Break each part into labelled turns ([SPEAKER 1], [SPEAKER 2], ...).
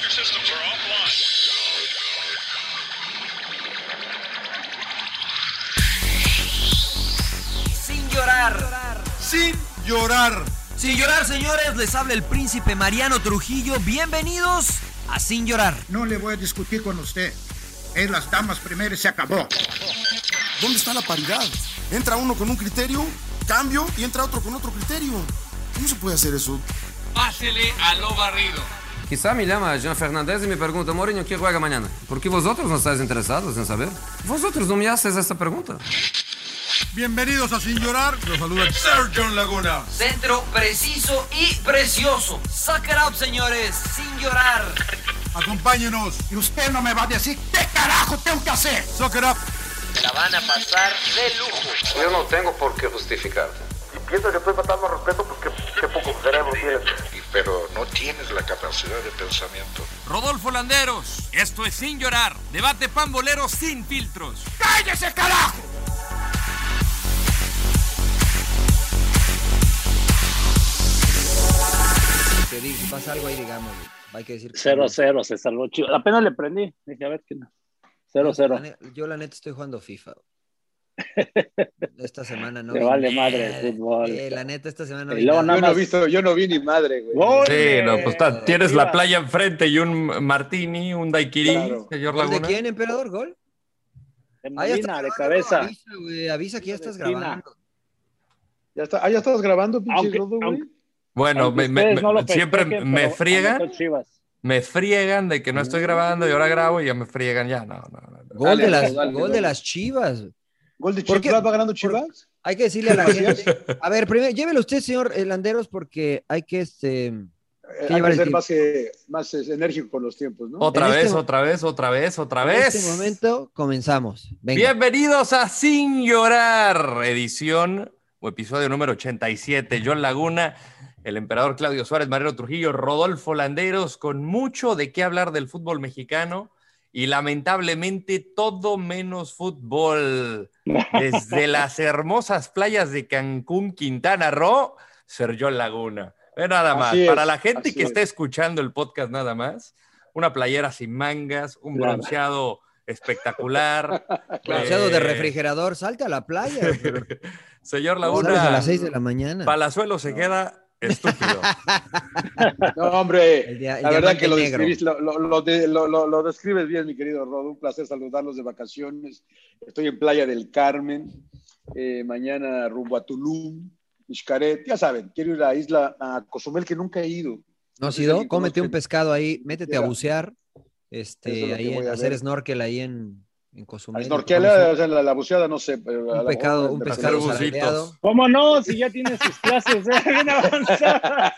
[SPEAKER 1] Your systems are offline.
[SPEAKER 2] Sin llorar.
[SPEAKER 3] sin llorar.
[SPEAKER 2] Sin llorar, señores, les habla el príncipe Mariano Trujillo. Bienvenidos a Sin llorar.
[SPEAKER 4] No le voy a discutir con usted. Es las damas primero y se acabó.
[SPEAKER 3] ¿Dónde está la paridad? Entra uno con un criterio, cambio y entra otro con otro criterio. ¿Cómo se puede hacer eso?
[SPEAKER 5] Pásele a lo barrido.
[SPEAKER 6] Quizá me llama Jean Fernández y me pregunta, Mourinho, ¿qué juega mañana? Porque vosotros no estáis interesados en saber. Vosotros no me haces esta pregunta.
[SPEAKER 3] Bienvenidos a Sin Llorar. Los saluda Sir John Laguna.
[SPEAKER 2] Centro preciso y precioso. Suck it up, señores. Sin llorar.
[SPEAKER 3] Acompáñenos.
[SPEAKER 4] Y usted no me va a decir qué carajo tengo que hacer.
[SPEAKER 3] Soccer Up.
[SPEAKER 2] La van a pasar de lujo.
[SPEAKER 6] Yo no tengo por qué justificarte.
[SPEAKER 7] piensa que estoy faltando al respeto porque qué poco cerebro tienes.
[SPEAKER 8] pero no tienes la capacidad de pensamiento.
[SPEAKER 5] Rodolfo Landeros, esto es Sin Llorar. Debate pambolero sin filtros.
[SPEAKER 4] ¡Cállese, carajo!
[SPEAKER 2] Que si pasa algo ahí, digamos. Hay que decir.
[SPEAKER 9] 0-0, se salvó chido. Apenas le prendí. Dije, a ver qué no. 0-0.
[SPEAKER 2] Yo, la neta, estoy jugando FIFA. Esta semana no.
[SPEAKER 9] Te vi vale madre el nada. fútbol. Eh,
[SPEAKER 2] la
[SPEAKER 9] la
[SPEAKER 2] neta, esta semana
[SPEAKER 9] no Y vi luego nada. nada
[SPEAKER 10] Yo no, he visto, yo no vi ni madre, güey.
[SPEAKER 9] ¡Gol!
[SPEAKER 6] Sí, no, pues ta- tienes la
[SPEAKER 9] Arriba.
[SPEAKER 6] playa enfrente y un martini, un daiquiri,
[SPEAKER 10] Claro.
[SPEAKER 6] señor
[SPEAKER 2] ¿De
[SPEAKER 6] Laguna.
[SPEAKER 2] quién, emperador? ¿Gol?
[SPEAKER 9] De
[SPEAKER 2] Ah, ya estás
[SPEAKER 9] Molina, de
[SPEAKER 2] grabando,
[SPEAKER 9] cabeza.
[SPEAKER 2] Avisa, güey, avisa que ya estás
[SPEAKER 9] esquina.
[SPEAKER 2] grabando.
[SPEAKER 10] Ya está, ah, ya estabas grabando, pinche
[SPEAKER 9] Aunque-
[SPEAKER 10] gordo, güey.
[SPEAKER 9] aunque-
[SPEAKER 6] Bueno,
[SPEAKER 9] Aunque
[SPEAKER 6] me- me-
[SPEAKER 9] ustedes no lo
[SPEAKER 6] me- siempre
[SPEAKER 9] festejen,
[SPEAKER 6] me
[SPEAKER 9] pero
[SPEAKER 6] friegan,
[SPEAKER 9] anotó Chivas.
[SPEAKER 6] me friegan de que no estoy grabando y ahora grabo y ya me friegan ya. No, no, no.
[SPEAKER 2] Gol,
[SPEAKER 10] Dale,
[SPEAKER 2] de, las,
[SPEAKER 10] dale, dale,
[SPEAKER 2] gol de
[SPEAKER 10] dale.
[SPEAKER 2] las chivas.
[SPEAKER 10] Gol de
[SPEAKER 2] ¿Por
[SPEAKER 10] Chivas,
[SPEAKER 2] qué?
[SPEAKER 10] ¿va ganando Chivas?
[SPEAKER 2] Hay que decirle a la gente. A ver, primero, llévelo usted, señor eh, Landeros, porque hay que este.
[SPEAKER 10] Eh,
[SPEAKER 2] ¿Qué
[SPEAKER 10] Hay
[SPEAKER 2] lleva el
[SPEAKER 10] que ser
[SPEAKER 2] tiempo?
[SPEAKER 10] más, eh, más eh, enérgico con los tiempos, ¿no?
[SPEAKER 6] Otra
[SPEAKER 2] En
[SPEAKER 6] vez,
[SPEAKER 2] este mo-
[SPEAKER 6] otra vez, otra vez, otra
[SPEAKER 2] En
[SPEAKER 6] vez.
[SPEAKER 2] este momento comenzamos. Venga.
[SPEAKER 6] Bienvenidos a Sin Llorar, edición o episodio número 87. John Laguna, el emperador Claudio Suárez, Mariano Trujillo, Rodolfo Landeros, con mucho de qué hablar del fútbol mexicano y lamentablemente todo menos fútbol. Desde las hermosas playas de Cancún, Quintana Roo, Ser John Laguna. Ve nada más,
[SPEAKER 10] Así es,
[SPEAKER 6] para la gente
[SPEAKER 10] así
[SPEAKER 6] que
[SPEAKER 10] es.
[SPEAKER 6] está escuchando el podcast nada más, una playera sin mangas, un
[SPEAKER 9] Claro.
[SPEAKER 6] bronceado espectacular.
[SPEAKER 2] Bronceado de
[SPEAKER 6] Eh,
[SPEAKER 2] refrigerador, salte a la playa. pero sales
[SPEAKER 6] Señor
[SPEAKER 2] a
[SPEAKER 6] Laguna,
[SPEAKER 2] las 6 de la mañana.
[SPEAKER 6] Palazuelo se queda estúpido.
[SPEAKER 10] No, hombre,
[SPEAKER 2] El dia- el
[SPEAKER 10] la verdad
[SPEAKER 2] diamante
[SPEAKER 10] que lo,
[SPEAKER 2] negro.
[SPEAKER 10] describís- lo, lo- lo de- lo- lo- lo describes bien, mi querido Rodo. Un placer saludarlos de vacaciones. Estoy en Playa del Carmen, eh, mañana rumbo a Tulum, Xcaret, ya saben, quiero ir a la isla, a Cozumel, que nunca he ido.
[SPEAKER 2] ¿No
[SPEAKER 10] no
[SPEAKER 2] has
[SPEAKER 10] sé si
[SPEAKER 2] ido?
[SPEAKER 10] alguien
[SPEAKER 2] Cómete un
[SPEAKER 10] conozca.
[SPEAKER 2] pescado ahí, métete a
[SPEAKER 10] Mira.
[SPEAKER 2] bucear,
[SPEAKER 10] Eso es
[SPEAKER 2] este,
[SPEAKER 10] lo
[SPEAKER 2] ahí,
[SPEAKER 10] que voy
[SPEAKER 2] en-
[SPEAKER 10] a
[SPEAKER 2] hacer
[SPEAKER 10] ver.
[SPEAKER 2] snorkel ahí en, en Cozumel.
[SPEAKER 10] A
[SPEAKER 2] y
[SPEAKER 10] snorkel,
[SPEAKER 2] te pones
[SPEAKER 10] o sea, la, la buceada, no sé. pero
[SPEAKER 2] Un,
[SPEAKER 10] a lo
[SPEAKER 2] un pescado,
[SPEAKER 10] mejor
[SPEAKER 2] un
[SPEAKER 10] me
[SPEAKER 2] pescado
[SPEAKER 10] parece-
[SPEAKER 6] buceo.
[SPEAKER 2] salteado.
[SPEAKER 9] ¿Cómo no? Si ya tiene sus clases, ¿eh? bien avanzadas.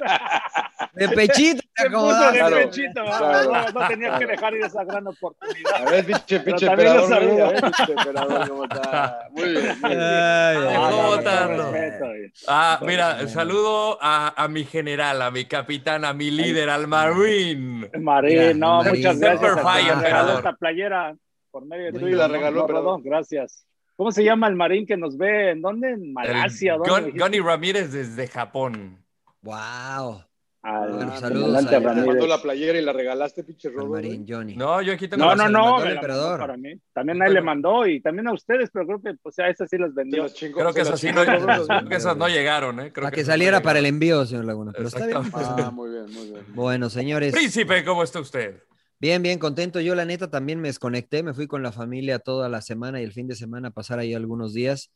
[SPEAKER 2] De pechito, te
[SPEAKER 9] Se puso
[SPEAKER 2] acomodaste.
[SPEAKER 9] de
[SPEAKER 10] Claro,
[SPEAKER 9] pechito.
[SPEAKER 10] claro.
[SPEAKER 9] No, no tenías que dejar ir esa gran oportunidad.
[SPEAKER 10] A ver, pinche, pinche
[SPEAKER 9] también lo
[SPEAKER 10] emperador. güey, a
[SPEAKER 9] saludo. Ah,
[SPEAKER 10] ver, pinche emperador, ¿cómo está? Muy bien, muy bien.
[SPEAKER 2] Ay,
[SPEAKER 6] Te
[SPEAKER 2] ay,
[SPEAKER 9] no,
[SPEAKER 2] ay,
[SPEAKER 6] votan,
[SPEAKER 2] ay,
[SPEAKER 6] ¿no?
[SPEAKER 2] ay.
[SPEAKER 9] respeto, güey.
[SPEAKER 6] Ah, mira, saludo a, a mi general, a mi capitán, a mi líder, al Marine.
[SPEAKER 2] Mira,
[SPEAKER 9] Marín, no,
[SPEAKER 2] Marín.
[SPEAKER 9] muchas gracias.
[SPEAKER 6] Super
[SPEAKER 9] a
[SPEAKER 6] fine,
[SPEAKER 9] quien me regaló
[SPEAKER 6] emperador.
[SPEAKER 9] esta playera por medio de
[SPEAKER 10] Sí,
[SPEAKER 9] tuyo.
[SPEAKER 10] la
[SPEAKER 9] ¿no?
[SPEAKER 10] regaló,
[SPEAKER 9] No,
[SPEAKER 10] pero-
[SPEAKER 9] Rodó, Gracias. ¿Cómo se llama el marín que nos ve? ¿En dónde? ¿En Malasia?
[SPEAKER 6] El
[SPEAKER 9] ¿Dónde
[SPEAKER 6] Gon-
[SPEAKER 9] dijiste?
[SPEAKER 6] Goni Ramírez desde Japón.
[SPEAKER 2] Wow.
[SPEAKER 9] Al-
[SPEAKER 2] Bueno,
[SPEAKER 9] al
[SPEAKER 2] saludos
[SPEAKER 9] comandante
[SPEAKER 2] ahí.
[SPEAKER 10] Te mandó
[SPEAKER 9] Ramírez.
[SPEAKER 10] la playera y la regalaste, pinche
[SPEAKER 2] Al
[SPEAKER 10] Rodo.
[SPEAKER 2] Marín,
[SPEAKER 10] güey.
[SPEAKER 2] Johnny.
[SPEAKER 6] No, yo aquí tengo
[SPEAKER 9] No,
[SPEAKER 6] la-
[SPEAKER 2] se
[SPEAKER 9] no,
[SPEAKER 2] la mandó
[SPEAKER 9] no.
[SPEAKER 2] el
[SPEAKER 9] me la mandó
[SPEAKER 2] emperador.
[SPEAKER 9] Para mí. También a él le mandó y también a ustedes, pero creo que, pues, a esas sí
[SPEAKER 10] Te
[SPEAKER 9] las vendió.
[SPEAKER 10] los chingó-
[SPEAKER 6] Creo que
[SPEAKER 10] te los
[SPEAKER 6] esas sí
[SPEAKER 10] chingó
[SPEAKER 6] no,
[SPEAKER 10] Rodo, güey.
[SPEAKER 6] creo que esas no llegaron, ¿eh? Creo
[SPEAKER 2] Para que
[SPEAKER 6] esas no
[SPEAKER 2] saliera para el
[SPEAKER 6] llegaron.
[SPEAKER 2] envío, señor Laguna. Pero está bien. pues.
[SPEAKER 10] Ah, muy bien, muy bien.
[SPEAKER 2] Bueno, señores.
[SPEAKER 6] Príncipe, ¿cómo está usted?
[SPEAKER 2] Bien, bien, contento. Yo la neta también me desconecté, me fui con la familia toda la semana y el fin de semana a pasar ahí algunos días.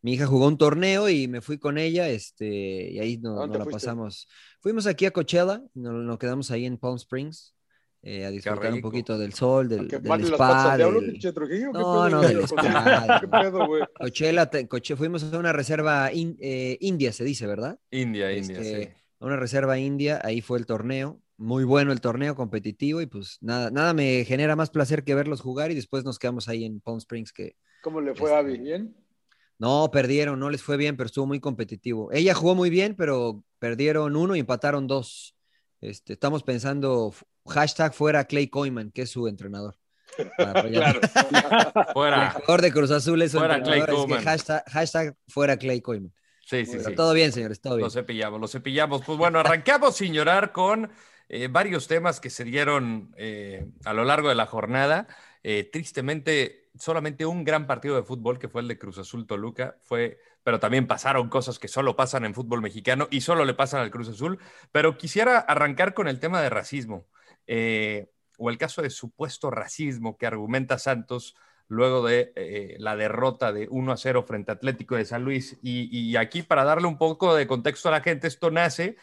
[SPEAKER 2] Mi hija jugó un torneo y me fui con ella, este, y ahí no- nos,
[SPEAKER 10] ¿A dónde
[SPEAKER 2] la
[SPEAKER 10] Ah, fuiste?
[SPEAKER 2] pasamos. Fuimos aquí a Coachella, nos, nos quedamos ahí en Palm Springs eh, a disfrutar un
[SPEAKER 6] rico.
[SPEAKER 2] poquito del sol, del,
[SPEAKER 10] Ah, ¿Que
[SPEAKER 2] del
[SPEAKER 10] mande las patas
[SPEAKER 2] spa,
[SPEAKER 10] al diablo,
[SPEAKER 2] del-
[SPEAKER 10] pinche Trujillo?
[SPEAKER 2] No,
[SPEAKER 10] ¿Qué pedo,
[SPEAKER 2] no,
[SPEAKER 10] güey?
[SPEAKER 2] del spa.
[SPEAKER 10] ¿Qué pedo, güey?
[SPEAKER 2] Coachella, te- Coche- fuimos a una reserva in- eh, india, se dice, ¿verdad?
[SPEAKER 6] India, India,
[SPEAKER 2] Este,
[SPEAKER 6] sí.
[SPEAKER 2] A una reserva india, ahí fue el torneo. muy bueno el torneo competitivo y pues nada, nada me genera más placer que verlos jugar y después nos quedamos ahí en Palm Springs que...
[SPEAKER 10] ¿Cómo le
[SPEAKER 9] Este,
[SPEAKER 10] fue a Abby? ¿Bien?
[SPEAKER 2] No, perdieron, no les fue bien, pero estuvo muy competitivo. Ella jugó muy bien, pero perdieron uno y empataron dos. Este, estamos pensando, hashtag fuera Clay Coyman, que es su entrenador.
[SPEAKER 6] claro. fuera.
[SPEAKER 2] El jugador de Cruz Azul es su
[SPEAKER 6] Fuera
[SPEAKER 2] entrenador,
[SPEAKER 6] Clay
[SPEAKER 2] así que
[SPEAKER 6] Coyman.
[SPEAKER 2] hashtag, hashtag fuera Clay Coyman.
[SPEAKER 6] Sí, sí,
[SPEAKER 2] Pero
[SPEAKER 6] sí.
[SPEAKER 2] Todo bien, señores, todo bien.
[SPEAKER 6] Lo cepillamos, lo cepillamos. Pues bueno, arrancamos sin llorar con eh, varios temas que se dieron eh, a lo largo de la jornada. Eh, tristemente, solamente un gran partido de fútbol, que fue el de Cruz Azul Toluca, fue, pero también pasaron cosas que solo pasan en fútbol mexicano y solo le pasan al Cruz Azul. Pero quisiera arrancar con el tema de racismo, eh, o el caso de supuesto racismo que argumenta Santos luego de eh, la derrota de 1 a 0 frente a Atlético de San Luis. Y, y aquí, para darle un poco de contexto a la gente, esto nace.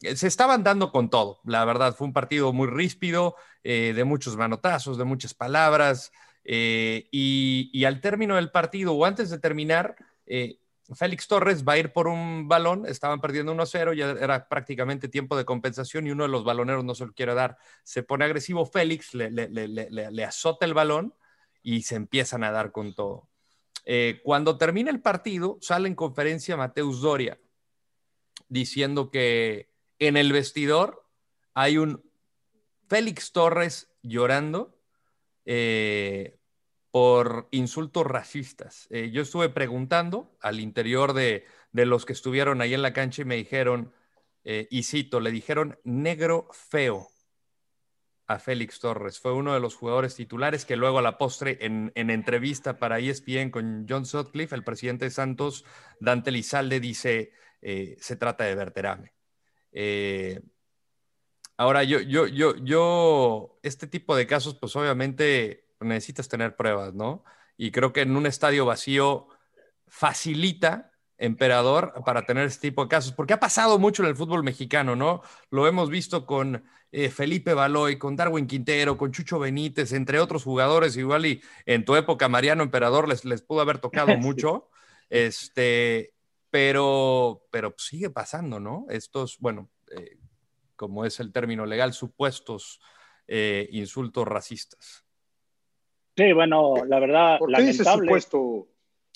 [SPEAKER 6] eh, Se estaban dando con todo, la verdad. Fue un partido muy ríspido, eh, de muchos manotazos, de muchas palabras. eh, y, y al término del partido, o antes de terminar, eh, Félix Torres va a ir por un balón. Estaban perdiendo 1 a 0, ya era prácticamente tiempo de compensación y uno de los baloneros no se lo quiere dar. Se pone agresivo Félix, le- le- le- le- le- le azota el balón y se empiezan a dar con todo. Eh, cuando termina el partido, sale en conferencia Mateus Doria diciendo que en el vestidor hay un Félix Torres llorando eh, por insultos racistas. Eh, yo estuve preguntando al interior de, de los que estuvieron ahí en la cancha y me dijeron, eh, y cito, le dijeron negro feo a Félix Torres. Fue uno de los jugadores titulares que luego a la postre, en, en entrevista para E ESPN con John Sutcliffe, el presidente de Santos, Dante Lizalde, dice, eh, se trata de Berterame. Eh, ahora, yo, yo, yo, yo, este tipo de casos, pues obviamente necesitas tener pruebas, ¿no? Y creo que en un estadio vacío facilita emperador para tener este tipo de casos, porque ha pasado mucho en el fútbol mexicano, ¿no? Lo hemos visto con eh, Felipe Baloy, con Darwin Quintero, con Chucho Benítez, entre otros jugadores, igual y en tu época, Mariano Emperador, les, les pudo haber tocado
[SPEAKER 9] Sí.
[SPEAKER 6] mucho, este, pero, pero pues sigue pasando, ¿no? Estos, bueno, eh, como es el término legal, supuestos eh, insultos racistas.
[SPEAKER 9] Sí, bueno, la verdad,
[SPEAKER 10] ¿Por qué dice
[SPEAKER 9] lamentable. este,
[SPEAKER 10] supuesto?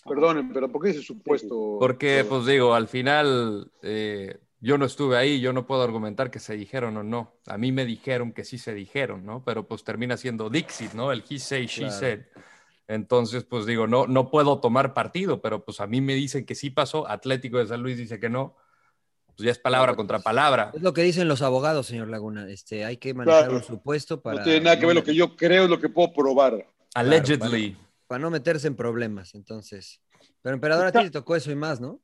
[SPEAKER 10] Ah. Perdonen, pero ¿por qué dice supuesto?
[SPEAKER 6] Porque, pues digo, al final eh, yo no estuve ahí, yo no puedo argumentar que se dijeron o no. A mí me dijeron que sí se dijeron, ¿no? Pero pues termina siendo Dixit, ¿no? El he say, she
[SPEAKER 2] Claro.
[SPEAKER 6] said. Entonces, pues digo, no, no puedo tomar partido, pero pues a mí me dicen que sí pasó, Atlético de San Luis dice que no. Pues ya es palabra contra palabra.
[SPEAKER 2] Es lo que dicen los abogados, señor Laguna. Este, hay que manejar
[SPEAKER 10] Claro.
[SPEAKER 2] un supuesto para...
[SPEAKER 10] No tiene nada que ver lo que yo creo, es lo que puedo probar.
[SPEAKER 6] Allegedly.
[SPEAKER 2] Para no meterse en problemas, entonces. Pero emperador, a ti te tocó eso y más, ¿no?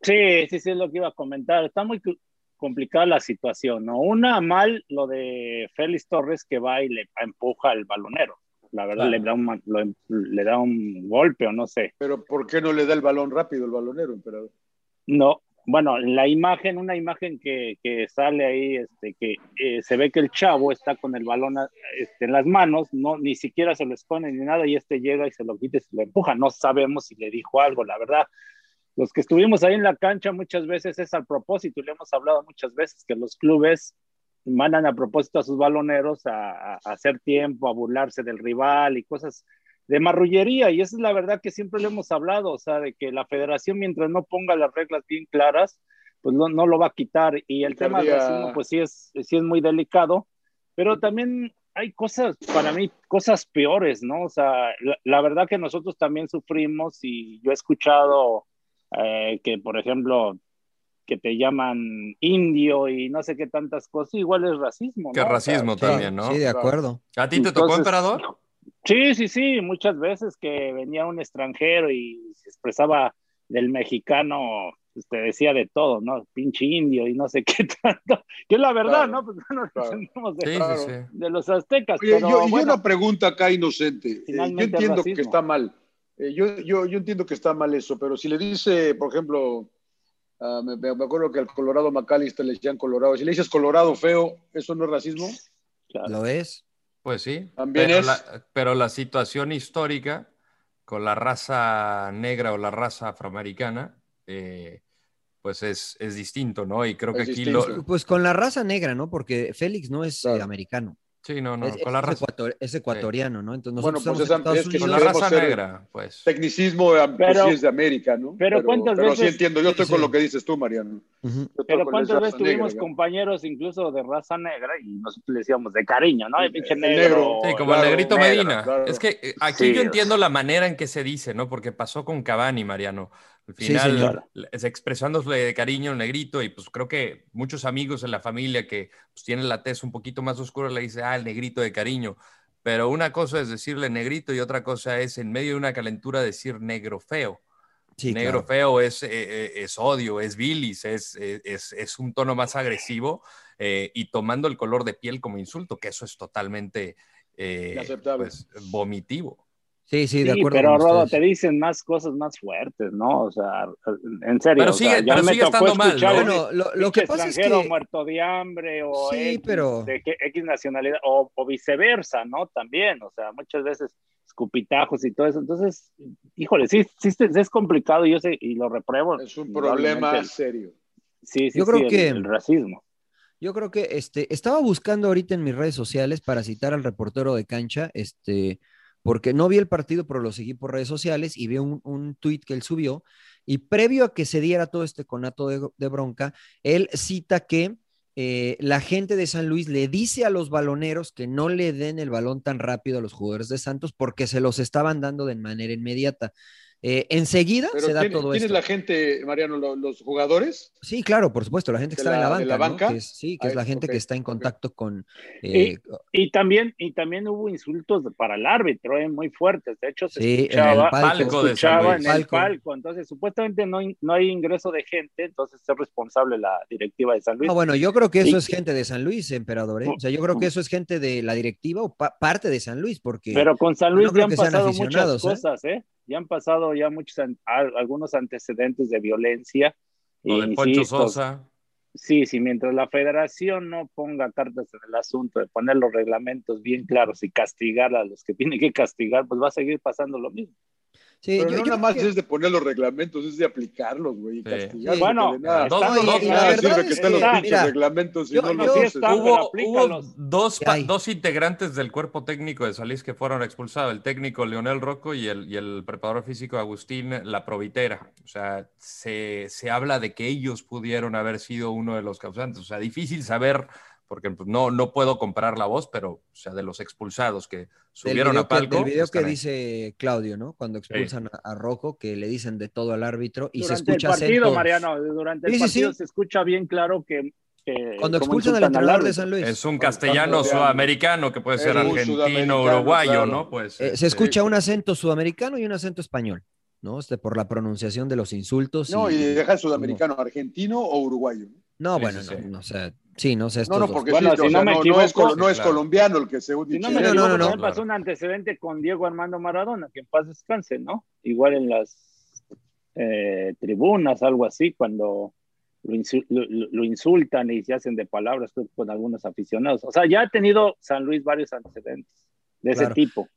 [SPEAKER 9] Sí, sí, sí, es lo que iba a comentar. Está muy cu- complicada la situación, ¿no? Una mal lo de Félix Torres que va y le empuja al balonero. La verdad,
[SPEAKER 10] Claro.
[SPEAKER 9] le, da un, ma- lo em- le da un golpe o no sé.
[SPEAKER 10] Pero ¿por qué no le da el balón rápido el balonero, emperador?
[SPEAKER 9] No, bueno, en la imagen, una imagen que, que sale ahí, este, que eh, se ve que el chavo está con el balón a- este, en las manos, no, ni siquiera se lo expone ni nada, y este llega y se lo quita y se lo empuja. No sabemos si le dijo algo, la verdad. Los que estuvimos ahí en la cancha muchas veces es al propósito, y le hemos hablado muchas veces que los clubes mandan a propósito a sus baloneros a, a- a hacer tiempo, a burlarse del rival y cosas de marrullería. Y esa es la verdad que siempre le hemos hablado, o sea, de que la federación mientras no ponga las reglas bien claras, pues no, no lo va a quitar. Y el tema del
[SPEAKER 10] Picardía.
[SPEAKER 9] racismo, pues sí es, sí es muy delicado, pero también hay cosas, para mí, cosas peores, ¿no? O sea, la, la verdad que nosotros también sufrimos y yo he escuchado eh, que, por ejemplo, que te llaman indio y no sé qué tantas cosas, igual es racismo.
[SPEAKER 6] Que
[SPEAKER 9] ¿no? O
[SPEAKER 6] racismo
[SPEAKER 9] sea,
[SPEAKER 6] también, ¿no?
[SPEAKER 2] Sí, de acuerdo.
[SPEAKER 6] ¿A ti te tocó,
[SPEAKER 9] Entonces,
[SPEAKER 6] emperador?
[SPEAKER 9] Sí, sí, sí, muchas veces que venía un extranjero y se expresaba del mexicano, pues, te decía de todo, ¿no? Pinche indio y no sé qué tanto, que es la verdad,
[SPEAKER 10] Claro,
[SPEAKER 9] ¿no? Pues no nos
[SPEAKER 10] claro.
[SPEAKER 9] entendemos de,
[SPEAKER 6] Sí, sí, sí.
[SPEAKER 9] de los aztecas,
[SPEAKER 10] Oye,
[SPEAKER 9] pero
[SPEAKER 10] yo, pues, y yo
[SPEAKER 9] bueno,
[SPEAKER 10] una pregunta acá inocente. Eh, yo
[SPEAKER 9] Finalmente
[SPEAKER 10] entiendo
[SPEAKER 9] racismo.
[SPEAKER 10] que está mal. Eh, yo, yo, yo entiendo que está mal eso, pero si le dice, por ejemplo, ah, me, me acuerdo que al Colorado McAllister le decían Colorado. Si le dices Colorado feo, ¿eso no es racismo?
[SPEAKER 2] Lo es.
[SPEAKER 6] Pues sí.
[SPEAKER 10] También
[SPEAKER 6] pero,
[SPEAKER 10] es-
[SPEAKER 6] la, pero la situación histórica con la raza negra o la raza afroamericana, eh, pues es, es distinto, ¿no? Y creo que
[SPEAKER 2] Es
[SPEAKER 6] aquí
[SPEAKER 2] distinto.
[SPEAKER 6] lo...
[SPEAKER 2] Pues con la raza negra, ¿no? Porque Félix no es eh, americano.
[SPEAKER 6] Sí, no, no,
[SPEAKER 2] Es,
[SPEAKER 6] con la
[SPEAKER 2] es
[SPEAKER 6] raza.
[SPEAKER 2] ecuator- es ecuatoriano, ¿no? Entonces
[SPEAKER 10] Bueno,
[SPEAKER 2] nosotros
[SPEAKER 10] pues
[SPEAKER 2] estamos
[SPEAKER 10] esa-
[SPEAKER 2] en
[SPEAKER 10] es que
[SPEAKER 2] Estados
[SPEAKER 10] si
[SPEAKER 2] Unidos.
[SPEAKER 10] queremos ser Tecnicismo, eh, pues,
[SPEAKER 9] Pero-
[SPEAKER 10] sí es de América, ¿no?
[SPEAKER 9] pero ¿cuántas
[SPEAKER 10] pero sí
[SPEAKER 9] veces-
[SPEAKER 10] entiendo, yo estoy
[SPEAKER 9] sí.
[SPEAKER 10] con lo que dices tú, Mariano. Yo estoy
[SPEAKER 9] Pero
[SPEAKER 10] con
[SPEAKER 9] cuántas
[SPEAKER 10] esa
[SPEAKER 9] veces
[SPEAKER 10] raza
[SPEAKER 9] tuvimos
[SPEAKER 10] negra,
[SPEAKER 9] compañeros incluso de raza negra y nosotros le decíamos de cariño, ¿no? El pinche
[SPEAKER 10] El
[SPEAKER 9] negro.
[SPEAKER 10] negro.
[SPEAKER 6] Sí, como el
[SPEAKER 10] Claro,
[SPEAKER 6] negrito
[SPEAKER 10] negro,
[SPEAKER 6] Medina.
[SPEAKER 10] claro.
[SPEAKER 6] Es que eh, aquí
[SPEAKER 9] Sí.
[SPEAKER 6] yo entiendo la manera en que se dice, ¿no? Porque pasó con Cavani, Mariano. Al
[SPEAKER 2] Sí,
[SPEAKER 6] final,
[SPEAKER 2] señor.
[SPEAKER 6] le- es expresándosle de cariño al negrito, y pues creo que muchos amigos en la familia que pues, tienen la tez un poquito más oscura le dicen, ah, el negrito de cariño. Pero una cosa es decirle negrito y otra cosa es en medio de una calentura decir negro feo.
[SPEAKER 2] Sí,
[SPEAKER 6] negro
[SPEAKER 2] claro.
[SPEAKER 6] feo es, eh, eh, es odio, es bilis, es, eh, es, es un tono más agresivo eh, y tomando el color de piel como insulto, que eso es totalmente eh,
[SPEAKER 10] Inaceptable.
[SPEAKER 6] pues, vomitivo.
[SPEAKER 2] Sí, sí,
[SPEAKER 9] Sí,
[SPEAKER 2] de acuerdo.
[SPEAKER 9] pero
[SPEAKER 2] con
[SPEAKER 9] Rodo,
[SPEAKER 2] ustedes.
[SPEAKER 9] te dicen más cosas más fuertes, ¿no? O sea, en serio.
[SPEAKER 6] Pero
[SPEAKER 9] o sea,
[SPEAKER 6] sigue-
[SPEAKER 9] ya
[SPEAKER 6] pero
[SPEAKER 9] me
[SPEAKER 6] sigue
[SPEAKER 9] tocó
[SPEAKER 6] estando mal,
[SPEAKER 9] escuchar
[SPEAKER 6] ¿no?
[SPEAKER 9] un
[SPEAKER 2] Bueno, lo, lo que
[SPEAKER 9] pinche
[SPEAKER 2] pasa es
[SPEAKER 9] extranjero
[SPEAKER 2] que.
[SPEAKER 9] muerto de hambre o
[SPEAKER 2] Sí,
[SPEAKER 9] X,
[SPEAKER 2] pero-
[SPEAKER 9] de que- X nacionalidad o, o viceversa, ¿no? También, o sea, muchas veces escupitajos y todo eso. Entonces, híjole, sí, sí es- es complicado, yo sé, y lo repruebo.
[SPEAKER 10] Es un problema
[SPEAKER 9] indudablemente.
[SPEAKER 10] serio.
[SPEAKER 9] Sí, sí,
[SPEAKER 2] Yo creo
[SPEAKER 9] sí, el-
[SPEAKER 2] que-
[SPEAKER 9] el racismo.
[SPEAKER 2] Yo creo que este, estaba buscando ahorita en mis redes sociales para citar al reportero de cancha, este, porque no vi el partido, pero lo seguí por redes sociales y vi un, un tuit que él subió. Y previo a que se diera todo este conato de, de bronca, él cita que eh, la gente de San Luis le dice a los baloneros que no le den el balón tan rápido a los jugadores de Santos porque se los estaban dando de manera inmediata. Eh, enseguida
[SPEAKER 10] Pero
[SPEAKER 2] se da
[SPEAKER 10] ¿quién,
[SPEAKER 2] todo
[SPEAKER 10] quién
[SPEAKER 2] esto.
[SPEAKER 10] es la gente, Mariano? lo- ¿Los jugadores?
[SPEAKER 2] Sí, claro, por supuesto, la gente que
[SPEAKER 10] ¿De
[SPEAKER 2] está en la
[SPEAKER 10] la-
[SPEAKER 2] banca.
[SPEAKER 10] de la
[SPEAKER 2] ¿no?
[SPEAKER 10] banca?
[SPEAKER 2] Que es- sí, que es
[SPEAKER 10] Ah,
[SPEAKER 2] la gente
[SPEAKER 10] ok,
[SPEAKER 2] que está en
[SPEAKER 10] ok.
[SPEAKER 2] contacto con.
[SPEAKER 9] Y-
[SPEAKER 2] eh,
[SPEAKER 9] Y también, y también hubo insultos para el árbitro, ¿eh? muy fuertes. De hecho, se
[SPEAKER 2] Sí, en
[SPEAKER 9] escuchaba,
[SPEAKER 2] el palco.
[SPEAKER 9] se
[SPEAKER 6] Palco de San
[SPEAKER 9] escuchaba en
[SPEAKER 6] Luis.
[SPEAKER 9] el
[SPEAKER 2] Palco.
[SPEAKER 9] palco. Entonces, supuestamente no, hay- no hay ingreso de gente, entonces es responsable la directiva de San Luis.
[SPEAKER 2] No, Ah, bueno, yo creo que
[SPEAKER 9] Y-
[SPEAKER 2] eso es gente de San Luis, emperador. ¿eh? O sea, yo creo que eso es gente de la directiva o pa- parte de San Luis, porque
[SPEAKER 9] Pero con San
[SPEAKER 2] no
[SPEAKER 9] Luis
[SPEAKER 2] creo
[SPEAKER 9] ya han
[SPEAKER 2] que sean
[SPEAKER 9] pasado muchas
[SPEAKER 2] aficionados, ¿eh?
[SPEAKER 9] cosas, ¿eh? Ya han pasado ya muchos an- al- algunos antecedentes de violencia.
[SPEAKER 6] Lo
[SPEAKER 9] E
[SPEAKER 6] de Poncho
[SPEAKER 9] insisto,
[SPEAKER 2] pues,
[SPEAKER 6] Sosa.
[SPEAKER 9] Sí, sí, mientras la federación no ponga cartas en el asunto de poner los reglamentos bien claros y castigar a los que tienen que castigar, pues va a seguir pasando lo mismo.
[SPEAKER 2] Sí,
[SPEAKER 10] Pero
[SPEAKER 2] yo- yo
[SPEAKER 10] no nada más
[SPEAKER 2] creo que-
[SPEAKER 10] es de poner los reglamentos, es de aplicarlos, güey. y
[SPEAKER 6] Sí.
[SPEAKER 10] castigar,
[SPEAKER 2] Sí.
[SPEAKER 10] porque de
[SPEAKER 9] Bueno,
[SPEAKER 10] nada,
[SPEAKER 6] dos-
[SPEAKER 9] está-
[SPEAKER 2] no, y-
[SPEAKER 10] de
[SPEAKER 2] y la
[SPEAKER 10] nada
[SPEAKER 2] verdad
[SPEAKER 10] sirve
[SPEAKER 2] es
[SPEAKER 10] que estén los
[SPEAKER 2] que-
[SPEAKER 10] pinches
[SPEAKER 2] mira,
[SPEAKER 10] reglamentos si
[SPEAKER 2] yo-
[SPEAKER 10] no
[SPEAKER 2] yo
[SPEAKER 10] los
[SPEAKER 2] sí
[SPEAKER 10] haces.
[SPEAKER 9] está- Ah, pero
[SPEAKER 6] Hubo,
[SPEAKER 9] aplícalos.
[SPEAKER 6] hubo dos,
[SPEAKER 2] ¿Qué
[SPEAKER 6] pa-
[SPEAKER 2] hay?
[SPEAKER 6] dos integrantes del cuerpo técnico de Salís que fueron expulsados, el técnico Leonel Rocco y el, y el preparador físico Agustín La Provitera. O sea, se, se habla de que ellos pudieron haber sido uno de los causantes. O sea, difícil saber, porque pues, no, no puedo comparar la voz, pero o sea, de los expulsados que
[SPEAKER 2] del
[SPEAKER 6] subieron
[SPEAKER 2] video
[SPEAKER 6] a palco.
[SPEAKER 2] Que, del video
[SPEAKER 6] están
[SPEAKER 2] que
[SPEAKER 6] ahí.
[SPEAKER 2] dice Claudio, ¿no? Cuando expulsan a, a Rocco, que le dicen de todo al árbitro y se
[SPEAKER 9] durante el
[SPEAKER 2] escucha
[SPEAKER 9] partido,
[SPEAKER 2] acento.
[SPEAKER 9] Mariano, durante el
[SPEAKER 2] Sí, sí,
[SPEAKER 9] partido
[SPEAKER 2] sí.
[SPEAKER 9] se escucha bien claro que... que-
[SPEAKER 2] Cuando
[SPEAKER 9] cómo
[SPEAKER 2] expulsan al
[SPEAKER 9] insultan
[SPEAKER 2] entrenador de
[SPEAKER 9] árbitro.
[SPEAKER 2] San Luis, eh,
[SPEAKER 6] Es un castellano
[SPEAKER 10] Cuando-
[SPEAKER 6] sudamericano que puede
[SPEAKER 2] Es
[SPEAKER 6] ser
[SPEAKER 2] un
[SPEAKER 6] argentino,
[SPEAKER 10] sudamericano,
[SPEAKER 6] uruguayo,
[SPEAKER 10] claro.
[SPEAKER 6] ¿no? Pues,
[SPEAKER 2] eh,
[SPEAKER 6] este,
[SPEAKER 2] se escucha un acento sudamericano y un acento español, ¿no? Este, por la pronunciación de los insultos.
[SPEAKER 10] No, y deja sudamericano, argentino o uruguayo.
[SPEAKER 2] No,
[SPEAKER 6] Sí,
[SPEAKER 2] bueno,
[SPEAKER 6] sí, sí.
[SPEAKER 2] no, no, o sea, sí, no sé.
[SPEAKER 10] No,
[SPEAKER 2] estos
[SPEAKER 10] no,
[SPEAKER 2] dos.
[SPEAKER 10] porque
[SPEAKER 9] Bueno,
[SPEAKER 10] sí,
[SPEAKER 9] si
[SPEAKER 10] o
[SPEAKER 9] no
[SPEAKER 10] sea,
[SPEAKER 9] me
[SPEAKER 10] no, no es,
[SPEAKER 9] equivoco-
[SPEAKER 10] col- no es
[SPEAKER 6] Claro.
[SPEAKER 10] colombiano el que se
[SPEAKER 9] Si no
[SPEAKER 10] dice.
[SPEAKER 9] me
[SPEAKER 2] Sí, no, no,
[SPEAKER 9] equivoco,
[SPEAKER 2] no,
[SPEAKER 9] también
[SPEAKER 6] no.
[SPEAKER 9] pasó un antecedente con Diego Armando Maradona, que en paz descanse, ¿no? Igual en las eh, tribunas, algo así, cuando lo, insu- lo- lo- lo insultan y se hacen de palabras creo, con algunos aficionados. O sea, ya ha tenido San Luis varios antecedentes de ese
[SPEAKER 2] Claro.
[SPEAKER 9] tipo.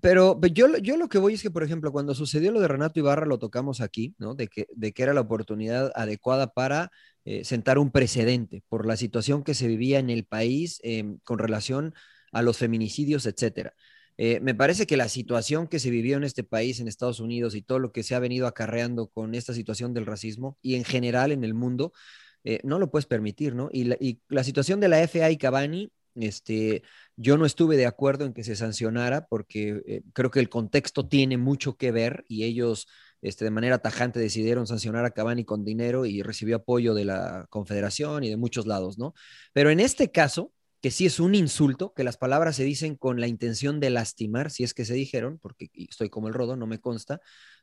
[SPEAKER 2] Pero pe- yo, lo- yo lo que voy es que, por ejemplo, cuando sucedió lo de Renato Ibarra, lo tocamos aquí, ¿no? De que, de que era la oportunidad adecuada para eh, sentar un precedente por la situación que se vivía en el país em, con relación a los feminicidios, etcétera. Eh, me parece que la situación que se vivió en este país, en Estados Unidos, y todo lo que se ha venido acarreando con esta situación del racismo y en general en el mundo, eh, no lo puedes permitir, ¿no? Y la, y la situación de la FA y Cavani, este, yo no estuve de acuerdo en que se sancionara porque eh, creo que el contexto tiene mucho que ver y ellos este, de manera tajante decidieron sancionar a Cavani con dinero y recibió apoyo de la Confederación y de muchos lados, ¿no? Pero en este caso, que sí es un insulto, que las palabras se dicen con la intención de lastimar, si es que se dijeron, porque y estoy como el rodo, no me consta,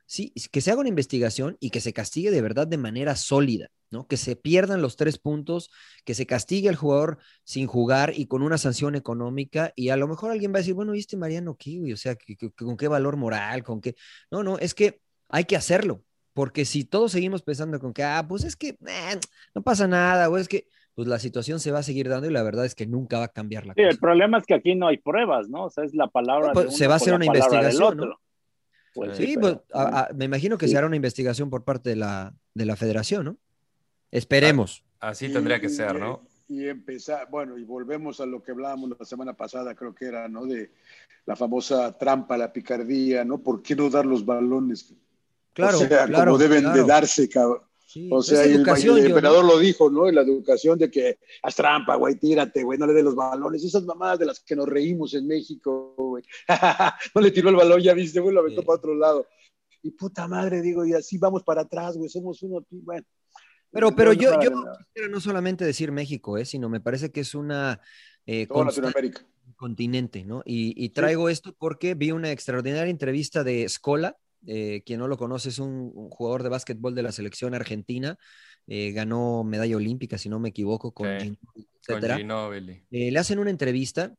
[SPEAKER 2] sí, que se haga una investigación y que se castigue de verdad de manera sólida, ¿no? Que se pierdan los tres puntos, que se castigue al jugador sin jugar y con una sanción económica y a lo mejor alguien va a decir, bueno, ¿y este Mariano Kiwi? O sea, ¿qué- qué- ¿con qué valor moral? ¿Con qué? No, no, es que hay que hacerlo, porque si todos seguimos pensando con que, ah, pues es que eh, no pasa nada, o es que, pues la situación se va a seguir dando y la verdad es que nunca va a cambiar la
[SPEAKER 9] Sí, el
[SPEAKER 2] cosa.
[SPEAKER 9] problema es que aquí no hay pruebas, ¿no? O sea, es la palabra.
[SPEAKER 2] No, pues,
[SPEAKER 9] de uno
[SPEAKER 2] se va a
[SPEAKER 9] con
[SPEAKER 2] hacer
[SPEAKER 9] la
[SPEAKER 2] una
[SPEAKER 9] palabra del
[SPEAKER 2] investigación,
[SPEAKER 9] otro.
[SPEAKER 2] ¿no?
[SPEAKER 9] Pues
[SPEAKER 2] Sí,
[SPEAKER 9] sí,
[SPEAKER 2] pues
[SPEAKER 9] pero-
[SPEAKER 2] a- a- me imagino que
[SPEAKER 9] Sí.
[SPEAKER 2] se hará una investigación por parte de la, de la federación, ¿no?
[SPEAKER 10] Ah,
[SPEAKER 2] Esperemos.
[SPEAKER 6] Así tendría que ser, ¿no?
[SPEAKER 10] Y empezar, bueno, y volvemos a lo que hablábamos la semana pasada, creo que era, ¿no? De la famosa trampa, la picardía, ¿no? ¿Por qué no dar los balones?
[SPEAKER 2] Claro,
[SPEAKER 10] o sea,
[SPEAKER 2] claro,
[SPEAKER 10] como deben
[SPEAKER 2] claro.
[SPEAKER 10] de darse, cabrón.
[SPEAKER 2] Sí,
[SPEAKER 10] O
[SPEAKER 2] es
[SPEAKER 10] sea, y el,
[SPEAKER 2] educación,
[SPEAKER 10] el
[SPEAKER 2] John, ¿no?
[SPEAKER 10] emperador lo dijo, ¿no? En la educación de que haz trampa, güey, tírate, güey, no le dé los balones. Esas mamadas de las que nos reímos en México, güey. no le tiró el balón, ya viste, güey, lo aventó
[SPEAKER 2] Sí.
[SPEAKER 10] para otro lado. Y puta madre, digo, y así vamos para atrás, güey, somos uno. pi- Bueno.
[SPEAKER 2] Pero, pero
[SPEAKER 10] No, no
[SPEAKER 2] yo,
[SPEAKER 10] vale
[SPEAKER 2] yo
[SPEAKER 10] nada.
[SPEAKER 2] quisiera no solamente decir México, eh, sino me parece que es una eh,
[SPEAKER 10] Toda
[SPEAKER 2] constante
[SPEAKER 10] Latinoamérica.
[SPEAKER 2] del continente, ¿no? Y, y traigo esto porque vi una extraordinaria entrevista de Scola, eh, quien no lo conoce es un, un jugador de básquetbol de la selección argentina, eh, ganó medalla olímpica, si no me equivoco, con
[SPEAKER 6] Sí,
[SPEAKER 2] Ginóbili,
[SPEAKER 6] Con
[SPEAKER 2] etcétera.
[SPEAKER 6] Ginóbili.
[SPEAKER 2] Eh, le hacen una entrevista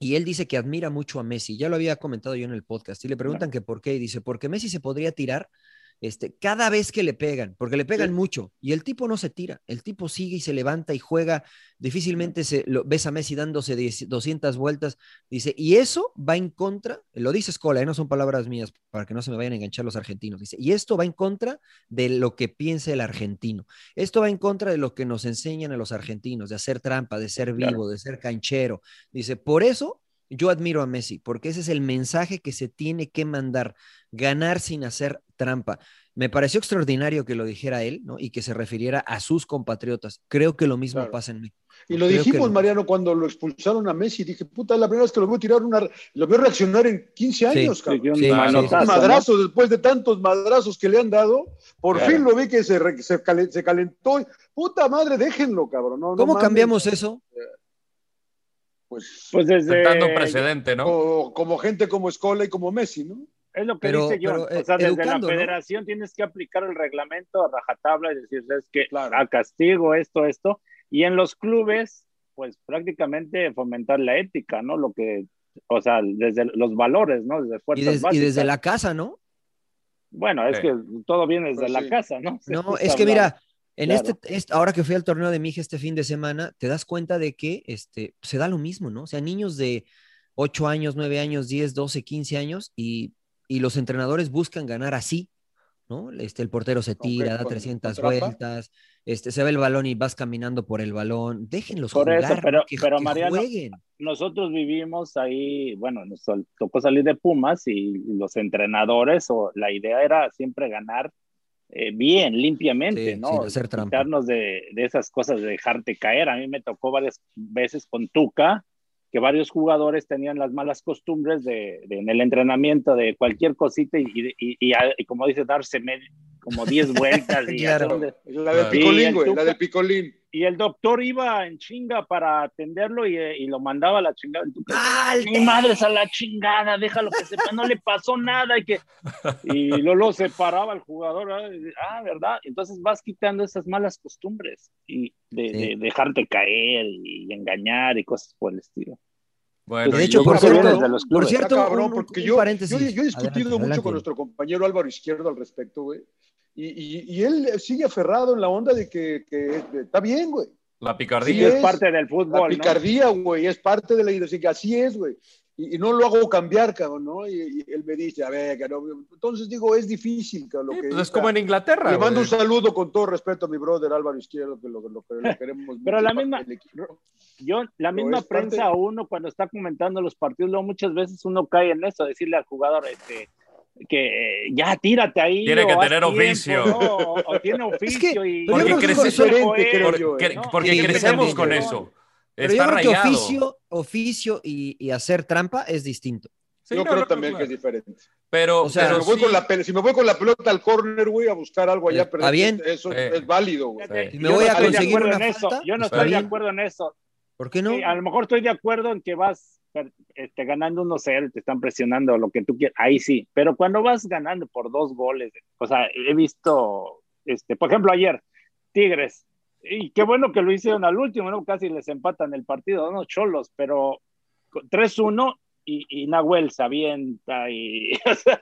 [SPEAKER 2] y él dice que admira mucho a Messi. Ya lo había comentado yo en el podcast. Y le preguntan que por qué. Y dice, porque Messi se podría tirar este, cada vez que le pegan, porque le pegan
[SPEAKER 10] Sí.
[SPEAKER 2] mucho. Y el tipo no se tira. El tipo sigue y se levanta y juega. Difícilmente se, lo, ves a Messi dándose 10 200 vueltas. Dice, y eso va en contra, lo dice Scola, eh, no son palabras mías, para que no se me vayan a enganchar los argentinos. Dice, y esto va en contra de lo que piensa el argentino. Esto va en contra de lo que nos enseñan a los argentinos, de hacer trampa, de ser vivo, de ser canchero. Dice, por eso yo admiro a Messi, porque ese es el mensaje que se tiene que mandar, ganar sin hacer trampa. Me pareció extraordinario que lo dijera él, ¿no? Y que se refiriera a sus compatriotas. Creo que lo mismo
[SPEAKER 10] Claro.
[SPEAKER 2] pasa en México.
[SPEAKER 10] Y lo
[SPEAKER 2] Pues Creo que
[SPEAKER 10] dijimos,
[SPEAKER 2] no.
[SPEAKER 10] Mariano, cuando lo expulsaron a Messi, dije, puta, es la primera vez que lo veo tirar una. Lo veo reaccionar en 15 años, cabrón.
[SPEAKER 9] Sí, un
[SPEAKER 2] sí, sí.
[SPEAKER 9] manotazo,
[SPEAKER 10] Un
[SPEAKER 9] ¿no?
[SPEAKER 10] madrazo después de tantos madrazos que le han dado. Por
[SPEAKER 9] Claro.
[SPEAKER 10] fin lo vi que se, re- se calen- se calentó. Puta madre, déjenlo, cabrón. No, no
[SPEAKER 2] ¿Cómo
[SPEAKER 10] mames.
[SPEAKER 2] cambiamos eso?
[SPEAKER 10] Pues,
[SPEAKER 9] Pues desde.
[SPEAKER 6] Sentando un precedente, ¿no?
[SPEAKER 10] o- como gente como Scola y como Messi, ¿no?
[SPEAKER 9] Es lo que
[SPEAKER 2] Pero-
[SPEAKER 9] dice John.
[SPEAKER 2] pero, eh,
[SPEAKER 9] o sea, desde la
[SPEAKER 2] educando, ¿no?
[SPEAKER 9] federación tienes que aplicar el reglamento a rajatabla y decir, es que
[SPEAKER 10] Claro.
[SPEAKER 9] a castigo esto, esto. Y en los clubes, pues prácticamente fomentar la ética, ¿no? Lo que, o sea, desde los valores, ¿no? Desde
[SPEAKER 2] Y,
[SPEAKER 9] fuerzas
[SPEAKER 2] des- y
[SPEAKER 9] básicas.
[SPEAKER 2] desde la casa, ¿no?
[SPEAKER 9] Bueno, es
[SPEAKER 6] Sí.
[SPEAKER 9] que todo viene desde
[SPEAKER 10] Pues
[SPEAKER 9] la
[SPEAKER 10] sí.
[SPEAKER 9] casa, ¿no?
[SPEAKER 2] No,
[SPEAKER 9] Justo
[SPEAKER 2] es que
[SPEAKER 9] hablaba.
[SPEAKER 2] mira, en
[SPEAKER 9] Claro.
[SPEAKER 2] este, este- ahora que fui al torneo de Mija este fin de semana, te das cuenta de que este, se da lo mismo, ¿no? O sea, niños de 8 años, 9 años, 10, 12, 15 años y, y los entrenadores buscan ganar así, ¿no? Este, el portero se tira, da
[SPEAKER 10] con- con
[SPEAKER 2] 300
[SPEAKER 10] trampa.
[SPEAKER 2] vueltas, este, se ve el balón y vas caminando por el balón. Déjenlos
[SPEAKER 9] Por eso,
[SPEAKER 2] jugar, ¿no?
[SPEAKER 9] pero-
[SPEAKER 2] que,
[SPEAKER 9] pero,
[SPEAKER 2] que
[SPEAKER 9] Mariano,
[SPEAKER 2] jueguen.
[SPEAKER 9] nosotros vivimos ahí, bueno, nos sol- tocó salir de Pumas y los entrenadores o la idea era siempre ganar eh, bien, limpiamente,
[SPEAKER 2] Sí,
[SPEAKER 9] ¿no?
[SPEAKER 2] sin hacer trampa.
[SPEAKER 9] Quitarnos de, de esas cosas de dejarte caer. A mí me tocó varias veces con Tuca que varios jugadores tenían las malas costumbres de, de- en el entrenamiento de cualquier cosita y, y- y- y a- y como dice, darse medio- como 10 vueltas y
[SPEAKER 2] Claro.
[SPEAKER 9] hacer de-
[SPEAKER 10] La del
[SPEAKER 6] Sí,
[SPEAKER 10] picolín,
[SPEAKER 9] el
[SPEAKER 10] güey,
[SPEAKER 9] Tuca.
[SPEAKER 10] la del picolín.
[SPEAKER 9] y el doctor iba en chinga para atenderlo y, eh, y lo mandaba a la chingada. El Tuca,
[SPEAKER 2] ¡Salte!
[SPEAKER 9] mi madre es a la chingada, déjalo que sepa, no le pasó nada y que y Lolo separaba al jugador, ah, y- ah, verdad, entonces vas quitando esas malas costumbres y de,
[SPEAKER 2] Sí.
[SPEAKER 9] de dejarte caer y engañar y cosas por el estilo. pues,
[SPEAKER 6] Bueno,
[SPEAKER 2] Pues de
[SPEAKER 6] y
[SPEAKER 2] hecho,
[SPEAKER 6] yo
[SPEAKER 2] por
[SPEAKER 6] creo que
[SPEAKER 9] viene
[SPEAKER 2] cierto,
[SPEAKER 9] desde los
[SPEAKER 2] por
[SPEAKER 9] clubes.
[SPEAKER 2] cierto,
[SPEAKER 10] Está cabrón,
[SPEAKER 2] un- un-
[SPEAKER 10] porque
[SPEAKER 2] un
[SPEAKER 10] yo,
[SPEAKER 2] paréntesis.
[SPEAKER 10] yo, yo he discutido
[SPEAKER 2] Adelante,
[SPEAKER 10] mucho
[SPEAKER 2] adelante.
[SPEAKER 10] con nuestro compañero Álvaro Izquierdo al respecto, güey. Y, y- y él sigue aferrado en la onda de que, que está bien, güey.
[SPEAKER 6] la
[SPEAKER 9] Y
[SPEAKER 6] picardía.
[SPEAKER 9] es
[SPEAKER 10] es
[SPEAKER 9] parte del
[SPEAKER 10] La
[SPEAKER 9] fútbol, ¿no?
[SPEAKER 10] picardía, güey, es parte de la idiosincrasia. Así es, güey. Y, y no lo hago cambiar, cabrón, ¿no? Y, y él me dice, a ver, cabrón. Entonces digo, es difícil, cabrón. Lo
[SPEAKER 6] Sí,
[SPEAKER 10] que
[SPEAKER 6] pues es
[SPEAKER 10] está.
[SPEAKER 6] como en Inglaterra.
[SPEAKER 10] Le mando
[SPEAKER 6] güey.
[SPEAKER 10] un saludo con todo respeto a mi brother Álvaro Izquierdo, que lo, lo- que lo queremos
[SPEAKER 9] Pero la
[SPEAKER 10] mucho,
[SPEAKER 9] misma-
[SPEAKER 10] el equipo.
[SPEAKER 9] Yo, la misma
[SPEAKER 10] es parte-
[SPEAKER 9] prensa, uno cuando está comentando los partidos, luego muchas veces uno cae en eso, decirle al jugador este, que eh, ya tírate ahí.
[SPEAKER 6] Tiene que
[SPEAKER 9] o haz
[SPEAKER 6] tener oficio.
[SPEAKER 9] ¿no? O, o tiene oficio y.
[SPEAKER 2] pero yo creo que es
[SPEAKER 10] diferente, creo
[SPEAKER 6] Porque,
[SPEAKER 10] yo,
[SPEAKER 6] cre-
[SPEAKER 10] ¿eh?
[SPEAKER 9] No,
[SPEAKER 6] porque
[SPEAKER 2] sí,
[SPEAKER 6] crecemos
[SPEAKER 2] sí,
[SPEAKER 6] con
[SPEAKER 2] sí.
[SPEAKER 6] eso.
[SPEAKER 2] Pero
[SPEAKER 6] Está
[SPEAKER 2] yo creo que
[SPEAKER 6] rayado.
[SPEAKER 2] oficio, oficio y, y hacer trampa es distinto.
[SPEAKER 6] Sí,
[SPEAKER 10] Yo
[SPEAKER 6] no,
[SPEAKER 10] creo
[SPEAKER 6] no, no,
[SPEAKER 10] también que
[SPEAKER 6] claro.
[SPEAKER 10] es diferente.
[SPEAKER 6] Pero,
[SPEAKER 2] O sea,
[SPEAKER 6] pero
[SPEAKER 10] si, me voy
[SPEAKER 6] sí,
[SPEAKER 10] con la, pel- si me voy con la pelota al corner, güey, a buscar algo allá,
[SPEAKER 2] Está
[SPEAKER 10] pero
[SPEAKER 2] bien.
[SPEAKER 10] eso
[SPEAKER 6] Eh.
[SPEAKER 10] es válido, güey.
[SPEAKER 6] Sí.
[SPEAKER 2] Y me
[SPEAKER 9] Yo
[SPEAKER 2] voy
[SPEAKER 9] no
[SPEAKER 2] a
[SPEAKER 9] estoy de
[SPEAKER 2] conseguir
[SPEAKER 9] acuerdo
[SPEAKER 2] una
[SPEAKER 9] en eso.
[SPEAKER 2] falta.
[SPEAKER 9] Yo no
[SPEAKER 2] Está
[SPEAKER 9] estoy de
[SPEAKER 2] bien.
[SPEAKER 9] acuerdo en eso.
[SPEAKER 2] ¿Por qué no?
[SPEAKER 9] Sí, a lo mejor estoy de acuerdo en que vas per- este, ganando 1-0, te están presionando lo que tú quieras. Ahí sí. Pero cuando vas ganando por dos goles, o sea, he visto, este, por ejemplo, ayer, Tigres. Y qué bueno que lo hicieron al último, ¿no? Casi les empatan el partido, ¿no? Cholos, pero con 3-1 y, y Nahuel se avienta y o sea,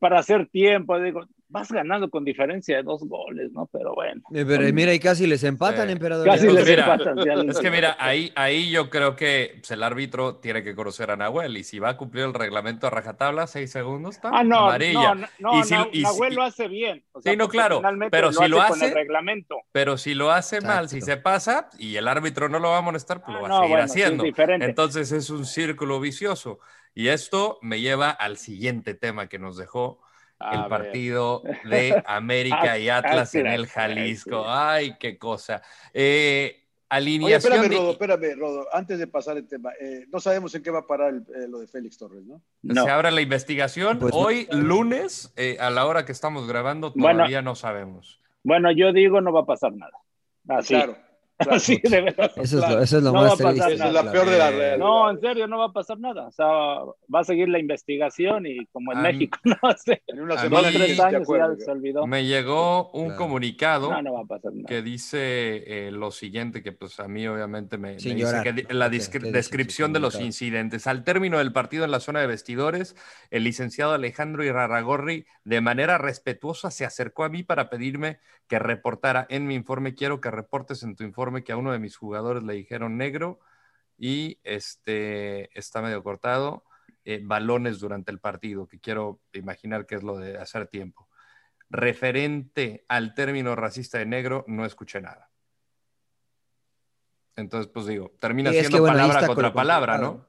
[SPEAKER 9] para hacer tiempo, digo, vas ganando con diferencia de dos goles, ¿no? Pero bueno.
[SPEAKER 2] Pero mira, y casi les empatan,
[SPEAKER 6] Sí.
[SPEAKER 2] emperador.
[SPEAKER 9] Casi
[SPEAKER 2] Ya.
[SPEAKER 9] les
[SPEAKER 6] Mira,
[SPEAKER 9] empatan, ya les-
[SPEAKER 6] es que mira, ahí, ahí yo creo que pues, el árbitro tiene que conocer a Nahuel y si va a cumplir el reglamento a rajatabla, seis segundos, está
[SPEAKER 9] Ah, no,
[SPEAKER 6] amarilla.
[SPEAKER 9] no, no,
[SPEAKER 6] Y si-
[SPEAKER 9] no,
[SPEAKER 6] y si-
[SPEAKER 9] Nahuel lo hace bien. O
[SPEAKER 6] Sí, no,
[SPEAKER 9] porque
[SPEAKER 6] claro,
[SPEAKER 9] finalmente
[SPEAKER 6] pero si lo
[SPEAKER 9] con el
[SPEAKER 6] hace-
[SPEAKER 9] reglamento.
[SPEAKER 6] Pero si lo hace mal, si
[SPEAKER 2] Exacto.
[SPEAKER 6] se pasa y el árbitro no lo va a molestar, pues
[SPEAKER 9] Ah,
[SPEAKER 6] lo va a
[SPEAKER 9] no,
[SPEAKER 6] seguir
[SPEAKER 9] bueno, sí es
[SPEAKER 6] haciendo.
[SPEAKER 9] diferente.
[SPEAKER 6] Entonces es un círculo vicioso. Y esto me lleva al siguiente tema que nos dejó
[SPEAKER 9] A
[SPEAKER 6] el
[SPEAKER 9] ver.
[SPEAKER 6] partido de América y
[SPEAKER 9] Ah,
[SPEAKER 6] Atlas en
[SPEAKER 9] Atlas,
[SPEAKER 6] el Jalisco.
[SPEAKER 9] sí.
[SPEAKER 6] Ay, qué cosa. Eh,
[SPEAKER 10] Oye,
[SPEAKER 6] alineación.
[SPEAKER 10] espérame,
[SPEAKER 6] de-
[SPEAKER 10] Rodo, espérame, Rodo. Antes de pasar el tema, eh, no sabemos en qué va a parar el- eh, lo de Félix Torres, ¿no?
[SPEAKER 9] No.
[SPEAKER 6] Se abre la investigación.
[SPEAKER 2] Pues no.
[SPEAKER 6] Hoy, lunes, eh, a la hora que estamos grabando,
[SPEAKER 9] Bueno.
[SPEAKER 6] todavía no sabemos.
[SPEAKER 9] Bueno, yo digo, no va a pasar nada. Así,
[SPEAKER 10] Claro. claro.
[SPEAKER 9] así de verdad.
[SPEAKER 2] Eso es lo, eso es lo
[SPEAKER 9] No va
[SPEAKER 2] más
[SPEAKER 9] a pasar
[SPEAKER 2] triste.
[SPEAKER 10] Esa es
[SPEAKER 9] nada.
[SPEAKER 10] la peor de la
[SPEAKER 6] Eh,
[SPEAKER 10] realidad.
[SPEAKER 9] No, en serio, no va a pasar nada. O sea, va a seguir la investigación y como en
[SPEAKER 6] Am-
[SPEAKER 9] México, no sé,
[SPEAKER 10] En una
[SPEAKER 6] A
[SPEAKER 9] dos,
[SPEAKER 10] semana
[SPEAKER 6] mí-
[SPEAKER 9] tres
[SPEAKER 10] te
[SPEAKER 9] años
[SPEAKER 10] acuerdas,
[SPEAKER 9] ya
[SPEAKER 10] yo.
[SPEAKER 9] se olvidó.
[SPEAKER 6] Me llegó un
[SPEAKER 2] Claro.
[SPEAKER 6] comunicado
[SPEAKER 9] No, no va a pasar nada.
[SPEAKER 6] que dice eh, lo siguiente, que pues a mí obviamente me, me
[SPEAKER 2] Sin
[SPEAKER 6] dice
[SPEAKER 2] llorar.
[SPEAKER 6] que di- la
[SPEAKER 2] Ok,
[SPEAKER 6] discri-
[SPEAKER 2] ¿qué dice su
[SPEAKER 6] descripción de los
[SPEAKER 2] comunicado?
[SPEAKER 6] incidentes. Al término del partido en la zona de vestidores, el licenciado Alejandro Irarragorri de manera respetuosa se acercó a mí para pedirme que reportara en mi informe. Quiero que reportes en tu informe que a uno de mis jugadores le dijeron negro y este está medio cortado. eh, balones durante el partido, que quiero imaginar que es lo de hacer tiempo. Referente al término racista de negro, no escuché nada. Entonces, pues digo, termina
[SPEAKER 2] Y es
[SPEAKER 6] siendo
[SPEAKER 2] que, bueno, ahí
[SPEAKER 6] palabra
[SPEAKER 2] está con
[SPEAKER 6] contra
[SPEAKER 2] lo
[SPEAKER 6] palabra,
[SPEAKER 2] complicado.
[SPEAKER 6] ¿no?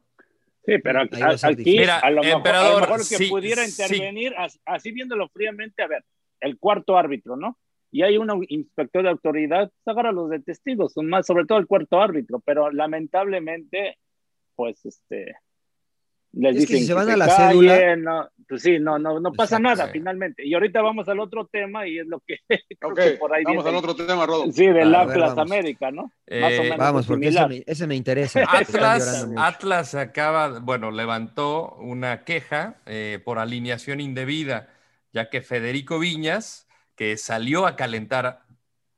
[SPEAKER 9] Sí, pero
[SPEAKER 2] Ahí va a
[SPEAKER 9] aquí,
[SPEAKER 2] ser difícil.
[SPEAKER 6] Mira,
[SPEAKER 9] a, lo mejor,
[SPEAKER 6] emperador,
[SPEAKER 9] a lo mejor que
[SPEAKER 6] sí,
[SPEAKER 9] pudiera
[SPEAKER 6] sí.
[SPEAKER 9] intervenir, as- así viéndolo fríamente, a ver, el cuarto árbitro, ¿no? Y hay un au- inspector de autoridad, pues, agarra los de testigos, son más, sobre todo el cuarto árbitro, pero lamentablemente, pues este. Les
[SPEAKER 2] Es que
[SPEAKER 9] dicen
[SPEAKER 2] si se van a la
[SPEAKER 9] callen,
[SPEAKER 2] cédula-
[SPEAKER 9] no, pues sí, no, no, no pasa
[SPEAKER 2] Exacto.
[SPEAKER 9] nada finalmente. Y ahorita vamos al otro tema y es lo que, creo
[SPEAKER 10] Ok,
[SPEAKER 9] que por ahí
[SPEAKER 10] vamos
[SPEAKER 9] viene.
[SPEAKER 10] al otro tema, Rodo.
[SPEAKER 9] Sí, del
[SPEAKER 2] A ver,
[SPEAKER 9] Atlas
[SPEAKER 2] vamos.
[SPEAKER 9] América, ¿no?
[SPEAKER 6] Eh,
[SPEAKER 9] Más o menos.
[SPEAKER 2] Vamos, porque ese
[SPEAKER 9] similar.
[SPEAKER 2] me, ese me interesa. porque están
[SPEAKER 6] Atlas,
[SPEAKER 2] llorando mucho.
[SPEAKER 6] Atlas acaba, bueno, levantó una queja eh, por alineación indebida, ya que Federico Viñas, que salió a calentar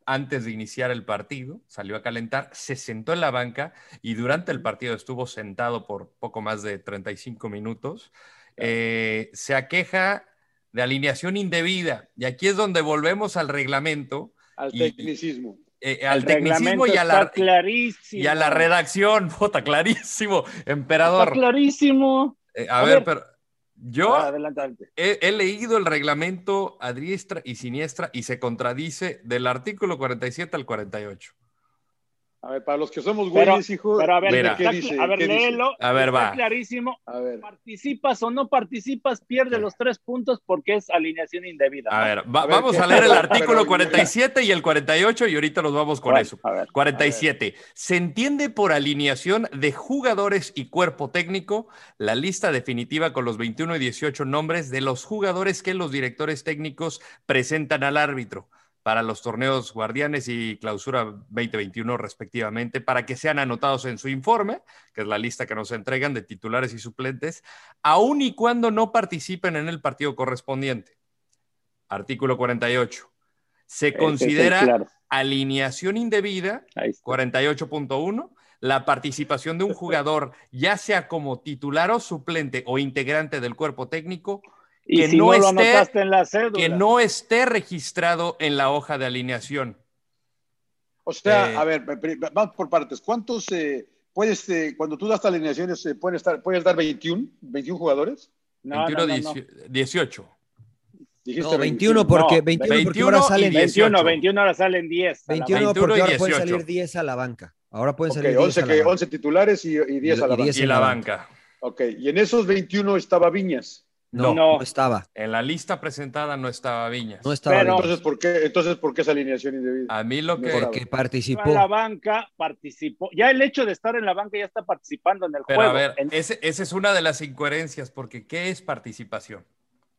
[SPEAKER 6] antes de iniciar el partido, salió a calentar, se sentó en la banca y durante el partido estuvo sentado por poco más de 35 minutos, eh, se aqueja de alineación indebida. Y aquí es donde volvemos al reglamento,
[SPEAKER 10] Al
[SPEAKER 6] Y-
[SPEAKER 10] tecnicismo.
[SPEAKER 6] eh, al
[SPEAKER 9] El
[SPEAKER 6] tecnicismo y
[SPEAKER 9] reglamento
[SPEAKER 6] a la...
[SPEAKER 9] está clarísimo.
[SPEAKER 6] Y a la redacción, puta, clarísimo,
[SPEAKER 9] Está
[SPEAKER 6] emperador.
[SPEAKER 9] clarísimo. Ah,
[SPEAKER 6] Eh, a,
[SPEAKER 9] A
[SPEAKER 6] ver,
[SPEAKER 9] ver.
[SPEAKER 6] pero yo
[SPEAKER 9] Adelante, adelante.
[SPEAKER 10] Pues,
[SPEAKER 6] he, he leído el reglamento a diestra y siniestra y se contradice del artículo 47 al 48.
[SPEAKER 10] A ver, para los que somos
[SPEAKER 9] Pero-
[SPEAKER 10] güeyes, hijo.
[SPEAKER 9] Pero a ver,
[SPEAKER 6] Mira.
[SPEAKER 9] está
[SPEAKER 10] ¿qué
[SPEAKER 9] cla-
[SPEAKER 10] dice?
[SPEAKER 9] a ver,
[SPEAKER 10] ¿Qué dice?
[SPEAKER 9] léelo.
[SPEAKER 6] A ver,
[SPEAKER 9] Está
[SPEAKER 6] va.
[SPEAKER 9] clarísimo.
[SPEAKER 10] A ver.
[SPEAKER 9] Participas o no participas, pierde los tres puntos porque es alineación indebida.
[SPEAKER 6] A
[SPEAKER 9] ¿no?
[SPEAKER 6] ver, va-
[SPEAKER 10] A ver,
[SPEAKER 6] vamos
[SPEAKER 10] ¿qué?
[SPEAKER 6] a leer el
[SPEAKER 10] Pero-
[SPEAKER 6] artículo
[SPEAKER 10] pero-
[SPEAKER 6] 47 y el 48 y ahorita nos vamos con
[SPEAKER 9] Bueno,
[SPEAKER 6] eso.
[SPEAKER 9] A ver.
[SPEAKER 6] 47. Se entiende por alineación de jugadores y cuerpo técnico la lista definitiva con los 21 y 18 nombres de los jugadores que los directores técnicos presentan al árbitro para los torneos Guardianes y Clausura 2021 respectivamente, para que sean anotados en su informe, que es la lista que nos entregan de titulares y suplentes, aun y cuando no participen en el partido correspondiente. Artículo 48.
[SPEAKER 9] Ese
[SPEAKER 6] Se
[SPEAKER 9] es el
[SPEAKER 6] considera
[SPEAKER 9] Este, claro.
[SPEAKER 6] alineación indebida,
[SPEAKER 9] Ahí está.
[SPEAKER 6] 48.1, la participación de un jugador, ya sea como titular o suplente o integrante del cuerpo técnico,
[SPEAKER 9] Y
[SPEAKER 6] que
[SPEAKER 9] si no,
[SPEAKER 6] no
[SPEAKER 9] lo
[SPEAKER 6] esté-
[SPEAKER 9] anotaste en la cédula.
[SPEAKER 6] que no esté registrado en la hoja de alineación.
[SPEAKER 10] O sea,
[SPEAKER 6] Eh,
[SPEAKER 10] a ver, pri- vamos por partes. ¿Cuántos eh, puedes, eh, cuando tú das alineaciones, eh, pueden estar, puedes dar 21, 21 jugadores?
[SPEAKER 9] No, no,
[SPEAKER 6] 21,
[SPEAKER 9] no, no.
[SPEAKER 6] 18.
[SPEAKER 10] Dijiste
[SPEAKER 2] No, 21 porque,
[SPEAKER 9] No,
[SPEAKER 2] 21 porque ahora
[SPEAKER 6] 21 y
[SPEAKER 2] salen
[SPEAKER 6] 10.
[SPEAKER 9] 21,
[SPEAKER 6] 18.
[SPEAKER 9] 21 ahora salen 10. a la
[SPEAKER 2] 21
[SPEAKER 9] vez.
[SPEAKER 2] porque
[SPEAKER 6] 21 y
[SPEAKER 2] ahora pueden
[SPEAKER 6] 18.
[SPEAKER 2] salir 10 a la banca. Ahora pueden
[SPEAKER 10] Ok,
[SPEAKER 2] salir 10
[SPEAKER 10] 11,
[SPEAKER 2] a la
[SPEAKER 10] que-
[SPEAKER 2] banca.
[SPEAKER 10] 11 titulares y, y 10 a la
[SPEAKER 2] Y 10.
[SPEAKER 10] base.
[SPEAKER 2] Es
[SPEAKER 6] Y
[SPEAKER 2] en
[SPEAKER 6] la
[SPEAKER 2] la
[SPEAKER 6] banca.
[SPEAKER 10] Ok, y en esos 21 estaba Viñas.
[SPEAKER 2] No,
[SPEAKER 9] No.
[SPEAKER 2] no estaba.
[SPEAKER 6] En la lista presentada no estaba Viñas. Ah.
[SPEAKER 2] No estaba.
[SPEAKER 9] Pero-
[SPEAKER 2] bien,
[SPEAKER 10] Entonces, ¿por qué, entonces, ¿por qué esa alineación indebida?
[SPEAKER 6] A mí lo que...
[SPEAKER 10] Pero-
[SPEAKER 2] porque
[SPEAKER 9] Estaba en la
[SPEAKER 2] participó.
[SPEAKER 9] banca, participó. Ya el hecho de estar en la banca ya está participando en el
[SPEAKER 6] Pero
[SPEAKER 9] juego.
[SPEAKER 6] a ver,
[SPEAKER 9] En-
[SPEAKER 6] ese- esa es una de las incoherencias, porque ¿qué es participación?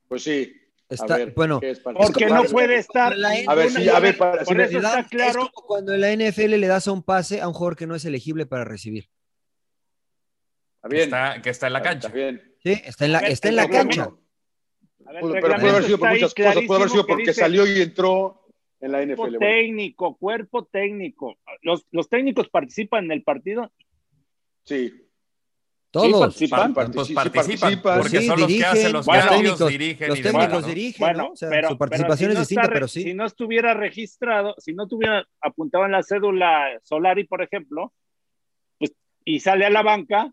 [SPEAKER 10] Pues sí. a
[SPEAKER 2] Está-
[SPEAKER 10] ver,
[SPEAKER 2] bueno,
[SPEAKER 10] ¿qué es para-
[SPEAKER 9] Porque no
[SPEAKER 10] Vale.
[SPEAKER 9] puede estar.
[SPEAKER 2] La N-
[SPEAKER 10] A ver, sí, a ver, para-
[SPEAKER 9] por
[SPEAKER 10] sí, me-
[SPEAKER 9] eso está
[SPEAKER 2] Es
[SPEAKER 9] claro.
[SPEAKER 2] como cuando en la NFL le das a un pase a un jugador que no es elegible para recibir.
[SPEAKER 10] Está
[SPEAKER 6] Que
[SPEAKER 10] bien.
[SPEAKER 6] está, que está en la
[SPEAKER 10] Está-
[SPEAKER 6] cancha.
[SPEAKER 10] Está bien.
[SPEAKER 2] Sí, está en la,
[SPEAKER 9] A ver,
[SPEAKER 2] está en la
[SPEAKER 9] pero-
[SPEAKER 2] cancha.
[SPEAKER 9] A ver,
[SPEAKER 10] Pudo- pero
[SPEAKER 9] el
[SPEAKER 10] puede haber
[SPEAKER 9] reglamento
[SPEAKER 10] sido por
[SPEAKER 9] está ahí
[SPEAKER 10] muchas cosas. Puede haber sido
[SPEAKER 9] clarísimo que
[SPEAKER 10] porque
[SPEAKER 9] dice
[SPEAKER 10] salió y entró en la
[SPEAKER 9] Cuerpo
[SPEAKER 10] NFL. güey.
[SPEAKER 9] técnico, cuerpo técnico. Los, los técnicos participan en el partido.
[SPEAKER 10] Sí.
[SPEAKER 2] Todos.
[SPEAKER 6] participan, pues participan, porque son los que hacen
[SPEAKER 2] los
[SPEAKER 6] los cambios,
[SPEAKER 2] técnicos,
[SPEAKER 6] dirigen
[SPEAKER 2] los
[SPEAKER 6] y
[SPEAKER 2] técnicos
[SPEAKER 6] demás, ¿no?
[SPEAKER 2] dirigen, ¿no? O sea, su participación
[SPEAKER 9] si
[SPEAKER 2] es
[SPEAKER 9] no
[SPEAKER 2] distinta,
[SPEAKER 9] está re-
[SPEAKER 2] pero sí.
[SPEAKER 9] Si no estuviera registrado, si no tuviera apuntado en la cédula Solari, por ejemplo, pues, y sale a la banca,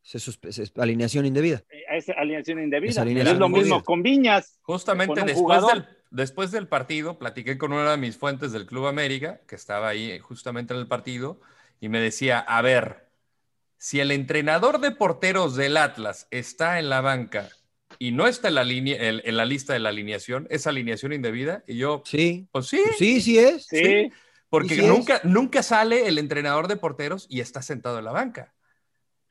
[SPEAKER 2] Se suspe- se- alineación indebida.
[SPEAKER 9] eh, es alineación indebida.
[SPEAKER 2] Es alineación
[SPEAKER 9] es lo
[SPEAKER 2] indebida.
[SPEAKER 9] mismo con Viñas.
[SPEAKER 6] Justamente
[SPEAKER 9] con un
[SPEAKER 6] después
[SPEAKER 9] jugador.
[SPEAKER 6] del, después del partido, platiqué con una de mis fuentes del Club América, que estaba ahí eh, justamente en el partido, y me decía, a ver, si el entrenador de porteros del Atlas está en la banca y no está en la, línea, en, en la lista de la alineación, ¿es alineación indebida? Y yo,
[SPEAKER 2] sí,
[SPEAKER 6] pues sí,
[SPEAKER 2] Sí, sí es.
[SPEAKER 6] sí,
[SPEAKER 9] Sí.
[SPEAKER 6] porque
[SPEAKER 2] ¿Y si es?
[SPEAKER 6] nunca, nunca sale el entrenador de porteros y está sentado en la banca.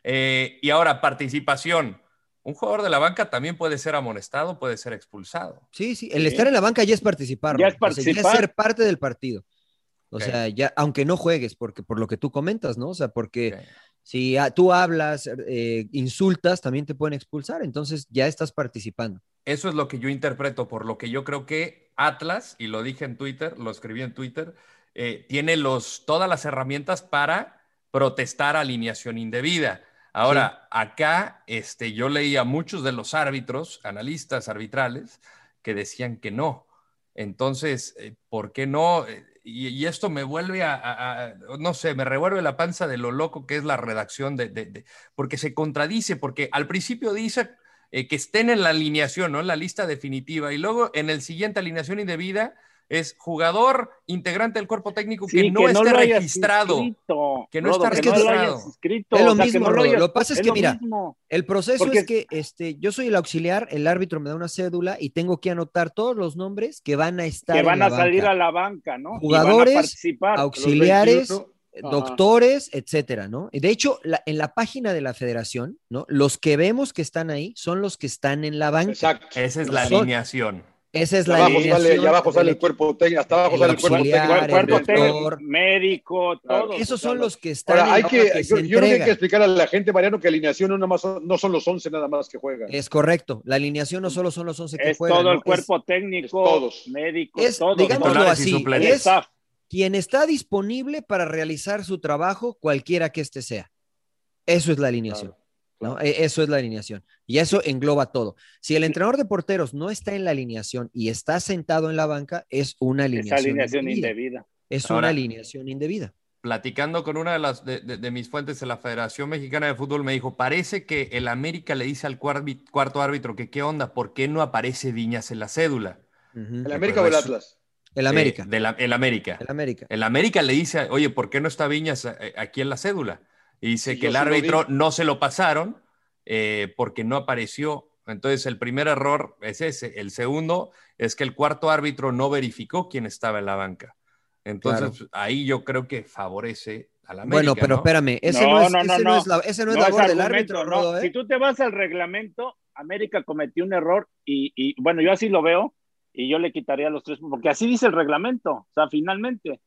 [SPEAKER 6] Eh, y ahora, participación. Un jugador de la banca también puede ser amonestado, puede ser expulsado.
[SPEAKER 2] Sí, sí, el estar en la banca ya es participar.
[SPEAKER 6] Ya
[SPEAKER 2] ¿no?
[SPEAKER 6] es
[SPEAKER 2] O sea,
[SPEAKER 6] participar.
[SPEAKER 9] Ah.
[SPEAKER 2] ser parte del partido. O
[SPEAKER 6] Ok.
[SPEAKER 2] sea, ya, aunque no juegues, porque por lo que tú comentas, ¿no? O sea, porque si ah, tú hablas, eh, insultas, también te pueden expulsar, entonces ya estás participando.
[SPEAKER 6] Eso es lo que yo interpreto, por lo que yo creo que Atlas, y lo dije en Twitter, lo escribí en Twitter, eh, tiene los, todas las herramientas para protestar alineación indebida. Ahora, acá este, yo leía a muchos de los árbitros, analistas arbitrales, que decían que no. Entonces, eh, ¿por qué no? Eh, Y, y esto me vuelve a, a- a- no sé, me revuelve la panza de lo loco que es la redacción de, de- de- porque se contradice, porque al principio dice eh, que estén en la alineación, ¿no? En la lista definitiva. Y luego en el siguiente alineación indebida es jugador, integrante del cuerpo técnico
[SPEAKER 9] Sí,
[SPEAKER 6] que no esté
[SPEAKER 9] lo hayas
[SPEAKER 6] registrado.
[SPEAKER 9] inscrito,
[SPEAKER 6] Que no
[SPEAKER 9] Rodo,
[SPEAKER 6] está
[SPEAKER 9] que no lo hayas
[SPEAKER 6] registrado.
[SPEAKER 9] inscrito,
[SPEAKER 2] Es lo
[SPEAKER 9] o sea, que
[SPEAKER 2] mismo,
[SPEAKER 9] no
[SPEAKER 2] Rodo.
[SPEAKER 9] hayas-
[SPEAKER 2] Lo que pasa es que, mira,
[SPEAKER 9] mismo.
[SPEAKER 2] el proceso
[SPEAKER 9] Porque-
[SPEAKER 2] es que este, yo soy el auxiliar, el árbitro me da una cédula y tengo que anotar todos los nombres que van a estar.
[SPEAKER 9] que
[SPEAKER 2] en
[SPEAKER 9] van
[SPEAKER 2] la
[SPEAKER 9] a salir
[SPEAKER 2] banca.
[SPEAKER 9] a la banca, ¿no? Y van a
[SPEAKER 2] Jugadores,
[SPEAKER 9] participar.
[SPEAKER 2] auxiliares,
[SPEAKER 9] Los 21, ajá.
[SPEAKER 2] doctores, etcétera, ¿no? Y De hecho, la- en la página de la federación, ¿no? Los que vemos que están ahí son los que están en la banca.
[SPEAKER 6] Esa es la
[SPEAKER 2] Son-
[SPEAKER 6] alineación.
[SPEAKER 2] Esa es
[SPEAKER 10] Y
[SPEAKER 2] la
[SPEAKER 10] abajo sale,
[SPEAKER 2] alineación
[SPEAKER 10] y abajo sale
[SPEAKER 2] del
[SPEAKER 10] el cuerpo técnico, hasta abajo
[SPEAKER 2] El
[SPEAKER 10] sale el cuerpo
[SPEAKER 2] auxiliar,
[SPEAKER 10] técnico.
[SPEAKER 2] el
[SPEAKER 10] cuerpo
[SPEAKER 2] doctor.
[SPEAKER 10] técnico.
[SPEAKER 9] médico,
[SPEAKER 10] Claro.
[SPEAKER 9] todos.
[SPEAKER 2] Esos
[SPEAKER 9] o sea,
[SPEAKER 2] son los que están
[SPEAKER 10] Ahora,
[SPEAKER 2] en
[SPEAKER 10] hay
[SPEAKER 2] la
[SPEAKER 10] que,
[SPEAKER 2] hora que
[SPEAKER 10] yo,
[SPEAKER 2] se
[SPEAKER 10] yo creo que hay que
[SPEAKER 2] entrega.
[SPEAKER 10] explicar a la gente, Mariano, que alineación no, nada más son- no son los 11 nada más que juegan.
[SPEAKER 2] Es correcto. La alineación no solo son los 11 que
[SPEAKER 9] es
[SPEAKER 2] juegan.
[SPEAKER 9] todo
[SPEAKER 2] ¿no?
[SPEAKER 9] el
[SPEAKER 2] Es-
[SPEAKER 9] cuerpo técnico,
[SPEAKER 10] todos.
[SPEAKER 9] médicos,
[SPEAKER 2] es,
[SPEAKER 9] todos.
[SPEAKER 2] digámoslo
[SPEAKER 9] Titulares y
[SPEAKER 2] así,
[SPEAKER 9] suplentes.
[SPEAKER 2] es
[SPEAKER 9] Staff.
[SPEAKER 2] quien está disponible para realizar su trabajo, cualquiera que éste sea. Eso es la alineación. ¿no? E- Eso es la alineación. Y eso engloba todo. Si el entrenador de porteros no está en la alineación y está sentado en la banca, es una
[SPEAKER 9] Esa
[SPEAKER 2] alineación,
[SPEAKER 9] alineación
[SPEAKER 2] indebida.
[SPEAKER 9] indebida.
[SPEAKER 2] Es
[SPEAKER 6] Ahora-
[SPEAKER 2] una alineación indebida.
[SPEAKER 6] platicando con una de, las, de, de- de mis fuentes de la Federación Mexicana de Fútbol, me dijo, parece que el América le dice al cuarbi- cuarto árbitro que qué onda, ¿por qué no aparece Viñas en la cédula?
[SPEAKER 2] Ujú.
[SPEAKER 10] ¿El América o el
[SPEAKER 6] Pues,
[SPEAKER 10] Atlas?
[SPEAKER 2] El
[SPEAKER 6] Eh,
[SPEAKER 2] América.
[SPEAKER 6] de la- el América.
[SPEAKER 2] el América.
[SPEAKER 6] El América le dice, oye, ¿por qué no está Viñas eh, aquí en la cédula? Y dice
[SPEAKER 10] Sí, yo
[SPEAKER 6] que el
[SPEAKER 10] sí lo vi.
[SPEAKER 6] árbitro no se lo pasaron eh, porque no apareció. Entonces, el primer error es ese. El segundo es que el cuarto árbitro no verificó quién estaba en la banca. Entonces, ahí yo creo que favorece al América.
[SPEAKER 2] bueno, pero
[SPEAKER 6] ¿no?
[SPEAKER 2] espérame. Ese no,
[SPEAKER 9] No,
[SPEAKER 2] es,
[SPEAKER 9] no,
[SPEAKER 2] ese
[SPEAKER 9] no,
[SPEAKER 2] no
[SPEAKER 9] no.
[SPEAKER 2] es la, ese no es
[SPEAKER 9] No,
[SPEAKER 2] labor
[SPEAKER 9] es
[SPEAKER 2] del
[SPEAKER 9] argumento,
[SPEAKER 2] árbitro,
[SPEAKER 9] no.
[SPEAKER 2] Rodo, ¿eh?
[SPEAKER 9] Si tú te vas al reglamento, América cometió un error y, y, bueno, yo así lo veo y yo le quitaría los tres porque así dice el reglamento, o sea, finalmente.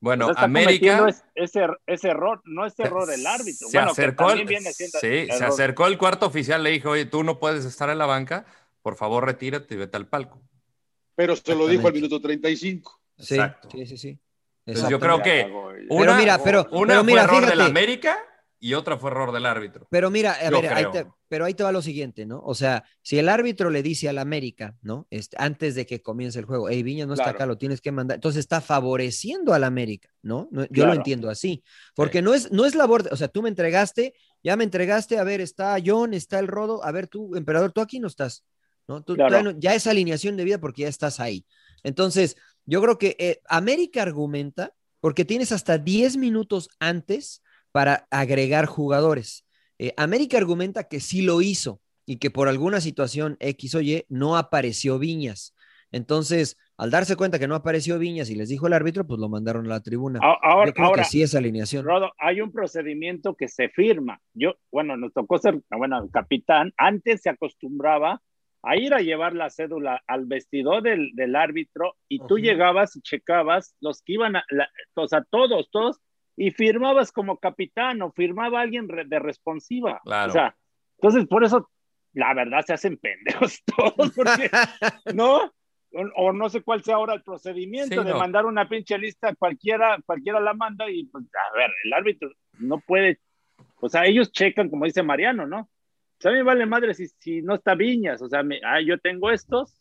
[SPEAKER 6] Bueno,
[SPEAKER 9] O sea, está cometiendo
[SPEAKER 6] América
[SPEAKER 9] es- ese, ese error, no es error el árbitro.
[SPEAKER 6] se
[SPEAKER 9] bueno, que
[SPEAKER 6] acercó,
[SPEAKER 9] también
[SPEAKER 6] al-
[SPEAKER 9] viene siendo
[SPEAKER 6] sí, se
[SPEAKER 9] error.
[SPEAKER 6] acercó el cuarto oficial, le dijo, oye, tú no puedes estar en la banca, por favor retírate y vete al palco.
[SPEAKER 10] Pero se lo dijo al
[SPEAKER 2] Exactamente.
[SPEAKER 10] minuto 35.
[SPEAKER 2] Sí,
[SPEAKER 6] Exacto.
[SPEAKER 2] sí, sí, sí.
[SPEAKER 6] Entonces, yo
[SPEAKER 2] Exactamente.
[SPEAKER 6] creo que
[SPEAKER 10] Pero
[SPEAKER 6] una,
[SPEAKER 2] mira, pero-
[SPEAKER 6] una
[SPEAKER 2] pero mira,
[SPEAKER 6] fue error del
[SPEAKER 2] fíjate.
[SPEAKER 6] América y otra fue error del árbitro.
[SPEAKER 2] Pero mira, a
[SPEAKER 6] Yo
[SPEAKER 2] ver, ahí
[SPEAKER 6] creo.
[SPEAKER 2] te- pero ahí te va lo siguiente, ¿no? O sea, si el árbitro le dice al América, ¿no? Este, antes de que comience el juego, hey, Viña no
[SPEAKER 10] Claro.
[SPEAKER 2] está acá, lo tienes que mandar. Entonces está favoreciendo al América, ¿no? No- yo
[SPEAKER 9] Claro.
[SPEAKER 2] lo entiendo así, porque no es no es labor, de- o sea, tú me entregaste, ya me entregaste, a ver, está John, está el Rodo, a ver tú, emperador, tú aquí no estás, ¿no? Tú,
[SPEAKER 9] Claro.
[SPEAKER 2] todavía no- ya es alineación de vida porque ya estás ahí. Entonces, yo creo que eh, América argumenta porque tienes hasta 10 minutos antes para agregar jugadores. Eh, América argumenta que sí lo hizo y que por alguna situación X o Y no apareció Viñas. Entonces, al darse cuenta que no apareció Viñas y les dijo el árbitro, pues lo mandaron a la tribuna.
[SPEAKER 9] A- Ahora,
[SPEAKER 2] Yo creo
[SPEAKER 9] ahora,
[SPEAKER 2] que sí es alineación.
[SPEAKER 9] Rodo, hay un procedimiento que se firma. Yo, bueno, nos tocó ser, bueno, el capitán, antes se acostumbraba a ir a llevar la cédula al vestidor del, del árbitro y tú
[SPEAKER 2] Ujú.
[SPEAKER 9] llegabas y checabas los que iban a, la- o sea, todos, todos, y firmabas como capitán o firmaba alguien re- de responsiva.
[SPEAKER 6] Claro.
[SPEAKER 9] O sea, entonces por eso, la verdad, se hacen pendejos todos, porque, ¿no? O, o no sé cuál sea ahora el procedimiento
[SPEAKER 6] Sí,
[SPEAKER 9] de
[SPEAKER 6] no.
[SPEAKER 9] mandar una pinche lista, cualquiera, cualquiera la manda y pues, a ver, el árbitro no puede O sea, ellos checan, como dice Mariano, ¿no? O sea, a mí me vale madre si, si no está Viñas. O sea, me- ah, yo tengo estos.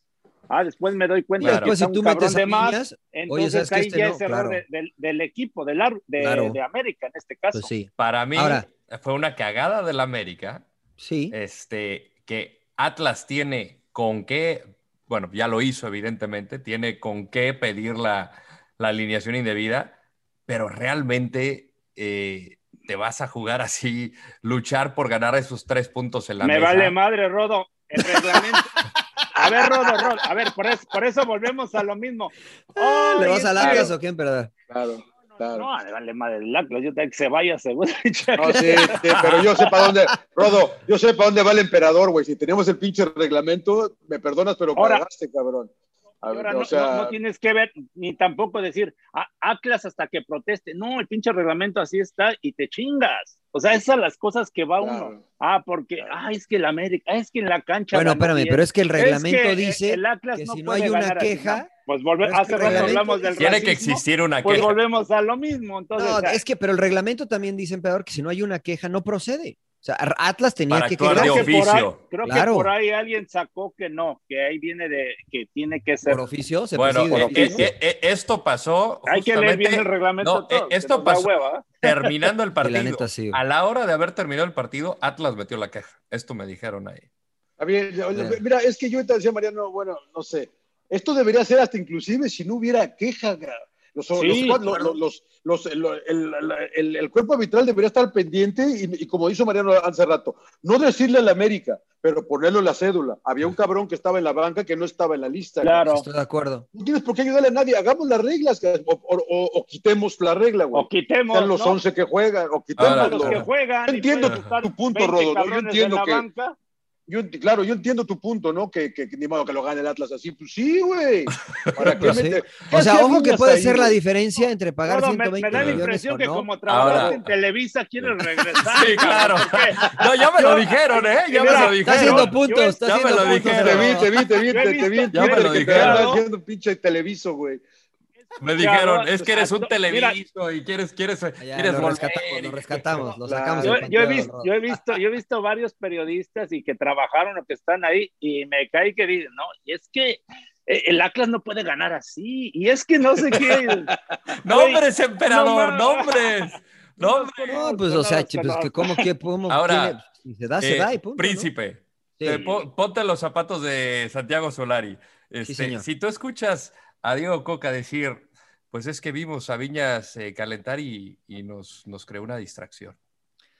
[SPEAKER 9] Ah, después me doy cuenta
[SPEAKER 2] Y después Pues, si
[SPEAKER 9] un
[SPEAKER 2] tú
[SPEAKER 9] cabrón
[SPEAKER 2] metes a
[SPEAKER 9] de más,
[SPEAKER 2] Viñas, oye,
[SPEAKER 9] entonces
[SPEAKER 2] ¿sabes qué?
[SPEAKER 9] ahí
[SPEAKER 2] Este
[SPEAKER 9] ya
[SPEAKER 2] no,
[SPEAKER 9] es error
[SPEAKER 2] claro.
[SPEAKER 9] de- del- del equipo, del, ar- de,
[SPEAKER 2] Claro.
[SPEAKER 9] de América en este caso.
[SPEAKER 2] Pues sí.
[SPEAKER 6] Para mí
[SPEAKER 2] Ahora-
[SPEAKER 6] fue una cagada del América.
[SPEAKER 2] Sí.
[SPEAKER 9] Eh,
[SPEAKER 6] Este, que Atlas tiene con qué, bueno, ya lo hizo evidentemente, tiene con qué pedir la, la alineación indebida, pero realmente eh, te vas a jugar así, luchar por ganar esos tres puntos en la
[SPEAKER 9] Me
[SPEAKER 6] mesa.
[SPEAKER 9] vale madre, Rodo. El reglamento. A ver, Rodo, Rodo. A ver, por eso, por eso volvemos a lo mismo.
[SPEAKER 2] Ah, ¿Le
[SPEAKER 9] Ay,
[SPEAKER 2] vas al
[SPEAKER 9] es que-
[SPEAKER 2] Atlas o quién, verdad?
[SPEAKER 10] Claro, claro.
[SPEAKER 9] No, le vale madre el Atlas. Yo tengo que se vaya seguro.
[SPEAKER 10] No, sí, sí, pero yo sé para dónde, Rodo, yo sé para dónde va el emperador, güey. Si tenemos el pinche reglamento, me perdonas, pero
[SPEAKER 9] Ahora-
[SPEAKER 10] pagaste, cabrón. A ver,
[SPEAKER 9] Ahora
[SPEAKER 10] o
[SPEAKER 9] no,
[SPEAKER 10] sea,
[SPEAKER 9] no- no tienes que ver ni tampoco decir "Ah, Atlas hasta que proteste. No, el pinche reglamento así está y te chingas. O sea, esas son las cosas que va
[SPEAKER 10] Claro.
[SPEAKER 9] uno. Ah, porque, ah, es que el América, ah, es que en la cancha.
[SPEAKER 2] Bueno,
[SPEAKER 9] ganó
[SPEAKER 2] espérame,
[SPEAKER 9] bien.
[SPEAKER 2] pero es que el reglamento
[SPEAKER 9] que, eh,
[SPEAKER 2] dice
[SPEAKER 9] el Atlas
[SPEAKER 2] que si no
[SPEAKER 9] puede
[SPEAKER 2] hay una
[SPEAKER 9] ganar así,
[SPEAKER 2] queja,
[SPEAKER 9] ¿no? Pues volve-
[SPEAKER 2] pero es que
[SPEAKER 9] hace
[SPEAKER 2] el
[SPEAKER 9] rato
[SPEAKER 2] reglamento
[SPEAKER 9] hablamos del
[SPEAKER 6] Tiene que
[SPEAKER 9] racismo,
[SPEAKER 6] existir una
[SPEAKER 9] Pues
[SPEAKER 6] queja.
[SPEAKER 9] volvemos a lo mismo. Entonces,
[SPEAKER 2] No,
[SPEAKER 9] o sea,
[SPEAKER 2] es que, pero el reglamento también dice, emperador, que si no hay una queja, no procede. O sea, Ar- Atlas tenía
[SPEAKER 6] Para
[SPEAKER 2] que
[SPEAKER 6] actuar
[SPEAKER 2] quejarse
[SPEAKER 6] de
[SPEAKER 9] creo que por ahí,
[SPEAKER 6] oficio.
[SPEAKER 9] creo que
[SPEAKER 2] Claro.
[SPEAKER 9] por ahí alguien sacó que no, que ahí viene de que tiene que ser.
[SPEAKER 2] por oficio. Se
[SPEAKER 6] Bueno,
[SPEAKER 2] preside,
[SPEAKER 6] eh,
[SPEAKER 2] oficio.
[SPEAKER 6] eh, eh, esto pasó.
[SPEAKER 9] Hay que leer bien
[SPEAKER 6] justamente-
[SPEAKER 9] el reglamento.
[SPEAKER 6] no,
[SPEAKER 9] todo,
[SPEAKER 6] eh,
[SPEAKER 9] que
[SPEAKER 6] esto
[SPEAKER 9] nos da
[SPEAKER 6] pasó-
[SPEAKER 9] hueva, ¿eh?
[SPEAKER 6] terminando el
[SPEAKER 2] Y la
[SPEAKER 6] partido.
[SPEAKER 2] neta, sí.
[SPEAKER 6] A la hora de haber terminado el partido, Atlas metió la queja. Esto me dijeron ahí.
[SPEAKER 10] a ver, yo- yo-
[SPEAKER 2] Bien.
[SPEAKER 10] mira, es que yo te decía, Mariano, bueno, no sé. Esto debería ser hasta inclusive si no hubiera queja. gra- Los, los-
[SPEAKER 9] Sí,
[SPEAKER 10] los-
[SPEAKER 9] claro.
[SPEAKER 10] los- los- el, el- el- el cuerpo arbitral debería estar pendiente y, y como hizo Mariano hace rato, no decirle al América, pero ponerlo en la cédula. Había un cabrón que estaba en la banca que no estaba en la lista. gra.
[SPEAKER 9] Claro.
[SPEAKER 2] Estoy de acuerdo.
[SPEAKER 10] No tienes por qué ayudarle a nadie. Hagamos las reglas gra, o, o- o- o quitemos la regla, güey.
[SPEAKER 9] O quitemos
[SPEAKER 10] Sean los
[SPEAKER 9] ¿no?
[SPEAKER 10] 11 que juegan o
[SPEAKER 6] Ahora,
[SPEAKER 10] quitemos
[SPEAKER 9] los
[SPEAKER 10] los
[SPEAKER 9] que juegan.
[SPEAKER 10] Yo
[SPEAKER 9] y
[SPEAKER 10] entiendo
[SPEAKER 9] pueden
[SPEAKER 10] tu-
[SPEAKER 9] estar
[SPEAKER 10] tu punto,
[SPEAKER 9] 20
[SPEAKER 10] Rodo, yo
[SPEAKER 9] cabrones
[SPEAKER 10] entiendo
[SPEAKER 9] en la
[SPEAKER 10] que-
[SPEAKER 9] banca.
[SPEAKER 10] Yo ent- claro, yo entiendo tu punto, ¿no? Que, que, que ni modo que lo gane el Atlas así. Pues sí, güey. ¿Para qué
[SPEAKER 2] Pues sí.
[SPEAKER 10] meter-
[SPEAKER 2] O
[SPEAKER 10] ¿Qué
[SPEAKER 2] sea,
[SPEAKER 10] hacía
[SPEAKER 2] ojo que
[SPEAKER 10] Viñas
[SPEAKER 2] puede
[SPEAKER 10] ahí,
[SPEAKER 2] ser la
[SPEAKER 10] güey?
[SPEAKER 2] diferencia entre pagar
[SPEAKER 9] Rodo, me,
[SPEAKER 2] 120
[SPEAKER 9] me da la
[SPEAKER 2] millones
[SPEAKER 9] impresión
[SPEAKER 2] o
[SPEAKER 9] que
[SPEAKER 2] no.
[SPEAKER 9] como trabajaste
[SPEAKER 6] Ahora-
[SPEAKER 9] en Televisa quieres regresar.
[SPEAKER 6] Sí, claro.
[SPEAKER 9] ¿Por qué?
[SPEAKER 6] No, ya me lo
[SPEAKER 9] Yo-
[SPEAKER 6] dijeron, ¿eh? Ya me
[SPEAKER 9] Mira,
[SPEAKER 6] lo
[SPEAKER 2] Está
[SPEAKER 9] Pero-
[SPEAKER 6] dijeron.
[SPEAKER 2] haciendo puntos,
[SPEAKER 9] yo-
[SPEAKER 2] está
[SPEAKER 6] ya me
[SPEAKER 2] haciendo
[SPEAKER 6] lo
[SPEAKER 2] puntos.
[SPEAKER 6] dijeron.
[SPEAKER 10] Te
[SPEAKER 2] pero-
[SPEAKER 10] vi, te vi, te vi,
[SPEAKER 9] Yo he
[SPEAKER 10] te vi, te vi. en
[SPEAKER 9] visto-
[SPEAKER 6] Ya me
[SPEAKER 10] Twitter
[SPEAKER 6] lo
[SPEAKER 10] que te
[SPEAKER 6] dijeron.
[SPEAKER 10] andas haciendo un pinche televiso, güey.
[SPEAKER 6] Me dijeron,
[SPEAKER 9] Cabrón,
[SPEAKER 6] es que eres un
[SPEAKER 9] acto- mira.
[SPEAKER 6] televiso y quieres, quieres,
[SPEAKER 2] Ah, Ya,
[SPEAKER 6] quieres
[SPEAKER 2] lo
[SPEAKER 6] volver.
[SPEAKER 2] rescatamos, lo rescatamos, lo sacamos.
[SPEAKER 9] Yo,
[SPEAKER 2] del
[SPEAKER 9] yo he
[SPEAKER 2] panteón,
[SPEAKER 9] visto,
[SPEAKER 2] Rodo.
[SPEAKER 9] yo, he visto, yo he visto varios periodistas y que trabajaron o que están ahí y me cae que dicen, no, y es que eh, el Atlas no puede ganar así. Y es que no sé qué.
[SPEAKER 6] Nombres, emperador,
[SPEAKER 9] no, no.
[SPEAKER 6] nombres. Nombres.
[SPEAKER 2] No, pues, o sea, chi- pues, que cómo que podemos.
[SPEAKER 6] Ahora,
[SPEAKER 2] tiene- si se da, se
[SPEAKER 6] Eh,
[SPEAKER 2] da y punto. ¿no?
[SPEAKER 6] príncipe.
[SPEAKER 2] Sí.
[SPEAKER 6] Eh, po- ponte los zapatos de Santiago Solari. Este,
[SPEAKER 2] señor.
[SPEAKER 6] si tú escuchas a Diego Coca decir, pues es que vimos a Viñas eh, calentar y, y nos, nos creó una distracción.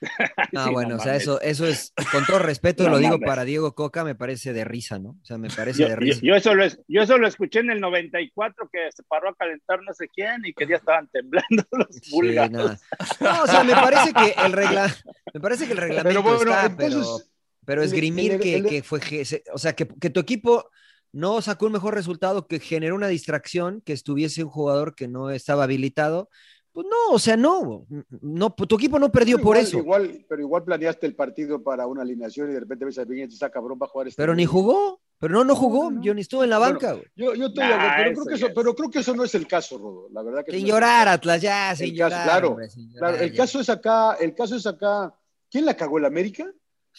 [SPEAKER 2] No,
[SPEAKER 9] Sí, no
[SPEAKER 2] Ah, bueno, o sea,
[SPEAKER 9] mames.
[SPEAKER 2] eso, eso es, con todo respeto,
[SPEAKER 9] No
[SPEAKER 2] lo digo
[SPEAKER 9] mames.
[SPEAKER 2] para Diego Coca, me parece de risa, ¿no? O sea, me parece
[SPEAKER 9] Yo,
[SPEAKER 2] de
[SPEAKER 9] yo-
[SPEAKER 2] risa.
[SPEAKER 9] yo eso lo, es- yo eso lo escuché en el 94 que se paró a calentar no sé quién y que ya estaban temblando los
[SPEAKER 2] Sí,
[SPEAKER 9] pulgas.
[SPEAKER 2] nada. No, o sea, me parece que el regla, me parece que el reglamento
[SPEAKER 10] Pero bueno,
[SPEAKER 2] está, pero,
[SPEAKER 10] entonces.
[SPEAKER 2] pero
[SPEAKER 10] el-
[SPEAKER 2] esgrimir
[SPEAKER 10] el-
[SPEAKER 2] que,
[SPEAKER 10] el-
[SPEAKER 2] que fue, que se- o sea, que, que tu equipo no sacó un mejor resultado, que generó una distracción, que estuviese un jugador que no estaba habilitado, pues no, o sea, no, no, pues tu equipo no perdió por
[SPEAKER 10] igual-
[SPEAKER 2] eso,
[SPEAKER 10] Igual, pero igual planeaste el partido para una alineación y de repente ves a Viñas y está cabrón, va a jugar este.
[SPEAKER 2] pero ni
[SPEAKER 10] güey".
[SPEAKER 2] jugó, pero no, no jugó,
[SPEAKER 10] No, no.
[SPEAKER 2] yo ni estuve en la
[SPEAKER 10] Bueno,
[SPEAKER 2] banca, güey.
[SPEAKER 10] Yo, yo estoy de
[SPEAKER 9] Nah,
[SPEAKER 10] acuerdo, pero,
[SPEAKER 9] eso
[SPEAKER 10] creo que
[SPEAKER 9] ya
[SPEAKER 10] eso,
[SPEAKER 9] es.
[SPEAKER 10] pero creo que eso no es el caso, Rodo. La verdad que
[SPEAKER 2] Sin
[SPEAKER 10] no es el
[SPEAKER 2] llorar,
[SPEAKER 10] caso.
[SPEAKER 2] Atlas, ya, sin
[SPEAKER 10] El caso,
[SPEAKER 2] llorar.
[SPEAKER 10] claro,
[SPEAKER 2] hombre, sin
[SPEAKER 10] Claro,
[SPEAKER 2] llorar,
[SPEAKER 10] el
[SPEAKER 2] ya.
[SPEAKER 10] caso es acá, el caso es acá. ¿Quién la cagó el América?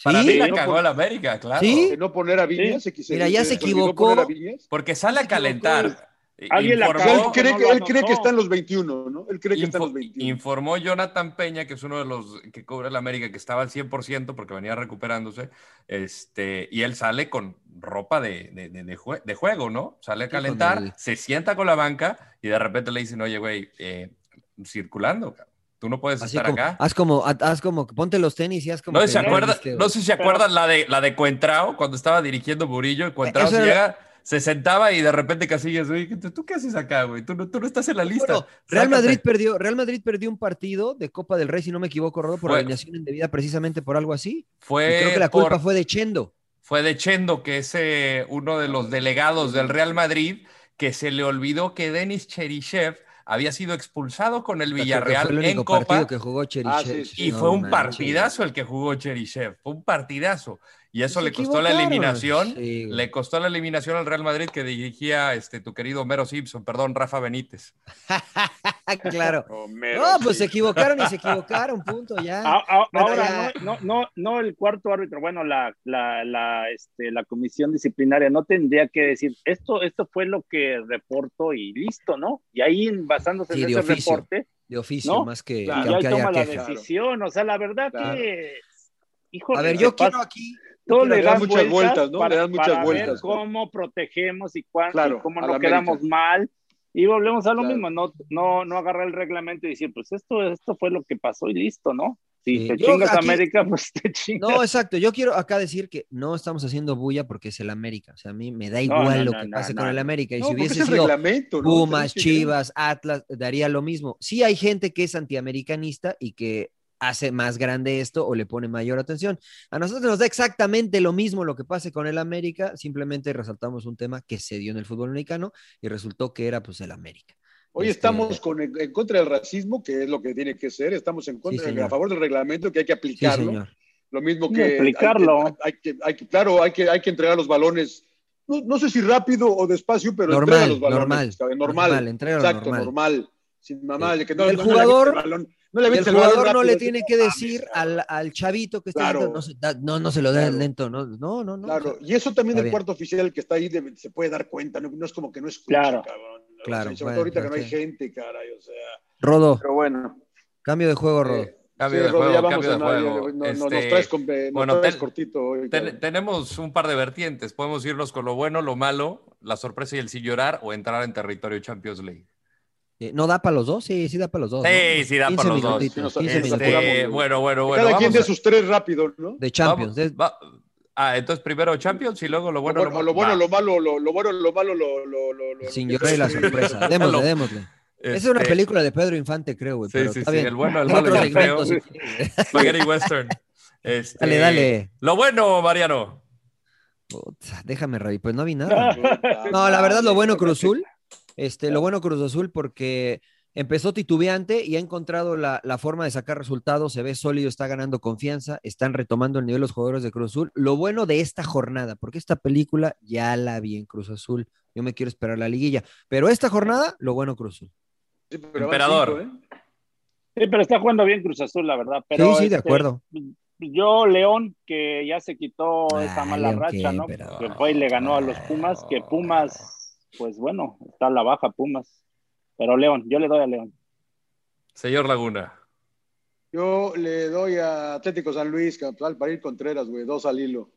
[SPEAKER 6] Para
[SPEAKER 2] Sí,
[SPEAKER 6] mí la
[SPEAKER 10] no,
[SPEAKER 6] cagó
[SPEAKER 10] por-
[SPEAKER 6] el América, claro.
[SPEAKER 2] Sí.
[SPEAKER 10] De no poner a Viñas. se- se-
[SPEAKER 2] Mira, ya se
[SPEAKER 10] olvidó
[SPEAKER 2] equivocó.
[SPEAKER 10] poner a Viñas.
[SPEAKER 6] Porque sale a calentar.
[SPEAKER 9] Alguien la
[SPEAKER 10] O sea, él
[SPEAKER 9] No,
[SPEAKER 6] Informó,
[SPEAKER 10] cree,
[SPEAKER 9] no
[SPEAKER 10] que,
[SPEAKER 9] lo
[SPEAKER 10] él cree que
[SPEAKER 9] anotó.
[SPEAKER 10] está en los 21, ¿no? Él cree que está en
[SPEAKER 6] info-
[SPEAKER 10] los 21.
[SPEAKER 6] informó Jonathan Peña, que es uno de los que cobra el América, que estaba al 100% porque venía recuperándose. Este, y él sale con ropa de, de- de- de jue- de juego, ¿no? Sale a
[SPEAKER 2] Sí, con
[SPEAKER 6] calentar,
[SPEAKER 2] el-
[SPEAKER 6] se sienta con la banca y de repente le dicen, oye, güey, eh, circulando, cabrón. tú no puedes
[SPEAKER 2] Así
[SPEAKER 6] estar
[SPEAKER 2] como,
[SPEAKER 6] acá.
[SPEAKER 2] haz como, haz- haz como, ponte los tenis y haz como.
[SPEAKER 6] No,
[SPEAKER 2] que este,
[SPEAKER 6] se
[SPEAKER 2] no
[SPEAKER 6] acuerda-
[SPEAKER 2] viste,
[SPEAKER 6] no
[SPEAKER 2] güey.
[SPEAKER 6] sé si se
[SPEAKER 9] Pero-
[SPEAKER 6] acuerdan la de, la de Cuentrao, cuando estaba dirigiendo Murillo, y Cuentrao
[SPEAKER 2] Eso
[SPEAKER 6] se
[SPEAKER 2] era-
[SPEAKER 6] llega, se sentaba y de repente Casillas, oye, ¿tú, tú qué haces acá, güey? Tú no, tú no estás en la lista.
[SPEAKER 2] Bueno, Real Madrid
[SPEAKER 6] Sácate".
[SPEAKER 2] perdió, Real Madrid perdió un partido de Copa del Rey, si no me equivoco, Rodo, por
[SPEAKER 6] Fue-
[SPEAKER 2] alineación indebida precisamente por algo así. Y
[SPEAKER 6] fue
[SPEAKER 2] creo que la culpa
[SPEAKER 6] por-
[SPEAKER 2] fue de Chendo.
[SPEAKER 6] fue de Chendo, que es eh, uno de los delegados del Real Madrid, que se le olvidó que Denis Cherichev había sido expulsado con el
[SPEAKER 2] Creo que
[SPEAKER 6] Villarreal
[SPEAKER 2] fue el
[SPEAKER 6] en
[SPEAKER 2] único partido
[SPEAKER 6] Copa
[SPEAKER 2] que jugó Cherichev.
[SPEAKER 10] Ah, sí, sí.
[SPEAKER 6] y
[SPEAKER 2] No
[SPEAKER 6] fue un
[SPEAKER 2] manches.
[SPEAKER 6] partidazo el que jugó Cherichev, fue un partidazo. Y eso
[SPEAKER 2] Pues Se
[SPEAKER 6] le costó la
[SPEAKER 2] equivocaron.
[SPEAKER 6] eliminación,
[SPEAKER 2] Sí, güey.
[SPEAKER 6] le costó la eliminación al Real Madrid que dirigía este, tu querido Homero Simpson, perdón, Rafa Benítez.
[SPEAKER 2] Ah, claro.
[SPEAKER 6] Homero,
[SPEAKER 2] no, pues
[SPEAKER 6] sí.
[SPEAKER 2] se equivocaron y se equivocaron, punto, ya.
[SPEAKER 9] Ah, ah,
[SPEAKER 2] Bueno,
[SPEAKER 9] Ahora,
[SPEAKER 2] ya.
[SPEAKER 9] no, no, no, no el cuarto árbitro, bueno, la, la, la, este, la comisión disciplinaria no tendría que decir, esto, esto fue lo que reportó y listo, ¿no? Y ahí basándose
[SPEAKER 2] Sí,
[SPEAKER 9] en
[SPEAKER 2] de
[SPEAKER 9] ese
[SPEAKER 2] oficio,
[SPEAKER 9] reporte,
[SPEAKER 2] de oficio,
[SPEAKER 9] ¿no?
[SPEAKER 2] más que,
[SPEAKER 9] Claro,
[SPEAKER 2] que
[SPEAKER 9] ya
[SPEAKER 2] aunque haya
[SPEAKER 9] toma la
[SPEAKER 2] queja.
[SPEAKER 9] decisión, o sea, la verdad que... Híjole,
[SPEAKER 2] A ver, yo
[SPEAKER 9] se pasa-
[SPEAKER 2] quiero aquí.
[SPEAKER 9] Todo
[SPEAKER 2] quiero
[SPEAKER 9] le
[SPEAKER 2] acá-
[SPEAKER 9] dan
[SPEAKER 10] muchas
[SPEAKER 9] vueltas,
[SPEAKER 10] vueltas, ¿no?
[SPEAKER 9] Para,
[SPEAKER 10] Le dan muchas
[SPEAKER 9] para ver
[SPEAKER 10] vueltas.
[SPEAKER 9] cómo protegemos y, cuán-
[SPEAKER 10] Claro,
[SPEAKER 9] y cómo
[SPEAKER 10] a
[SPEAKER 9] no
[SPEAKER 10] la América.
[SPEAKER 9] quedamos mal. Y volvemos a lo
[SPEAKER 10] Claro.
[SPEAKER 9] mismo, no, no, no agarrar el reglamento y decir, pues esto, esto fue lo que pasó y listo, ¿no? Si
[SPEAKER 2] Sí,
[SPEAKER 9] te
[SPEAKER 2] yo
[SPEAKER 9] chingas a
[SPEAKER 2] aquí-
[SPEAKER 9] América, pues te chingas.
[SPEAKER 2] No, exacto. Yo quiero acá decir que no estamos haciendo bulla porque es el América. O sea, a mí me da
[SPEAKER 9] No,
[SPEAKER 2] igual
[SPEAKER 9] no,
[SPEAKER 2] lo
[SPEAKER 9] no,
[SPEAKER 2] que
[SPEAKER 9] no,
[SPEAKER 2] pase
[SPEAKER 9] no,
[SPEAKER 2] con el
[SPEAKER 9] no.
[SPEAKER 2] América. Y
[SPEAKER 10] No,
[SPEAKER 2] si
[SPEAKER 10] porque es
[SPEAKER 2] hubiese
[SPEAKER 10] el
[SPEAKER 2] sido
[SPEAKER 10] reglamento, ¿no?
[SPEAKER 2] Pumas,
[SPEAKER 10] Tenemos que creer.
[SPEAKER 2] Chivas, Atlas, daría lo mismo. Sí hay gente que es antiamericanista y que hace más grande esto o le pone mayor atención. A nosotros nos da exactamente lo mismo lo que pase con el América, simplemente resaltamos un tema que se dio en el fútbol americano y resultó que era pues el América.
[SPEAKER 10] Hoy
[SPEAKER 2] Este-
[SPEAKER 10] estamos con, en contra del racismo, que es lo que tiene que ser. Estamos en contra,
[SPEAKER 2] señor.
[SPEAKER 10] a favor del reglamento, que hay que
[SPEAKER 2] Sí,
[SPEAKER 10] aplicarlo.
[SPEAKER 2] señor.
[SPEAKER 10] Lo mismo
[SPEAKER 9] No,
[SPEAKER 10] que. hay que-
[SPEAKER 9] aplicarlo.
[SPEAKER 10] Hay que, hay que, claro, hay que, hay que entregar los balones. No, no sé si rápido o despacio, pero entrega
[SPEAKER 2] Normal,
[SPEAKER 10] los balones.
[SPEAKER 2] normal,
[SPEAKER 10] cabrón,
[SPEAKER 2] normal,
[SPEAKER 10] normal.
[SPEAKER 2] entrégalo
[SPEAKER 10] Exacto,
[SPEAKER 2] normal.
[SPEAKER 10] normal. Sin mamá,
[SPEAKER 2] Sí.
[SPEAKER 10] de que no,
[SPEAKER 2] El
[SPEAKER 10] no,
[SPEAKER 2] jugador-
[SPEAKER 10] no le avientes el balón, no
[SPEAKER 2] Y el
[SPEAKER 10] le avientes el balón
[SPEAKER 2] jugador no
[SPEAKER 10] rápido,
[SPEAKER 2] le
[SPEAKER 10] sí,
[SPEAKER 2] tiene
[SPEAKER 10] no
[SPEAKER 2] que
[SPEAKER 10] mames,
[SPEAKER 2] decir
[SPEAKER 10] cabrón.
[SPEAKER 2] al, al chavito que está
[SPEAKER 10] Claro.
[SPEAKER 2] lento, no, se da- no, no se lo da
[SPEAKER 10] Claro.
[SPEAKER 2] lento, no, no, no, no.
[SPEAKER 10] Claro,
[SPEAKER 2] o sea,
[SPEAKER 10] y eso también
[SPEAKER 2] está
[SPEAKER 10] el
[SPEAKER 2] bien.
[SPEAKER 10] cuarto oficial que está ahí de- se puede dar cuenta, no, No es como que no escucha,
[SPEAKER 9] Claro.
[SPEAKER 10] cabrón. O sea,
[SPEAKER 2] Claro,
[SPEAKER 10] y sobre todo
[SPEAKER 2] bueno,
[SPEAKER 10] ahorita
[SPEAKER 2] pero
[SPEAKER 10] que no hay
[SPEAKER 2] sí.
[SPEAKER 10] gente, caray, o sea.
[SPEAKER 2] Rodo,
[SPEAKER 10] Pero bueno.
[SPEAKER 2] cambio de juego, Rodo.
[SPEAKER 10] eh,
[SPEAKER 6] Cambio
[SPEAKER 10] sí,
[SPEAKER 6] de
[SPEAKER 10] Rodo,
[SPEAKER 6] juego,
[SPEAKER 10] ya vamos
[SPEAKER 6] cambio de
[SPEAKER 10] a nadie,
[SPEAKER 6] juego.
[SPEAKER 10] no- no- nos
[SPEAKER 6] Este,
[SPEAKER 10] traes con- nos
[SPEAKER 6] bueno,
[SPEAKER 10] traes
[SPEAKER 6] ten-
[SPEAKER 10] cortito hoy,
[SPEAKER 6] Ten-
[SPEAKER 10] cabrón.
[SPEAKER 6] tenemos un par de vertientes. Podemos irnos con lo bueno, lo malo, la sorpresa y el sin llorar o entrar en territorio Champions League.
[SPEAKER 2] Eh, ¿No da para los dos? Sí, sí da para los dos.
[SPEAKER 6] Sí,
[SPEAKER 2] ¿no?
[SPEAKER 6] sí da
[SPEAKER 2] 15
[SPEAKER 6] para los dos.
[SPEAKER 2] minutitos,
[SPEAKER 10] Sí, nos-
[SPEAKER 2] 15
[SPEAKER 10] nos
[SPEAKER 6] Este,
[SPEAKER 2] minutitos.
[SPEAKER 10] apuramos, güey.
[SPEAKER 6] bueno, bueno, bueno.
[SPEAKER 10] Cada quien
[SPEAKER 6] vamos
[SPEAKER 10] de
[SPEAKER 6] a-
[SPEAKER 10] sus tres rápido, ¿no?
[SPEAKER 2] De Champions.
[SPEAKER 6] vamos-
[SPEAKER 2] de-
[SPEAKER 6] va- ah, entonces primero Champions y luego lo bueno,
[SPEAKER 10] Bueno, lo bueno, lo malo, lo, lo bueno, lo malo, lo, lo, lo, lo-
[SPEAKER 2] sin
[SPEAKER 10] lo-
[SPEAKER 2] llorar y la sorpresa. Démosle,
[SPEAKER 6] Lo-
[SPEAKER 2] démosle. Esa es una película de Pedro Infante, creo, güey.
[SPEAKER 6] este, Sí,
[SPEAKER 2] pero
[SPEAKER 6] sí,
[SPEAKER 2] está
[SPEAKER 6] sí,
[SPEAKER 2] bien.
[SPEAKER 6] el bueno, el
[SPEAKER 2] Otro
[SPEAKER 6] malo y el
[SPEAKER 2] segmento,
[SPEAKER 6] feo.
[SPEAKER 2] si quieres.
[SPEAKER 6] Spaghetti Western. Este,
[SPEAKER 2] Dale, dale.
[SPEAKER 6] Lo bueno, Mariano.
[SPEAKER 2] Puta, déjame reír. Pues no vi nada.
[SPEAKER 10] Puta
[SPEAKER 2] No, la verdad, lo bueno
[SPEAKER 10] madre.
[SPEAKER 2] Cruz Azul. Este, lo bueno Cruz Azul porque empezó titubeante y ha encontrado la, la forma de sacar resultados. Se ve sólido, está ganando confianza. Están retomando el nivel los jugadores de Cruz Azul. Lo bueno de esta jornada, porque esta película ya la vi en Cruz Azul. Yo me quiero esperar la liguilla. Pero esta jornada, lo bueno Cruz Azul.
[SPEAKER 10] Sí, pero van
[SPEAKER 6] Emperador.
[SPEAKER 10] cinco, ¿eh?
[SPEAKER 9] Sí, pero está jugando bien Cruz Azul, la verdad. Pero,
[SPEAKER 2] sí, sí, de
[SPEAKER 9] este,
[SPEAKER 2] acuerdo.
[SPEAKER 9] Yo, León, que ya se quitó esa
[SPEAKER 2] Ah,
[SPEAKER 9] mala
[SPEAKER 2] León,
[SPEAKER 9] racha,
[SPEAKER 2] qué ah,
[SPEAKER 9] ¿no?
[SPEAKER 2] emperador.
[SPEAKER 9] Que fue y le ganó a los Pumas, que Pumas, pues bueno, está a la baja Pumas. Pero León, yo le doy a León.
[SPEAKER 6] Señor Laguna.
[SPEAKER 10] Yo le doy a Atlético San Luis, capital, para ir Contreras, güey, dos al hilo.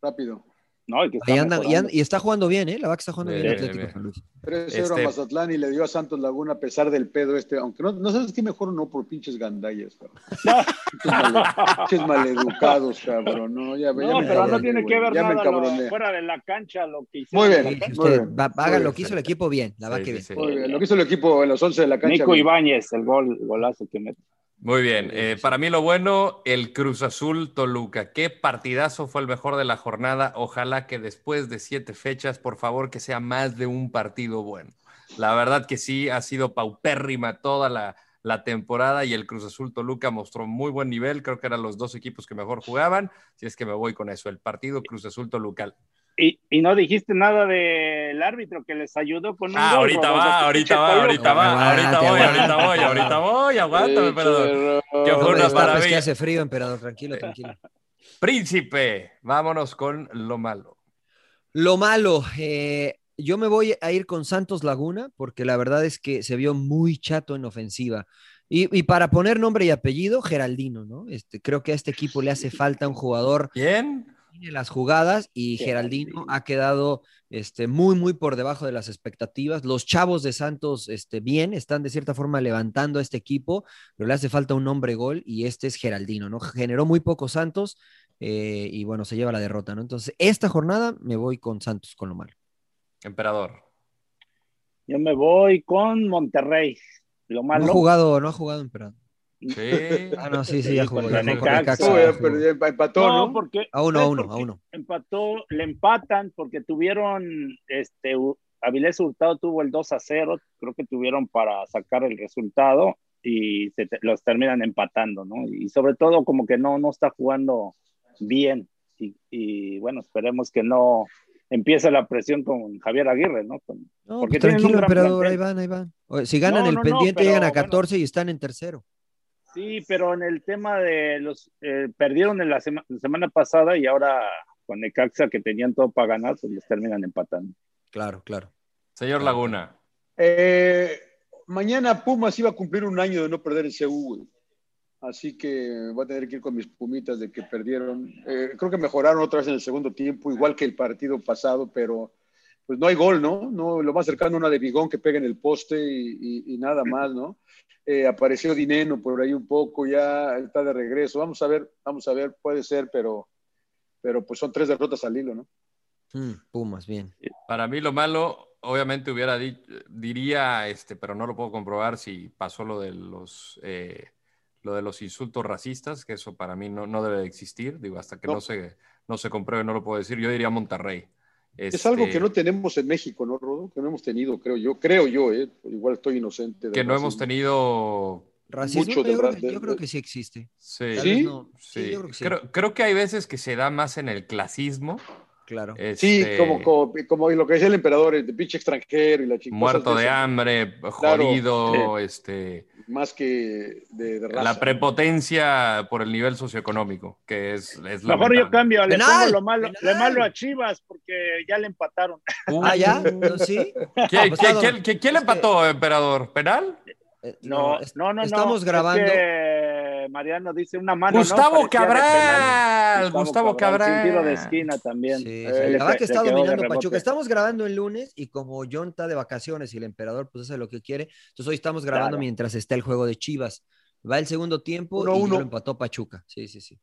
[SPEAKER 10] Rápido.
[SPEAKER 9] No, y que está
[SPEAKER 2] Ahí andan- y,
[SPEAKER 9] mejorando.
[SPEAKER 2] an- y está jugando bien, ¿eh? La vaca está jugando bien.
[SPEAKER 6] Bien,
[SPEAKER 2] Atlético
[SPEAKER 6] bien.
[SPEAKER 2] San Luis.
[SPEAKER 10] 3-0
[SPEAKER 6] Este-
[SPEAKER 10] a Mazatlán y le dio a Santos Laguna a pesar del pedo este, aunque no, no sabes qué mejor no por pinches gandallas, cabrón. pinches, male- pinches maleducados, cabrón. No, ya, ve- ya
[SPEAKER 9] No,
[SPEAKER 10] me
[SPEAKER 9] pero no
[SPEAKER 10] cabroné,
[SPEAKER 9] tiene que
[SPEAKER 10] güey,
[SPEAKER 9] ver
[SPEAKER 10] ya me
[SPEAKER 9] nada lo-
[SPEAKER 10] cabroné.
[SPEAKER 9] fuera de la cancha lo que
[SPEAKER 10] Muy
[SPEAKER 9] hicieron.
[SPEAKER 10] bien,
[SPEAKER 2] Sí,
[SPEAKER 10] muy
[SPEAKER 2] usted
[SPEAKER 10] bien,
[SPEAKER 2] va- haga
[SPEAKER 10] muy
[SPEAKER 2] lo
[SPEAKER 10] bien.
[SPEAKER 2] que hizo el equipo bien, la va
[SPEAKER 6] Sí,
[SPEAKER 2] que
[SPEAKER 6] sí,
[SPEAKER 2] bien.
[SPEAKER 6] sí.
[SPEAKER 10] Muy bien, Lo que hizo el equipo en los 11 de la cancha.
[SPEAKER 9] Nico
[SPEAKER 10] güey.
[SPEAKER 9] Ibáñez, el gol, golazo que mete.
[SPEAKER 6] Muy bien. Eh, para mí lo bueno, el Cruz Azul Toluca. Qué partidazo fue el mejor de la jornada. Ojalá que después de siete fechas, por favor, que sea más de un partido bueno. La verdad que sí, ha sido paupérrima toda la, la temporada y el Cruz Azul Toluca mostró muy buen nivel. Creo que eran los dos equipos que mejor jugaban. Si es que me voy con eso, el partido Cruz Azul Toluca.
[SPEAKER 9] Y, y no dijiste nada del árbitro que les ayudó con un
[SPEAKER 6] Ah,
[SPEAKER 9] gol,
[SPEAKER 6] ahorita
[SPEAKER 9] Rodo, o sea,
[SPEAKER 6] va,
[SPEAKER 9] que
[SPEAKER 6] ahorita
[SPEAKER 9] pinche
[SPEAKER 6] va,
[SPEAKER 9] Toluca.
[SPEAKER 6] ahorita va, ahorita
[SPEAKER 2] Aguántate,
[SPEAKER 6] voy, ahorita voy,
[SPEAKER 2] aguántate.
[SPEAKER 6] ahorita voy, aguántame, perdón. Que fue
[SPEAKER 2] Hombre,
[SPEAKER 6] una
[SPEAKER 2] destapes que
[SPEAKER 6] maravilla.
[SPEAKER 2] hace frío, emperador, tranquilo, tranquilo.
[SPEAKER 6] Príncipe, vámonos con lo malo.
[SPEAKER 2] Lo malo, eh, yo me voy a ir con Santos Laguna porque la verdad es que se vio muy chato en ofensiva. Y, y para poner nombre y apellido, Geraldino, ¿no? Este, creo que a este equipo le hace falta un jugador
[SPEAKER 6] ¿Quién?
[SPEAKER 2] tiene las jugadas y Geraldino ha quedado este, muy, muy por debajo de las expectativas. Los chavos de Santos, este, bien, están de cierta forma levantando a este equipo, pero le hace falta un hombre gol y este es Geraldino, ¿no? Generó muy poco Santos eh, y bueno, se lleva la derrota, ¿no? Entonces, esta jornada me voy con Santos, con lo malo.
[SPEAKER 6] Emperador.
[SPEAKER 9] Yo me voy con Monterrey. Lo
[SPEAKER 2] No ha
[SPEAKER 9] malo.
[SPEAKER 2] jugado, no ha jugado, emperador.
[SPEAKER 6] Sí.
[SPEAKER 2] Ah, no, sí, sí, ya
[SPEAKER 9] Sí,
[SPEAKER 2] jugó.
[SPEAKER 9] contra
[SPEAKER 2] ya jugó,
[SPEAKER 9] Necaxa.
[SPEAKER 2] Necaxa,
[SPEAKER 10] No, güey,
[SPEAKER 2] ya jugó.
[SPEAKER 10] pero ya empató,
[SPEAKER 9] ah, No,
[SPEAKER 10] ¿no?
[SPEAKER 9] porque
[SPEAKER 2] A uno, a
[SPEAKER 9] ¿sabes
[SPEAKER 2] uno,
[SPEAKER 9] por
[SPEAKER 2] a
[SPEAKER 9] qué?
[SPEAKER 2] uno.
[SPEAKER 9] Empató, le empatan porque tuvieron, este, U- Avilés Hurtado tuvo el 2 a 0, creo que tuvieron para sacar el resultado y se te- los terminan empatando, ¿no? Y sobre todo como que no, no está jugando bien. y, y, bueno, esperemos que no empiece la presión con Javier Aguirre, ¿no? Con,
[SPEAKER 2] no porque pues tranquilo, emperador, ahí van, ahí van. Si ganan no, el no, pendiente, pero, llegan a 14 bueno. y están en tercero.
[SPEAKER 9] Sí, pero en el tema de los eh, perdieron en la, sema, la, semana pasada y ahora con Necaxa que tenían todo para ganar, pues les terminan empatando.
[SPEAKER 2] Claro, claro.
[SPEAKER 6] Señor Laguna.
[SPEAKER 10] Eh, mañana Pumas iba a cumplir un año de no perder el CU, Así que voy a tener que ir con mis pumitas de que perdieron. Eh, creo que mejoraron otra vez en el segundo tiempo, igual que el partido pasado, pero pues no hay gol, ¿no? no lo más cercano una de Bigón que pega en el poste y, y, y nada más, ¿no? Eh, apareció Dineno por ahí un poco, ya está de regreso. Vamos a ver, vamos a ver, puede ser, pero, pero pues son tres derrotas al hilo, ¿no?
[SPEAKER 2] Mm, Pumas, bien.
[SPEAKER 6] Para mí lo malo, obviamente hubiera dicho, diría, este, pero no lo puedo comprobar si pasó lo de los eh, lo de los insultos racistas, que eso para mí no, no debe de existir, digo, hasta que no, no se no se compruebe, no lo puedo decir. Yo diría Monterrey.
[SPEAKER 10] Este... Es algo que no tenemos en México, ¿no, Rodo? Que no hemos tenido, creo yo, creo yo, eh. igual estoy inocente. De
[SPEAKER 6] que no racismo. hemos tenido
[SPEAKER 2] racismo, mucho de, yo, creo que, yo, creo que, sí existe.
[SPEAKER 6] Sí, ¿Sí? No. sí, sí. Yo creo, que creo, creo, que hay veces que se da más en el clasismo.
[SPEAKER 2] Claro.
[SPEAKER 10] Este... Sí, como, como, como, lo que decía el emperador, el de pinche extranjero y la chica.
[SPEAKER 6] Muerto de esas. hambre, jodido, claro. este.
[SPEAKER 10] Más que de, de raza.
[SPEAKER 6] La prepotencia por el nivel socioeconómico, que es. es
[SPEAKER 9] Mejor yo cambio, le pongo lo malo, le malo a Chivas porque ya le empataron.
[SPEAKER 2] Uh. ¿Ah, ya? ¿No, ¿Sí?
[SPEAKER 6] ¿Quién, no, ¿quién, quién, quién, quién le empató, que... emperador? ¿Penal?
[SPEAKER 2] Eh,
[SPEAKER 9] No, no, no.
[SPEAKER 2] Estamos
[SPEAKER 9] no,
[SPEAKER 2] grabando.
[SPEAKER 9] Es que Mariano dice una mano.
[SPEAKER 6] Gustavo
[SPEAKER 9] Ah, ¿no?
[SPEAKER 6] Cabral. Gustavo Cabral. Cabral.
[SPEAKER 9] Sin tiro de esquina también. Sí,
[SPEAKER 2] eh, sí. la verdad que está dominando Pachuca. Estamos grabando el lunes y como John está de vacaciones y el emperador pues hace lo que quiere, entonces hoy estamos grabando claro. mientras está el juego de Chivas. Va el segundo tiempo uno, y uno. lo empató Pachuca. Sí, sí, sí.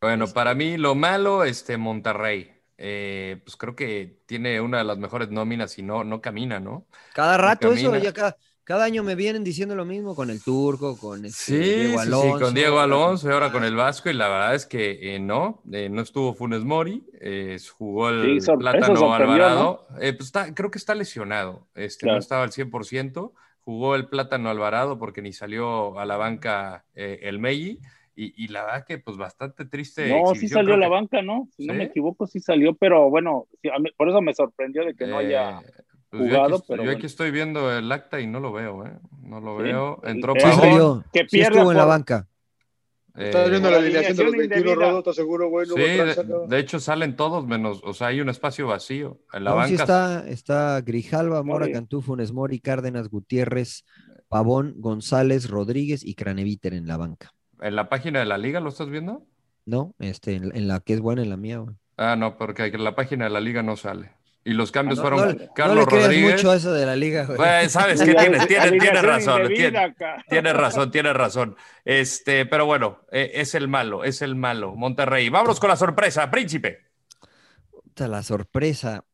[SPEAKER 6] Bueno, sí. para mí lo malo, este Monterrey. Eh, pues creo que tiene una de las mejores nóminas y no, no camina, ¿no?
[SPEAKER 2] Cada rato no eso, ya cada cada año me vienen diciendo lo mismo con el turco, con este
[SPEAKER 6] sí, Diego Alonso. Sí, con Diego Alonso y ahora con el Vasco, y la verdad es que eh, no, eh, no estuvo Funes Mori, eh, jugó el sí, Plátano Alvarado, ¿no? pues está, creo que está lesionado, este, claro. no estaba al 100%, jugó el Plátano Alvarado porque ni salió a la banca eh, el Meiji, y, y, la verdad que pues bastante triste.
[SPEAKER 9] No, sí salió a la que... banca, ¿no? Si ¿Sí? no me equivoco, sí salió, pero bueno, sí, mí, por eso me sorprendió de que no haya...
[SPEAKER 6] Pues
[SPEAKER 9] jugado,
[SPEAKER 6] yo, aquí,
[SPEAKER 9] pero
[SPEAKER 6] yo
[SPEAKER 9] bueno.
[SPEAKER 6] aquí, estoy viendo el acta y no lo veo, ¿eh? No lo sí, veo. Entró
[SPEAKER 2] sí, Pavón. Que sí estuvo por... en la banca.
[SPEAKER 10] Eh, Estás viendo la alineación de los 21 Rodo, ¿estás seguro, güey?
[SPEAKER 6] sí, de, de, hecho salen todos menos, o sea, hay un espacio vacío en la no, banca. Sí
[SPEAKER 2] está, está Grijalva, Mora, Mori. Cantú, Funes Mori, Cárdenas, Gutiérrez, Pavón, González, Rodríguez y Craneviter en la banca.
[SPEAKER 6] ¿En la página de la liga lo estás viendo?
[SPEAKER 2] No, este, en, en la que es buena, en la mía, güey.
[SPEAKER 6] Ah, no, porque en la página de la liga no sale. Y los cambios Ah, no, fueron no, Carlos no le Rodríguez.
[SPEAKER 2] mucho eso de la liga, güey.
[SPEAKER 6] Pues, sabes que tienes, tienes, tienes razón. Tienes, tienes, razón, tienes razón. Este, pero bueno, eh, es el malo, es el malo. Monterrey. Vámonos con la sorpresa, príncipe.
[SPEAKER 2] La sorpresa.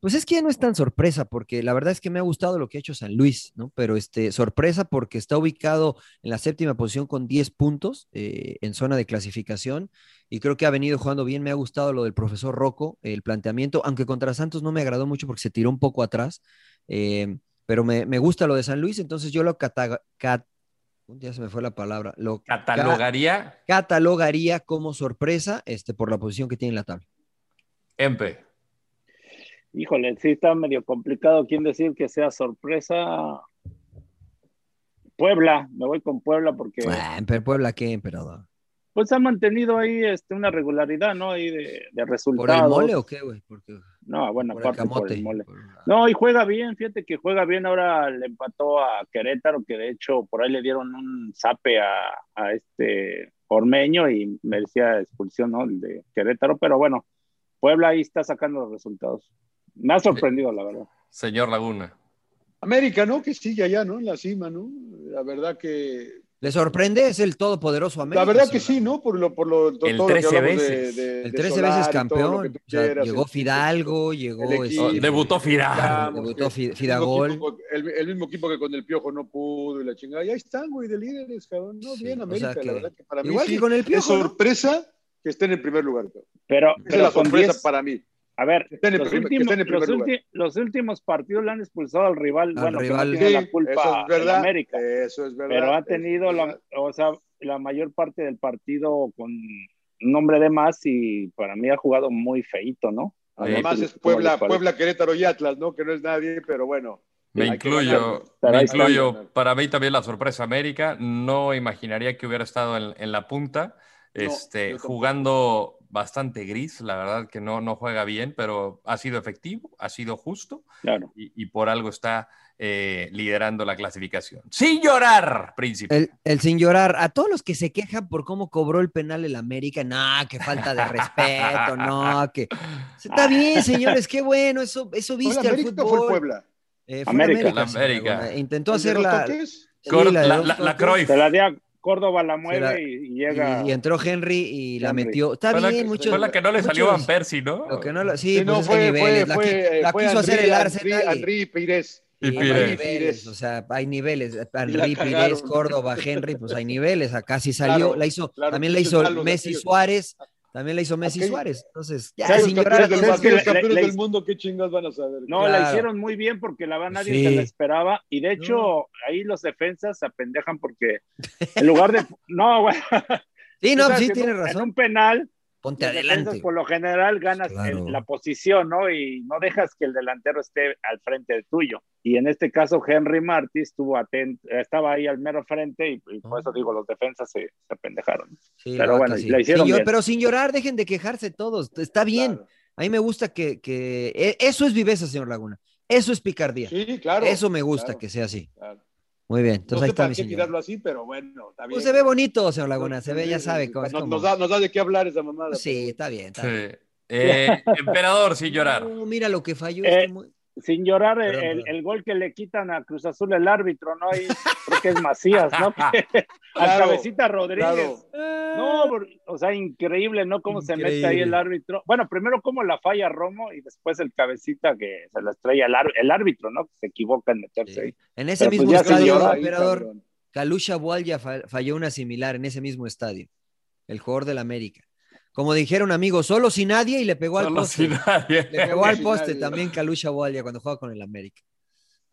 [SPEAKER 2] Pues es que ya no es tan sorpresa, porque la verdad es que me ha gustado lo que ha hecho San Luis, ¿no? Pero este, sorpresa porque está ubicado en la séptima posición con 10 puntos eh, en zona de clasificación y creo que ha venido jugando bien. Me ha gustado lo del profesor Rocco, el planteamiento, aunque contra Santos no me agradó mucho porque se tiró un poco atrás, eh, pero me, me, gusta lo de San Luis, entonces yo lo cata, cat, ya se me fue la palabra, lo
[SPEAKER 6] catalogaría,
[SPEAKER 2] ca, catalogaría como sorpresa este, por la posición que tiene en la tabla.
[SPEAKER 6] Empe.
[SPEAKER 9] Híjole, sí está medio complicado quién decir que sea sorpresa. Puebla, me voy con Puebla porque.
[SPEAKER 2] Ah, pero Puebla qué, emperador
[SPEAKER 9] pues han mantenido ahí este, una regularidad, ¿no? Ahí de, de resultados.
[SPEAKER 2] ¿Por el mole o qué, güey?
[SPEAKER 9] No, bueno, por aparte el por el mole. Por... No, y juega bien, fíjate que juega bien. Ahora le empató a Querétaro, que de hecho por ahí le dieron un zape a, a este Ormeño y merecía expulsión, ¿no? El de Querétaro, pero bueno, Puebla ahí está sacando los resultados. Me ha sorprendido, eh, la verdad.
[SPEAKER 6] Señor Laguna.
[SPEAKER 10] América, ¿no? Que sigue allá, ¿no? En la cima, ¿no? La verdad que
[SPEAKER 2] ¿Le sorprende? Es el todopoderoso América.
[SPEAKER 10] La verdad que sí, ¿no? Por lo, por lo,
[SPEAKER 6] el todo 13
[SPEAKER 10] lo
[SPEAKER 6] que veces. De, de,
[SPEAKER 2] el 13 Solar, veces campeón. Quieras, o sea,
[SPEAKER 10] este,
[SPEAKER 2] llegó Fidalgo, el, llegó. El
[SPEAKER 6] equipo, este, debutó Fidalgo.
[SPEAKER 2] Debutó Fidagol.
[SPEAKER 10] El, mismo equipo que con el Piojo no pudo y la chingada. Ya están, güey, de líderes, cabrón. No, sí, bien, América. O sea que, la verdad que para
[SPEAKER 2] igual
[SPEAKER 10] mí.
[SPEAKER 2] que con el Piojo.
[SPEAKER 10] Es sorpresa que esté en el primer lugar. Cabrón.
[SPEAKER 9] Pero,
[SPEAKER 10] Esa es la sorpresa 10... para mí.
[SPEAKER 9] A ver, los, primer, últimos, los, ulti, los, últimos, partidos le han expulsado al rival. Al bueno, rival. Que no tiene sí, la culpa
[SPEAKER 10] es Eh,
[SPEAKER 9] de América.
[SPEAKER 10] Eso es verdad.
[SPEAKER 9] Pero ha
[SPEAKER 10] eso
[SPEAKER 9] tenido la, o sea, la mayor parte del partido con nombre de más y para mí ha jugado muy feito, ¿no?
[SPEAKER 10] Además
[SPEAKER 2] pues,
[SPEAKER 10] es Puebla, Puebla, Querétaro y Atlas, ¿no? Que no es nadie, pero bueno.
[SPEAKER 6] Me
[SPEAKER 10] hay que
[SPEAKER 6] incluyo,
[SPEAKER 10] ganarlo.
[SPEAKER 6] me
[SPEAKER 10] Caray,
[SPEAKER 6] incluyo. Para mí también la sorpresa América. No imaginaría que hubiera estado en, en la punta, este, jugando bastante gris. La verdad que no, no juega bien, pero ha sido efectivo, ha sido justo
[SPEAKER 9] Claro.
[SPEAKER 6] y, y por algo está eh, liderando la clasificación. Sin llorar, príncipe.
[SPEAKER 2] El, el sin llorar, a todos los que se quejan por cómo cobró el penal el América, no, que falta de respeto, no, que... Está bien, señores, qué bueno, eso, eso
[SPEAKER 10] ¿Fue el
[SPEAKER 2] viste al
[SPEAKER 10] América o
[SPEAKER 2] fútbol.
[SPEAKER 10] fue el Pues, Puebla?
[SPEAKER 2] Eh, fue
[SPEAKER 9] América.
[SPEAKER 2] América, sí,
[SPEAKER 6] América.
[SPEAKER 2] bueno, Intentó
[SPEAKER 10] ¿El de
[SPEAKER 2] hacer
[SPEAKER 10] los
[SPEAKER 2] la...
[SPEAKER 10] toques?
[SPEAKER 2] sí,
[SPEAKER 6] Cor-
[SPEAKER 2] de
[SPEAKER 6] la-
[SPEAKER 2] dos
[SPEAKER 6] la- la
[SPEAKER 2] toques.
[SPEAKER 6] Cruyff.
[SPEAKER 9] Se la di a Córdoba, la
[SPEAKER 2] Se la-
[SPEAKER 9] mueve y y llega.
[SPEAKER 2] Y, y entró Henry y la
[SPEAKER 9] Henry.
[SPEAKER 2] metió. Está
[SPEAKER 6] Fue la,
[SPEAKER 2] bien,
[SPEAKER 6] que-
[SPEAKER 2] muchos.
[SPEAKER 6] fue la que no le salió Van
[SPEAKER 2] muchos-
[SPEAKER 6] Persie, ¿no?
[SPEAKER 2] lo que no lo- sí,
[SPEAKER 10] Sí,
[SPEAKER 2] pues
[SPEAKER 10] no,
[SPEAKER 2] es que
[SPEAKER 10] fue,
[SPEAKER 2] niveles. la
[SPEAKER 10] fue,
[SPEAKER 2] qui-
[SPEAKER 10] fue,
[SPEAKER 2] la
[SPEAKER 10] fue
[SPEAKER 2] quiso hacer
[SPEAKER 10] Henry,
[SPEAKER 2] el Ah,
[SPEAKER 10] Henry,
[SPEAKER 2] Arsenal. y-
[SPEAKER 10] Henry Pires.
[SPEAKER 6] Y
[SPEAKER 2] Sí,
[SPEAKER 6] Pires.
[SPEAKER 2] hay niveles, o sea, hay niveles. Henry
[SPEAKER 10] cagaron.
[SPEAKER 2] Pires, Córdoba, Henry, pues hay niveles. Acá sí salió,
[SPEAKER 10] Claro,
[SPEAKER 2] la hizo,
[SPEAKER 10] claro,
[SPEAKER 2] también la
[SPEAKER 10] pinches
[SPEAKER 2] hizo
[SPEAKER 10] malos
[SPEAKER 2] Messi
[SPEAKER 10] aquellos.
[SPEAKER 2] Suárez, también la hizo Messi
[SPEAKER 10] Aquellos-
[SPEAKER 2] Suárez. Entonces, ya,
[SPEAKER 10] ¿Sabes
[SPEAKER 2] sin llorar a
[SPEAKER 10] campeones del,
[SPEAKER 2] todos.
[SPEAKER 9] Es que
[SPEAKER 10] mundo,
[SPEAKER 9] le-
[SPEAKER 10] campeones
[SPEAKER 9] le-
[SPEAKER 10] del mundo, qué chingas van a saber.
[SPEAKER 9] No,
[SPEAKER 2] Claro.
[SPEAKER 9] la hicieron muy bien porque la van nadie
[SPEAKER 2] Sí.
[SPEAKER 9] se la esperaba. Y de hecho,
[SPEAKER 2] No.
[SPEAKER 9] ahí los defensas se apendejan porque en lugar de. No, güey.
[SPEAKER 2] Sí,
[SPEAKER 9] O
[SPEAKER 2] no,
[SPEAKER 9] sea,
[SPEAKER 2] sí,
[SPEAKER 9] si en
[SPEAKER 2] tienes
[SPEAKER 9] un- En
[SPEAKER 2] razón.
[SPEAKER 9] un penal,
[SPEAKER 2] Ponte
[SPEAKER 9] los Pues defensas
[SPEAKER 2] adelante.
[SPEAKER 9] por lo general ganas
[SPEAKER 2] Claro.
[SPEAKER 9] el- la posición, ¿no? Y no dejas que el delantero esté al frente del tuyo. Y en este caso, Henry Martí estuvo atento, estaba ahí al mero frente y, y por
[SPEAKER 2] Ah.
[SPEAKER 9] eso digo, los defensas se, se apendejaron.
[SPEAKER 2] Sí,
[SPEAKER 9] pero
[SPEAKER 2] la
[SPEAKER 9] bueno,
[SPEAKER 2] neta, sí.
[SPEAKER 9] la hicieron
[SPEAKER 2] Sin llor-
[SPEAKER 9] bien.
[SPEAKER 2] Pero sin llorar, dejen de quejarse todos. Está bien.
[SPEAKER 10] Claro.
[SPEAKER 2] A mí me gusta que, que- e- eso es viveza, señor Laguna. Eso es picardía.
[SPEAKER 10] Sí, claro.
[SPEAKER 2] eso me gusta
[SPEAKER 10] claro,
[SPEAKER 2] que sea así.
[SPEAKER 10] claro.
[SPEAKER 2] Muy bien. Entonces
[SPEAKER 10] no
[SPEAKER 2] ahí
[SPEAKER 10] sé
[SPEAKER 2] está
[SPEAKER 10] para
[SPEAKER 2] mi
[SPEAKER 10] qué
[SPEAKER 2] señor.
[SPEAKER 10] tirarlo así, pero bueno, está bien.
[SPEAKER 2] Pues se ve bonito, señor Laguna.
[SPEAKER 10] Laguna,
[SPEAKER 2] Se ve, ya sabe cómo es.
[SPEAKER 10] eh, pues, Nos,
[SPEAKER 2] como- Pues,
[SPEAKER 10] nos da, nos da de qué hablar esa mamada.
[SPEAKER 2] Sí, está bien. Está bien.
[SPEAKER 6] Sí. Eh, emperador, sin llorar.
[SPEAKER 2] No, mira lo que falló.
[SPEAKER 9] Eh,
[SPEAKER 2] este mu-
[SPEAKER 9] Sin llorar, el,
[SPEAKER 2] Perdón,
[SPEAKER 9] el-
[SPEAKER 2] perdón.
[SPEAKER 9] el gol que le quitan a Cruz Azul el árbitro, ¿no? Ahí creo que es Macías, ¿no? Que- a
[SPEAKER 10] Claro,
[SPEAKER 9] Cabecita Rodríguez.
[SPEAKER 10] Claro.
[SPEAKER 9] No, por- o sea, increíble, ¿no? Cómo se mete ahí
[SPEAKER 2] Increíble.
[SPEAKER 9] el árbitro. Bueno, primero cómo la falla Romo y después el cabecita que se la estrella el, ar- el árbitro, ¿no? Que se equivoca en meterse ahí.
[SPEAKER 2] En ese
[SPEAKER 9] pero pues
[SPEAKER 2] mismo
[SPEAKER 9] ya sin
[SPEAKER 2] estadio,
[SPEAKER 9] llorar,
[SPEAKER 2] emperador,
[SPEAKER 10] cabrón.
[SPEAKER 2] Kalusha Bualya fa- falló una similar en ese mismo estadio. El jugador del América. Como dijeron amigos, solo sin nadie y le pegó al
[SPEAKER 6] Solo
[SPEAKER 2] poste.
[SPEAKER 6] sin nadie.
[SPEAKER 2] Le pegó al
[SPEAKER 10] sin
[SPEAKER 2] poste
[SPEAKER 10] nadie.
[SPEAKER 2] también Kalusha Bualya cuando jugaba con el América.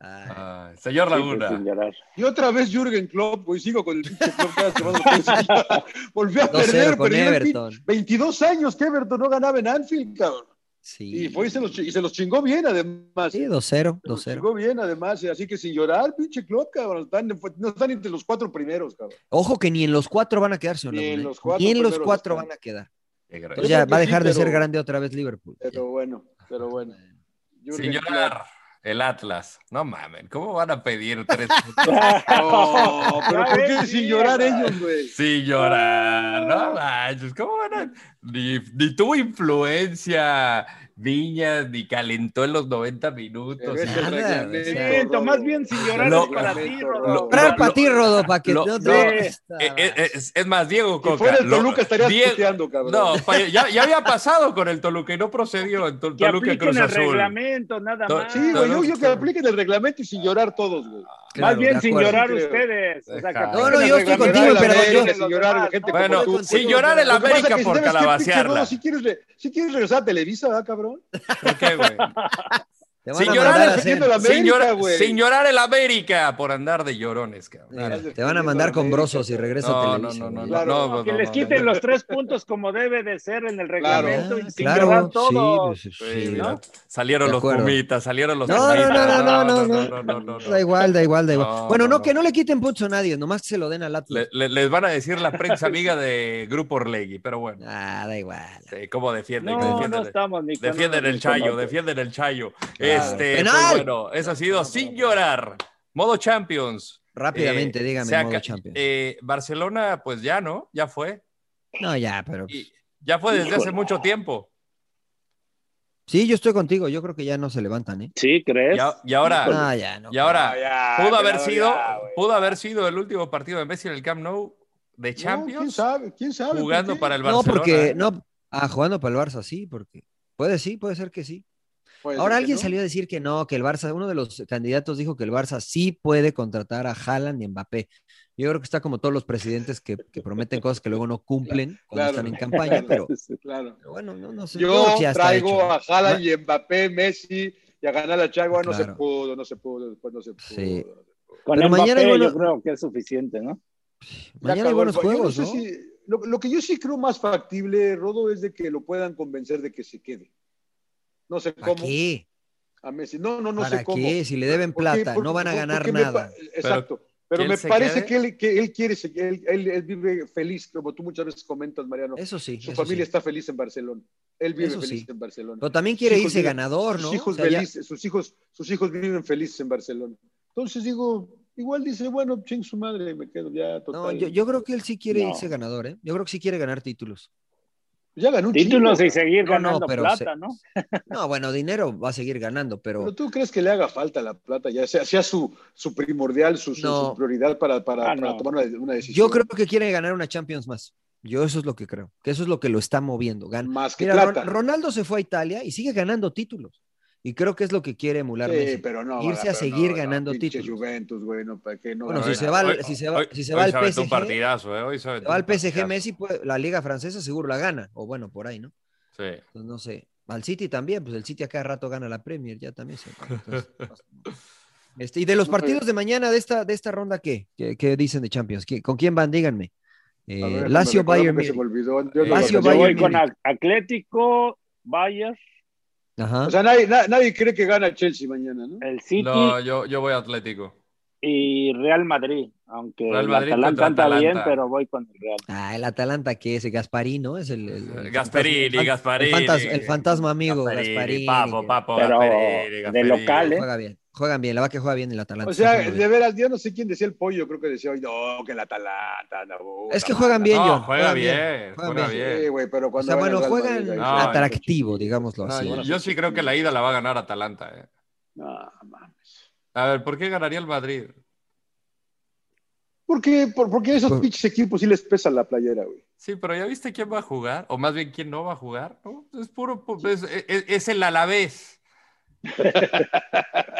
[SPEAKER 2] Ay.
[SPEAKER 6] Ay, Ah, señor Laguna.
[SPEAKER 9] Sí, pues, sin llorar.
[SPEAKER 10] Y otra vez Jürgen Klopp, güey, sigo con el pinche Klopp cada semana. Volví a
[SPEAKER 2] 2-0
[SPEAKER 10] perder,
[SPEAKER 2] con
[SPEAKER 10] perdió el pin-
[SPEAKER 2] Everton.
[SPEAKER 10] 22 años que Everton no ganaba en Anfield, cabrón.
[SPEAKER 2] Sí.
[SPEAKER 10] Y, fue y se los, chi- y se los chingó bien, además.
[SPEAKER 2] Sí,
[SPEAKER 10] ¿eh?
[SPEAKER 2] 2-0,
[SPEAKER 10] Se los
[SPEAKER 2] 2-0.
[SPEAKER 10] chingó bien, además. ¿eh? Así que sin llorar, pinche Klopp, cabrón. Están, en- no están entre los cuatro primeros, cabrón.
[SPEAKER 2] Ojo que ni en los cuatro van a quedar, señor
[SPEAKER 10] Ni en
[SPEAKER 2] Laguna, ¿eh?
[SPEAKER 10] los cuatro
[SPEAKER 2] Ni en los
[SPEAKER 10] primeros
[SPEAKER 2] cuatro
[SPEAKER 10] están.
[SPEAKER 2] van a quedar.
[SPEAKER 6] Qué grave.
[SPEAKER 2] Entonces ya
[SPEAKER 10] creo que
[SPEAKER 2] va a
[SPEAKER 10] sí,
[SPEAKER 2] dejar de ser
[SPEAKER 10] pero-
[SPEAKER 2] grande otra vez Liverpool. Ya.
[SPEAKER 10] Pero bueno, pero bueno.
[SPEAKER 6] Sin
[SPEAKER 10] Jürgen
[SPEAKER 6] llorar. El Atlas. No mamen. ¿Cómo van a pedir tres puntos
[SPEAKER 10] Klopp. No, pero
[SPEAKER 9] Ya
[SPEAKER 10] ¿por
[SPEAKER 9] ves,
[SPEAKER 10] qué
[SPEAKER 9] sí,
[SPEAKER 10] sin llorar
[SPEAKER 9] o sea.
[SPEAKER 10] ellos, güey?
[SPEAKER 6] sin llorar? No manches. ¿Cómo van a.? Ni, ni tuvo influencia Viñas, ni calentó en los 90
[SPEAKER 10] Pero
[SPEAKER 6] minutos.
[SPEAKER 10] es el
[SPEAKER 2] nada, o sea.
[SPEAKER 10] reglamento,
[SPEAKER 9] Siento, más
[SPEAKER 10] Rodo.
[SPEAKER 9] bien sin llorar
[SPEAKER 6] Lo-
[SPEAKER 9] es para ti,
[SPEAKER 10] lo-
[SPEAKER 9] Rodo.
[SPEAKER 6] lo-
[SPEAKER 2] Comprar
[SPEAKER 6] lo-
[SPEAKER 2] para ti, Rodo, para que
[SPEAKER 6] lo-
[SPEAKER 2] no
[SPEAKER 6] no,
[SPEAKER 2] te.
[SPEAKER 6] Eh, eh, eh, es, es más, Diego Coca.
[SPEAKER 10] Si fuera el
[SPEAKER 6] lo-
[SPEAKER 10] Toluca estarías
[SPEAKER 6] Die-
[SPEAKER 10] puteando, cabrón.
[SPEAKER 6] No, pa- ya, ya había pasado con el Toluca y no procedió en
[SPEAKER 9] Que
[SPEAKER 6] Toluca
[SPEAKER 9] apliquen
[SPEAKER 6] Cruz
[SPEAKER 9] el
[SPEAKER 6] Azul.
[SPEAKER 9] reglamento, nada
[SPEAKER 6] To-
[SPEAKER 9] más.
[SPEAKER 10] Sí, güey, yo,
[SPEAKER 6] Toluca.
[SPEAKER 10] yo que apliquen el reglamento y sin llorar todos, güey.
[SPEAKER 2] Claro,
[SPEAKER 9] más bien
[SPEAKER 2] de
[SPEAKER 9] sin
[SPEAKER 2] acuerdo.
[SPEAKER 9] llorar
[SPEAKER 10] Sí, creo.
[SPEAKER 9] ustedes. O sea, que
[SPEAKER 6] Deja.
[SPEAKER 9] apliquen
[SPEAKER 2] No, no,
[SPEAKER 9] el
[SPEAKER 2] yo estoy
[SPEAKER 9] reglamento.
[SPEAKER 2] contigo, emperador,
[SPEAKER 10] Sin
[SPEAKER 2] yo-
[SPEAKER 10] llorar, sin llorar, la gente
[SPEAKER 6] Bueno,
[SPEAKER 10] como tú,
[SPEAKER 6] sin
[SPEAKER 10] güey.
[SPEAKER 6] llorar el
[SPEAKER 10] Lo que pasa es
[SPEAKER 6] América
[SPEAKER 10] que,
[SPEAKER 6] por
[SPEAKER 10] ¿sabes qué, pinche
[SPEAKER 6] calabacearla.
[SPEAKER 10] Rodo? Si quieres, re- si quieres regresar a Televisa, ¿verdad, cabrón?
[SPEAKER 6] ¿Por qué, güey?
[SPEAKER 2] Te
[SPEAKER 6] Sin
[SPEAKER 2] van a
[SPEAKER 6] llorar,
[SPEAKER 2] mandar a hacer.
[SPEAKER 10] defendiendo la-
[SPEAKER 6] Sin, llora-
[SPEAKER 10] América, güey.
[SPEAKER 6] sin llorar el América por andar de llorones, cabrón.
[SPEAKER 2] Mira,
[SPEAKER 10] Estás
[SPEAKER 2] te van a mandar con
[SPEAKER 10] defendiendo a
[SPEAKER 2] brosos y
[SPEAKER 10] América.
[SPEAKER 2] regresa a
[SPEAKER 6] No, no,
[SPEAKER 2] Televisa.
[SPEAKER 6] no, no,
[SPEAKER 2] güey.
[SPEAKER 6] no,
[SPEAKER 10] Claro.
[SPEAKER 6] no,
[SPEAKER 9] No,
[SPEAKER 6] pues,
[SPEAKER 9] que
[SPEAKER 6] no,
[SPEAKER 9] les
[SPEAKER 6] no.
[SPEAKER 9] quiten los tres puntos como debe de ser en el
[SPEAKER 10] Claro.
[SPEAKER 9] reglamento y
[SPEAKER 2] Ah,
[SPEAKER 9] sin llorar
[SPEAKER 2] sí,
[SPEAKER 9] todo.
[SPEAKER 2] pues, sí,
[SPEAKER 6] Sí,
[SPEAKER 2] mira.
[SPEAKER 6] mira, Salieron
[SPEAKER 2] De
[SPEAKER 6] los
[SPEAKER 2] acuerdo.
[SPEAKER 6] pumitas, salieron los
[SPEAKER 2] No, no,
[SPEAKER 6] pumitas.
[SPEAKER 2] no, no, no,
[SPEAKER 6] no, no, no, no.
[SPEAKER 2] Da igual, da igual, da igual.
[SPEAKER 6] No,
[SPEAKER 2] bueno,
[SPEAKER 6] no,
[SPEAKER 2] no,
[SPEAKER 6] no.
[SPEAKER 2] que no le quiten puntos a nadie, nomás que se lo den al Atlas.
[SPEAKER 6] Le- le- les van a decir la prensa amiga de Grupo Orlegui, pero bueno,
[SPEAKER 2] Ah, da igual.
[SPEAKER 6] eh, ¿cómo defienden?
[SPEAKER 9] No,
[SPEAKER 6] defienden
[SPEAKER 9] no estamos ni con
[SPEAKER 6] Defienden
[SPEAKER 9] uno
[SPEAKER 6] el
[SPEAKER 9] ni con
[SPEAKER 6] chayo,
[SPEAKER 9] otro.
[SPEAKER 6] defienden el chayo.
[SPEAKER 2] Claro.
[SPEAKER 6] Este, pues,
[SPEAKER 2] ¡Penal!
[SPEAKER 6] bueno, eso ha sido sin llorar. Modo Champions.
[SPEAKER 2] Rápidamente,
[SPEAKER 6] Eh,
[SPEAKER 2] dígame,
[SPEAKER 6] se
[SPEAKER 2] modo
[SPEAKER 6] aca-
[SPEAKER 2] Champions.
[SPEAKER 6] eh, Barcelona, pues ya, ¿no? Ya fue.
[SPEAKER 2] no, ya, pero.
[SPEAKER 6] Y ya fue desde hace
[SPEAKER 9] Híjole.
[SPEAKER 6] mucho tiempo.
[SPEAKER 2] Sí, yo estoy contigo. Yo creo que ya no se levantan, ¿eh?
[SPEAKER 9] Sí, ¿crees? Ah,
[SPEAKER 6] Y, a- y ahora,
[SPEAKER 2] No, ya, no.
[SPEAKER 6] y ahora pudo haber
[SPEAKER 10] ya,
[SPEAKER 6] sido,
[SPEAKER 10] ya, güey.
[SPEAKER 6] pudo haber sido el último partido de Messi en el Camp Nou de
[SPEAKER 10] No, ¿Quién
[SPEAKER 6] Champions
[SPEAKER 10] sabe? ¿Quién sabe?
[SPEAKER 6] jugando
[SPEAKER 10] ¿Por qué?
[SPEAKER 6] para el
[SPEAKER 2] no,
[SPEAKER 6] Barcelona.
[SPEAKER 2] porque.
[SPEAKER 6] ¿eh?
[SPEAKER 2] No, ah, jugando para el Barça, sí, porque. Puede sí, puede ser que sí.
[SPEAKER 10] Puede ser
[SPEAKER 2] Ahora
[SPEAKER 10] que
[SPEAKER 2] alguien
[SPEAKER 10] no.
[SPEAKER 2] salió a decir que no, que el Barça, uno de los candidatos dijo que el Barça sí puede contratar a Haaland y Mbappé. Yo creo que está como todos los presidentes que, que prometen cosas que luego no cumplen cuando
[SPEAKER 10] Claro,
[SPEAKER 2] están en campaña,
[SPEAKER 10] claro.
[SPEAKER 2] pero,
[SPEAKER 10] Claro.
[SPEAKER 2] pero bueno, no, no sé.
[SPEAKER 10] Yo
[SPEAKER 2] creo que ya está
[SPEAKER 10] traigo
[SPEAKER 2] hecho.
[SPEAKER 10] a Haaland y Mbappé, Messi, y a ganar la Chagua no se
[SPEAKER 2] Claro.
[SPEAKER 10] pudo, no se pudo, después no se pudo.
[SPEAKER 2] Sí.
[SPEAKER 9] Con
[SPEAKER 2] Pero
[SPEAKER 9] Mbappé
[SPEAKER 2] mañana hay
[SPEAKER 9] yo
[SPEAKER 2] bueno-
[SPEAKER 9] creo que es suficiente, ¿no?
[SPEAKER 10] Ya
[SPEAKER 2] Mañana hay
[SPEAKER 10] acabó el
[SPEAKER 2] buenos
[SPEAKER 10] juego. Yo
[SPEAKER 2] juegos,
[SPEAKER 10] no
[SPEAKER 2] ¿no?
[SPEAKER 10] sé si- lo, lo que yo sí creo más factible, Rodo, es de que lo puedan convencer de que se quede. No sé cómo.
[SPEAKER 2] qué?
[SPEAKER 10] A Messi. No, no, no
[SPEAKER 2] ¿Para
[SPEAKER 10] sé cómo.
[SPEAKER 2] qué? Si le deben
[SPEAKER 10] Porque-
[SPEAKER 2] plata,
[SPEAKER 10] porque-
[SPEAKER 2] no van a
[SPEAKER 10] porque
[SPEAKER 2] ganar
[SPEAKER 10] me pa-
[SPEAKER 2] nada.
[SPEAKER 10] Exacto. Pero
[SPEAKER 2] él
[SPEAKER 10] me
[SPEAKER 2] se
[SPEAKER 10] parece
[SPEAKER 2] quede.
[SPEAKER 10] que él, que él quiere, se- él, él- él vive feliz, como tú muchas veces comentas, Mariano.
[SPEAKER 2] Eso sí,
[SPEAKER 10] Su
[SPEAKER 2] eso
[SPEAKER 10] familia
[SPEAKER 2] sí.
[SPEAKER 10] está feliz en Barcelona. Él vive
[SPEAKER 2] Eso
[SPEAKER 10] feliz
[SPEAKER 2] sí.
[SPEAKER 10] en Barcelona.
[SPEAKER 2] Pero también quiere
[SPEAKER 10] Sus
[SPEAKER 2] irse
[SPEAKER 10] viven-
[SPEAKER 2] ganador, ¿no?
[SPEAKER 10] Sus hijos,
[SPEAKER 2] O sea, ya-
[SPEAKER 10] felices- sus, hijos, sus hijos viven felices en Barcelona. Entonces digo, igual dice, bueno, ching su madre, me quedo ya total.
[SPEAKER 2] No, yo, yo creo que él sí quiere
[SPEAKER 10] No.
[SPEAKER 2] irse ganador, ¿eh? Yo creo que sí quiere ganar títulos. Ah,
[SPEAKER 10] Ya ganó un
[SPEAKER 9] Títulos
[SPEAKER 10] chingo.
[SPEAKER 9] y
[SPEAKER 2] No,
[SPEAKER 9] seguir
[SPEAKER 2] no,
[SPEAKER 9] ganando
[SPEAKER 2] pero
[SPEAKER 9] plata,
[SPEAKER 2] se-
[SPEAKER 9] ¿no?
[SPEAKER 2] No, bueno, dinero va a seguir ganando, pero...
[SPEAKER 10] Pero tú crees que le haga falta la plata, ya sea, sea su, su primordial, su, su-
[SPEAKER 2] No.
[SPEAKER 10] su prioridad para, para,
[SPEAKER 2] Ah,
[SPEAKER 10] para
[SPEAKER 2] no.
[SPEAKER 10] tomar una, una decisión.
[SPEAKER 2] Yo creo que quiere ganar una Champions más. Yo eso es lo que creo, que eso es lo que lo está moviendo. Gana.
[SPEAKER 10] Más que
[SPEAKER 2] Mira,
[SPEAKER 10] plata.
[SPEAKER 2] Ron- Ronaldo se fue a Italia y sigue ganando títulos. Y creo que es lo que quiere emular
[SPEAKER 10] Sí,
[SPEAKER 2] Messi.
[SPEAKER 10] pero no.
[SPEAKER 2] Irse
[SPEAKER 10] pero
[SPEAKER 2] a seguir
[SPEAKER 10] no, no,
[SPEAKER 2] ganando
[SPEAKER 10] pinche
[SPEAKER 2] títulos.
[SPEAKER 10] Juventus, güey, no, ¿para qué? No,
[SPEAKER 2] Bueno,
[SPEAKER 10] no,
[SPEAKER 2] si se
[SPEAKER 10] no.
[SPEAKER 2] va, al- si se va, si se va
[SPEAKER 6] hoy
[SPEAKER 2] al
[SPEAKER 6] se aventó
[SPEAKER 2] PSG,
[SPEAKER 6] un partidazo, ¿eh? Hoy se
[SPEAKER 2] se
[SPEAKER 6] aventó
[SPEAKER 2] va
[SPEAKER 6] un
[SPEAKER 2] al PSG
[SPEAKER 6] partidazo.
[SPEAKER 2] Messi, pues, la liga francesa seguro la gana, o bueno, por ahí, ¿no?
[SPEAKER 6] Sí.
[SPEAKER 2] Pues no sé. Al City también, pues el City a cada rato gana la Premier, ya también se. entonces, pues, este, y de los
[SPEAKER 10] No, pero-
[SPEAKER 2] partidos de mañana de esta, de esta ronda, ¿qué? ¿Qué, qué dicen de Champions? ¿Qui- ¿Con quién van? Díganme. Eh,
[SPEAKER 10] A ver, déjame
[SPEAKER 2] Lazio
[SPEAKER 10] recordar
[SPEAKER 2] Bayern
[SPEAKER 10] porque se
[SPEAKER 2] Múnich.
[SPEAKER 10] me olvidó, yo no
[SPEAKER 2] Lazio,
[SPEAKER 10] lo
[SPEAKER 9] Yo
[SPEAKER 2] Bayern
[SPEAKER 9] voy con
[SPEAKER 2] Múnich.
[SPEAKER 9] At- Atlético, Bayern,
[SPEAKER 2] Ajá.
[SPEAKER 10] O sea, nadie, na- nadie cree que gana Chelsea mañana, ¿no?
[SPEAKER 9] el City
[SPEAKER 6] No, yo, yo voy a Atlético.
[SPEAKER 9] y Real Madrid. Aunque
[SPEAKER 6] Real
[SPEAKER 9] el
[SPEAKER 6] Madrid
[SPEAKER 9] Atalanta
[SPEAKER 6] contra
[SPEAKER 9] anda bien,
[SPEAKER 6] Atalanta.
[SPEAKER 9] pero voy con el Real.
[SPEAKER 2] Ah, el Atalanta que es Gasparín, ¿no? Es el, el-
[SPEAKER 6] Eh,
[SPEAKER 2] el
[SPEAKER 6] Gasperini,
[SPEAKER 2] fantasma- el
[SPEAKER 6] Gasparini.
[SPEAKER 2] fantas- El, fantasma amigo
[SPEAKER 6] Gasparini,
[SPEAKER 2] Gasparín.
[SPEAKER 6] Papo, papo,
[SPEAKER 9] Pero
[SPEAKER 6] Gasperini,
[SPEAKER 9] de
[SPEAKER 6] Gasperini.
[SPEAKER 9] local, ¿eh?
[SPEAKER 2] Juega bien, juegan bien, la va que juega bien el Atalanta.
[SPEAKER 10] O
[SPEAKER 2] está
[SPEAKER 10] sea,
[SPEAKER 2] jugando bien.
[SPEAKER 10] de veras, yo no sé quién decía el pollo, creo que decía, "Ay, no, que la Atalanta, la puta
[SPEAKER 2] es que juegan bien,
[SPEAKER 6] No,
[SPEAKER 2] John,
[SPEAKER 6] juega
[SPEAKER 2] juegan
[SPEAKER 6] bien, juega
[SPEAKER 2] bien.
[SPEAKER 6] bien.
[SPEAKER 10] Sí, güey, pero
[SPEAKER 2] O
[SPEAKER 10] cuando
[SPEAKER 2] sea,
[SPEAKER 10] gana
[SPEAKER 2] bueno,
[SPEAKER 10] el Real
[SPEAKER 2] juegan
[SPEAKER 10] Madrid, ahí- Ah,
[SPEAKER 6] No,
[SPEAKER 2] Ah, atractivo, digámoslo
[SPEAKER 6] No,
[SPEAKER 2] así.
[SPEAKER 6] yo, yo sí creo que la ida la va a ganar Atalanta. ¿eh?
[SPEAKER 10] No, mames.
[SPEAKER 6] A ver, ¿por qué ganaría el Madrid?
[SPEAKER 10] ¿Por qué? Por- porque a esos
[SPEAKER 2] Por-
[SPEAKER 10] pinches equipos sí les pesa la playera, güey.
[SPEAKER 6] Sí, pero ya viste quién va a jugar, o más bien quién no va a jugar, ¿no? Es puro, pu- es, es- es el Alavés.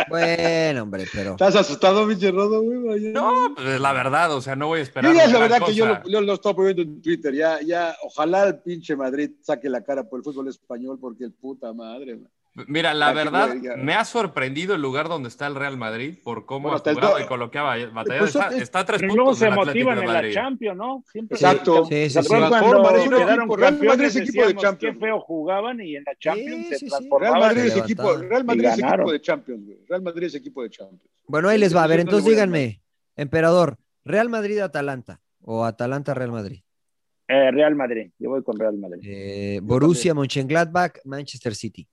[SPEAKER 2] Bueno, hombre, pero.
[SPEAKER 10] ¿Estás asustado, pinche Rodo, güey? Mariano?
[SPEAKER 6] No, pues es la verdad, o sea, no voy a esperar.
[SPEAKER 10] Yo ya es la
[SPEAKER 6] gran
[SPEAKER 10] verdad que yo
[SPEAKER 6] cosa.
[SPEAKER 10] lo, yo lo estaba poniendo en Twitter. Ya, ya, ojalá el pinche Madrid saque la cara por el fútbol español, porque el puta madre. man.
[SPEAKER 6] Mira, la
[SPEAKER 10] Aquí
[SPEAKER 6] verdad,
[SPEAKER 10] voy, ya.
[SPEAKER 6] me ha sorprendido el lugar donde está el Real Madrid por cómo
[SPEAKER 10] Bueno,
[SPEAKER 6] ha
[SPEAKER 10] hasta el
[SPEAKER 6] jugado
[SPEAKER 10] do-
[SPEAKER 6] y colocaba batalla.
[SPEAKER 10] Pues,
[SPEAKER 6] Está,
[SPEAKER 10] es-
[SPEAKER 6] está a tres
[SPEAKER 9] Pero
[SPEAKER 6] puntos.
[SPEAKER 9] luego se
[SPEAKER 6] del Atlético
[SPEAKER 9] motivan
[SPEAKER 6] de
[SPEAKER 9] en la
[SPEAKER 6] Madrid.
[SPEAKER 9] Champions, ¿no? Siempre se-
[SPEAKER 10] Exacto.
[SPEAKER 2] Sí, sí,
[SPEAKER 9] ¿Se
[SPEAKER 2] sí.
[SPEAKER 9] acuerdan
[SPEAKER 10] Transforma,
[SPEAKER 9] cuando
[SPEAKER 10] Madrid es un
[SPEAKER 9] quedaron
[SPEAKER 10] equipo- Real Madrid es
[SPEAKER 9] campeones,
[SPEAKER 10] equipo de
[SPEAKER 9] decíamos,
[SPEAKER 10] Champions.
[SPEAKER 9] Qué feo jugaban y en la Champions
[SPEAKER 2] Sí, sí,
[SPEAKER 9] se
[SPEAKER 2] sí.
[SPEAKER 10] Real
[SPEAKER 9] transformaban.
[SPEAKER 10] Madrid
[SPEAKER 2] se
[SPEAKER 10] es equipo,
[SPEAKER 2] levantaron.
[SPEAKER 10] Real Madrid
[SPEAKER 9] Y
[SPEAKER 10] es equipo
[SPEAKER 9] ganaron.
[SPEAKER 10] de Champions, güey. Real Madrid es equipo de Champions.
[SPEAKER 2] Bueno, ahí les va. A ver,
[SPEAKER 10] Yo no le
[SPEAKER 2] entonces
[SPEAKER 10] voy a ganar.
[SPEAKER 2] díganme, emperador, Real Madrid-Atalanta o Atalanta-Real Madrid.
[SPEAKER 9] Eh, Real Madrid, yo voy con Real Madrid.
[SPEAKER 2] Eh, Borussia, Mönchengladbach, Manchester City.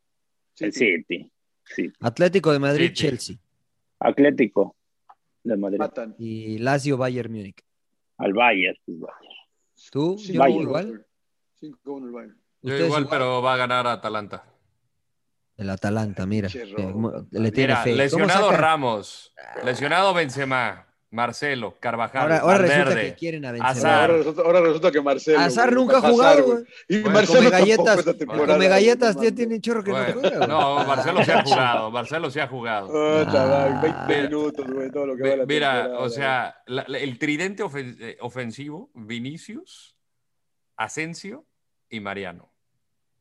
[SPEAKER 9] el City, sí.
[SPEAKER 2] Atlético de Madrid,
[SPEAKER 6] City.
[SPEAKER 2] Chelsea.
[SPEAKER 9] Atlético de Madrid.
[SPEAKER 10] Matan.
[SPEAKER 2] Y Lazio, Bayern Múnich.
[SPEAKER 9] Al Bayern. pues, va.
[SPEAKER 2] ¿Tú?
[SPEAKER 10] Cinco
[SPEAKER 2] Yo
[SPEAKER 9] Bayern.
[SPEAKER 2] igual.
[SPEAKER 10] 5-1 el Bayern.
[SPEAKER 6] Yo
[SPEAKER 2] Ustedes
[SPEAKER 6] igual,
[SPEAKER 2] igual.
[SPEAKER 6] pero va a ganar Atalanta.
[SPEAKER 2] El Atalanta, mira.
[SPEAKER 10] Che,
[SPEAKER 2] que
[SPEAKER 10] Rodo.
[SPEAKER 2] mo- le tiene
[SPEAKER 6] Mira,
[SPEAKER 2] fe. ¿Cómo
[SPEAKER 6] lesionado
[SPEAKER 2] saca?
[SPEAKER 6] Ramos, lesionado Benzema, Marcelo, Carvajal,
[SPEAKER 2] Ahora, ahora resulta
[SPEAKER 6] Valverde.
[SPEAKER 2] que quieren a
[SPEAKER 6] Azar.
[SPEAKER 2] Benzema.
[SPEAKER 10] Ahora, resulta, ahora resulta que Marcelo.
[SPEAKER 2] Azar
[SPEAKER 10] güey,
[SPEAKER 2] nunca ha
[SPEAKER 10] Azar,
[SPEAKER 2] jugado, güey.
[SPEAKER 10] Y
[SPEAKER 6] Bueno,
[SPEAKER 10] Marcelo
[SPEAKER 2] come
[SPEAKER 10] tampoco
[SPEAKER 2] galletas,
[SPEAKER 10] esta
[SPEAKER 2] el
[SPEAKER 10] temporada.
[SPEAKER 2] come galletas ya
[SPEAKER 10] Mames.
[SPEAKER 2] tiene un chorro que
[SPEAKER 6] Bueno,
[SPEAKER 2] no juega. güey.
[SPEAKER 6] no, Marcelo se ha jugado, Marcelo se ha jugado.
[SPEAKER 10] Puta,
[SPEAKER 2] Ah.
[SPEAKER 10] güey, 20
[SPEAKER 6] Mira,
[SPEAKER 10] minutos, güey, todo lo que va
[SPEAKER 6] Mi-
[SPEAKER 10] la
[SPEAKER 6] Mira,
[SPEAKER 10] temporada,
[SPEAKER 6] o sea, la- la- el tridente ofen- eh, ofensivo, Vinicius, Asensio y Mariano.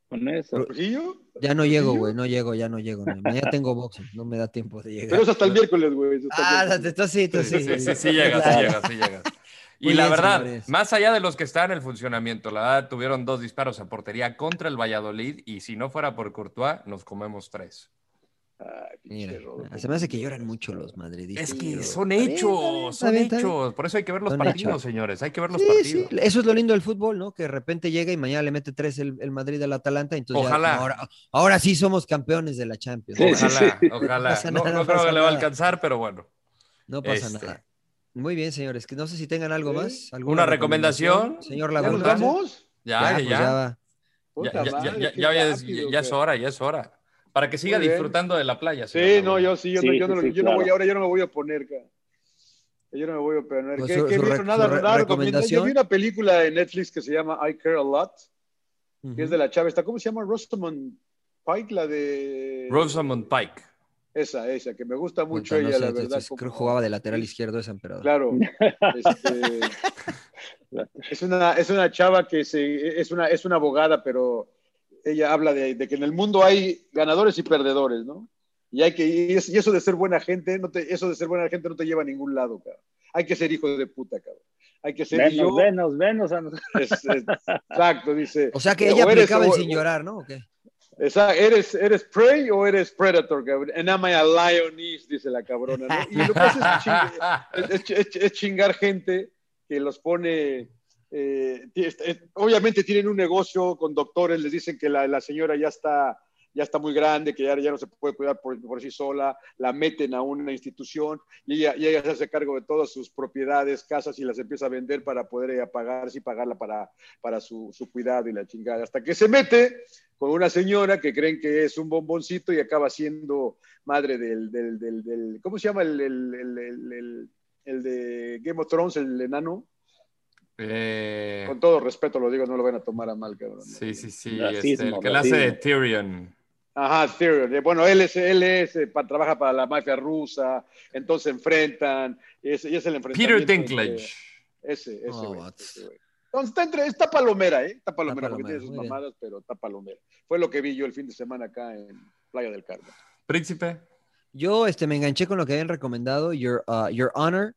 [SPEAKER 9] Con eso.
[SPEAKER 10] güey. ¿Trujillo?
[SPEAKER 2] Ya no llego, güey, no llego, ya no llego. no. Mañana tengo box, no me da tiempo de llegar.
[SPEAKER 10] Pero es hasta el miércoles, güey. eso hasta el
[SPEAKER 2] Ah,
[SPEAKER 10] miércoles.
[SPEAKER 2] está sí, tú sí.
[SPEAKER 6] Sí, sí, sí, sí llega, sí
[SPEAKER 2] Claro.
[SPEAKER 6] llega, sí llega. Y
[SPEAKER 2] Muy
[SPEAKER 6] la
[SPEAKER 2] bien,
[SPEAKER 6] verdad,
[SPEAKER 2] señores.
[SPEAKER 6] más allá de los que están en el funcionamiento, la verdad, tuvieron dos disparos a portería contra el Valladolid y si no fuera por Courtois, nos comemos tres.
[SPEAKER 10] Ay, pinche
[SPEAKER 2] Mira,
[SPEAKER 10] Rodo.
[SPEAKER 2] se me hace que lloran mucho los madridistas.
[SPEAKER 6] Es
[SPEAKER 2] pero-
[SPEAKER 6] que son
[SPEAKER 2] Está bien,
[SPEAKER 6] hechos,
[SPEAKER 2] está bien, está
[SPEAKER 6] son
[SPEAKER 2] bien, está bien.
[SPEAKER 6] hechos. Por eso hay que ver los
[SPEAKER 2] Son
[SPEAKER 6] partidos,
[SPEAKER 2] hechos.
[SPEAKER 6] señores. Hay que ver los
[SPEAKER 2] Sí, sí,
[SPEAKER 6] partidos.
[SPEAKER 2] eso es lo lindo del fútbol, ¿no? Que de repente llega y mañana le mete tres el, el Madrid al Atalanta. Entonces ya-
[SPEAKER 6] Ojalá.
[SPEAKER 2] ahora, ahora sí somos campeones de la Champions.
[SPEAKER 10] Sí, sí,
[SPEAKER 2] Ojalá.
[SPEAKER 6] Ojalá,
[SPEAKER 2] No
[SPEAKER 6] ojalá.
[SPEAKER 2] pasa
[SPEAKER 6] No,
[SPEAKER 2] nada,
[SPEAKER 6] no
[SPEAKER 2] no
[SPEAKER 6] creo
[SPEAKER 2] pasa
[SPEAKER 6] que le va a
[SPEAKER 2] nada.
[SPEAKER 6] alcanzar, pero bueno.
[SPEAKER 2] No pasa
[SPEAKER 6] Este.
[SPEAKER 2] nada. Muy bien, señores. Que no sé si tengan algo
[SPEAKER 10] Sí.
[SPEAKER 2] más. ¿Alguna
[SPEAKER 6] Una recomendación.
[SPEAKER 2] Señor
[SPEAKER 10] ¿Ya nos
[SPEAKER 2] Laguna.
[SPEAKER 10] vamos?
[SPEAKER 6] Ya, ya,
[SPEAKER 2] pues, ya va.
[SPEAKER 6] ya.
[SPEAKER 10] Puta
[SPEAKER 6] Ya, ya,
[SPEAKER 10] madre,
[SPEAKER 6] ya,
[SPEAKER 10] qué
[SPEAKER 6] ya, ya es-
[SPEAKER 10] rápido,
[SPEAKER 6] ya es
[SPEAKER 10] güey.
[SPEAKER 6] hora, ya es hora. Para que siga
[SPEAKER 10] Muy bien.
[SPEAKER 6] disfrutando de la playa.
[SPEAKER 10] Sí,
[SPEAKER 6] señor
[SPEAKER 10] no,
[SPEAKER 6] Laguna.
[SPEAKER 10] yo sí, yo,
[SPEAKER 9] Sí,
[SPEAKER 10] no, yo no-
[SPEAKER 9] sí, sí,
[SPEAKER 10] yo no voy,
[SPEAKER 9] claro.
[SPEAKER 10] ahora yo no me voy a poner, cara. Yo no me voy a poner.
[SPEAKER 2] Pues
[SPEAKER 10] ¿Qué,
[SPEAKER 2] su-
[SPEAKER 10] qué
[SPEAKER 2] su
[SPEAKER 10] bien,
[SPEAKER 2] re-
[SPEAKER 10] nada,
[SPEAKER 2] su re-
[SPEAKER 10] nada,
[SPEAKER 2] recomendación.
[SPEAKER 10] Yo vi una película de Netflix que se llama I Care a Lot, que es de la chava esta, ¿cómo se llama? Rosamund Pike, la de...
[SPEAKER 6] Rosamund Pike.
[SPEAKER 10] Esa, esa, que me gusta
[SPEAKER 2] Puta,
[SPEAKER 10] mucho
[SPEAKER 2] no
[SPEAKER 10] ella,
[SPEAKER 2] sé,
[SPEAKER 10] la
[SPEAKER 2] este-
[SPEAKER 10] verdad.
[SPEAKER 2] este-
[SPEAKER 10] como-
[SPEAKER 2] creo que jugaba de lateral izquierdo ese emperador.
[SPEAKER 10] Claro. este, es, una, es una chava que se, es, una, es una abogada, pero ella habla de, de que en el mundo hay ganadores y perdedores, ¿no? Y, hay que, y es- y eso de ser buena gente, no te, eso de ser buena gente no te lleva a ningún lado, cabrón. Hay que ser hijo de puta, cabrón. hay que ser
[SPEAKER 9] Venos,
[SPEAKER 10] yo.
[SPEAKER 9] venos, venos a nosotros.
[SPEAKER 10] Es- es- exacto, dice.
[SPEAKER 2] O sea que
[SPEAKER 10] o
[SPEAKER 2] ella
[SPEAKER 10] eres-
[SPEAKER 2] aplicaba el
[SPEAKER 10] o-
[SPEAKER 2] sin llorar, ¿no? ¿O qué?
[SPEAKER 10] Exacto, ¿Eres, ¿Eres prey o eres predator? cabrón? And am I a lioness? Dice la cabrona. ¿no? Y lo que hace es, chingar, es- es- es chingar gente que los pone. eh, ti- es- es- obviamente tienen un negocio con doctores, les dicen que la, la señora ya está, ya está muy grande, que ya, ya no se puede cuidar por, por sí sola, la meten a una institución y ella, y ella se hace cargo de todas sus propiedades, casas y las empieza a vender para poder eh, pagarse y pagarla para, para su, su cuidado y la chingada. Hasta que se mete con una señora que creen que es un bomboncito y acaba siendo madre del, del, del, del- ¿cómo se llama el, el, el, el- el- el de Game of Thrones, el enano?
[SPEAKER 6] Eh,
[SPEAKER 10] Con todo respeto lo digo, no lo van a tomar a mal, cabrón.
[SPEAKER 6] sí, sí, sí.
[SPEAKER 9] Racismo,
[SPEAKER 6] este, el que la hace de
[SPEAKER 9] racismo.
[SPEAKER 6] Tyrion.
[SPEAKER 10] Ajá, Tyrion. Eh, Bueno, él es, él es, eh, pa- trabaja para la mafia rusa, entonces enfrentan, y es, y es el enfrentamiento.
[SPEAKER 6] Peter
[SPEAKER 10] entre-
[SPEAKER 6] Dinklage.
[SPEAKER 10] Ese, ese,
[SPEAKER 2] Oh,
[SPEAKER 10] güey,
[SPEAKER 2] what?
[SPEAKER 10] ese güey. Entonces está, entre, está palomera, ¿eh? Está palomera, porque
[SPEAKER 2] palomera,
[SPEAKER 10] tiene sus
[SPEAKER 2] muy bien.
[SPEAKER 10] mamadas, pero está palomera. Fue lo que vi yo el fin de semana acá en Playa del Carmen.
[SPEAKER 6] Príncipe.
[SPEAKER 2] Yo este, me enganché con lo que habían recomendado, Your, uh, Your Honor,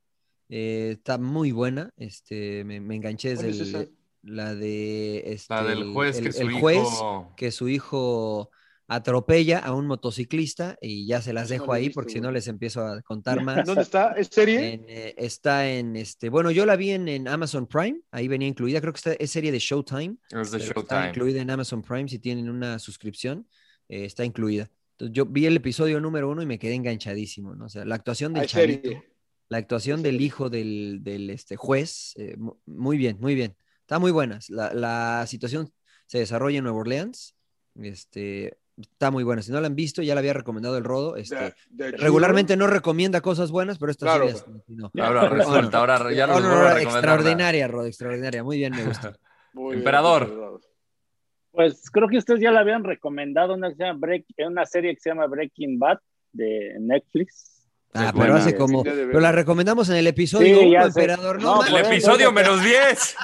[SPEAKER 2] eh, está muy buena, este, me, me enganché desde
[SPEAKER 10] ¿Cuál es
[SPEAKER 2] el-
[SPEAKER 10] esa?
[SPEAKER 2] la de... Este,
[SPEAKER 6] La del juez
[SPEAKER 2] el-
[SPEAKER 6] que su
[SPEAKER 2] el juez
[SPEAKER 6] hijo-
[SPEAKER 2] que su hijo atropella a un motociclista y ya se las
[SPEAKER 10] Eso no
[SPEAKER 2] dejo
[SPEAKER 10] lo he
[SPEAKER 2] ahí
[SPEAKER 10] visto,
[SPEAKER 2] porque si
[SPEAKER 10] güey.
[SPEAKER 2] no les empiezo a contar más.
[SPEAKER 10] ¿Dónde está? ¿Es serie?
[SPEAKER 2] En, eh, está en este, bueno, yo la vi en, en Amazon Prime, ahí venía incluida, creo que está, es serie de Showtime,
[SPEAKER 6] Es de
[SPEAKER 2] pero está
[SPEAKER 6] Showtime.
[SPEAKER 2] incluida en Amazon Prime si tienen una suscripción, eh, está incluida. Entonces, yo vi el episodio número uno y me quedé enganchadísimo, ¿no? O sea, la actuación del
[SPEAKER 10] Hay
[SPEAKER 2] chavito,
[SPEAKER 10] serie.
[SPEAKER 2] la actuación del hijo del, del, este, juez, eh, mu- muy bien, muy bien. Está muy buena. La, la situación se desarrolla en Nueva Orleans, este, está muy buena. Si no la han visto, ya la había recomendado el Rodo. Este,
[SPEAKER 10] The- The
[SPEAKER 2] regularmente
[SPEAKER 10] Juror.
[SPEAKER 2] no recomienda cosas buenas, pero esta
[SPEAKER 10] Claro.
[SPEAKER 2] serie es- no.
[SPEAKER 6] Ahora resulta, ahora ya los
[SPEAKER 2] Eh, No, no,
[SPEAKER 6] vuelvo
[SPEAKER 2] no,
[SPEAKER 6] a recomendar.
[SPEAKER 2] extraordinaria, Rodo, extraordinaria. Muy bien, me gusta.
[SPEAKER 10] Muy bien,
[SPEAKER 6] Emperador.
[SPEAKER 9] Pues creo que ustedes ya la habían recomendado, una, que se llama Break- eh, una serie que se llama Breaking Bad de Netflix.
[SPEAKER 2] Ah,
[SPEAKER 6] Es
[SPEAKER 2] pero
[SPEAKER 6] buena.
[SPEAKER 2] hace como.
[SPEAKER 10] Sí, debe
[SPEAKER 2] Pero la
[SPEAKER 10] ver.
[SPEAKER 2] recomendamos en el episodio
[SPEAKER 9] Sí, ya
[SPEAKER 2] uno,
[SPEAKER 9] sé.
[SPEAKER 2] emperador.
[SPEAKER 10] No,
[SPEAKER 2] No,
[SPEAKER 6] El
[SPEAKER 10] pues,
[SPEAKER 2] manches.
[SPEAKER 6] episodio menos 10.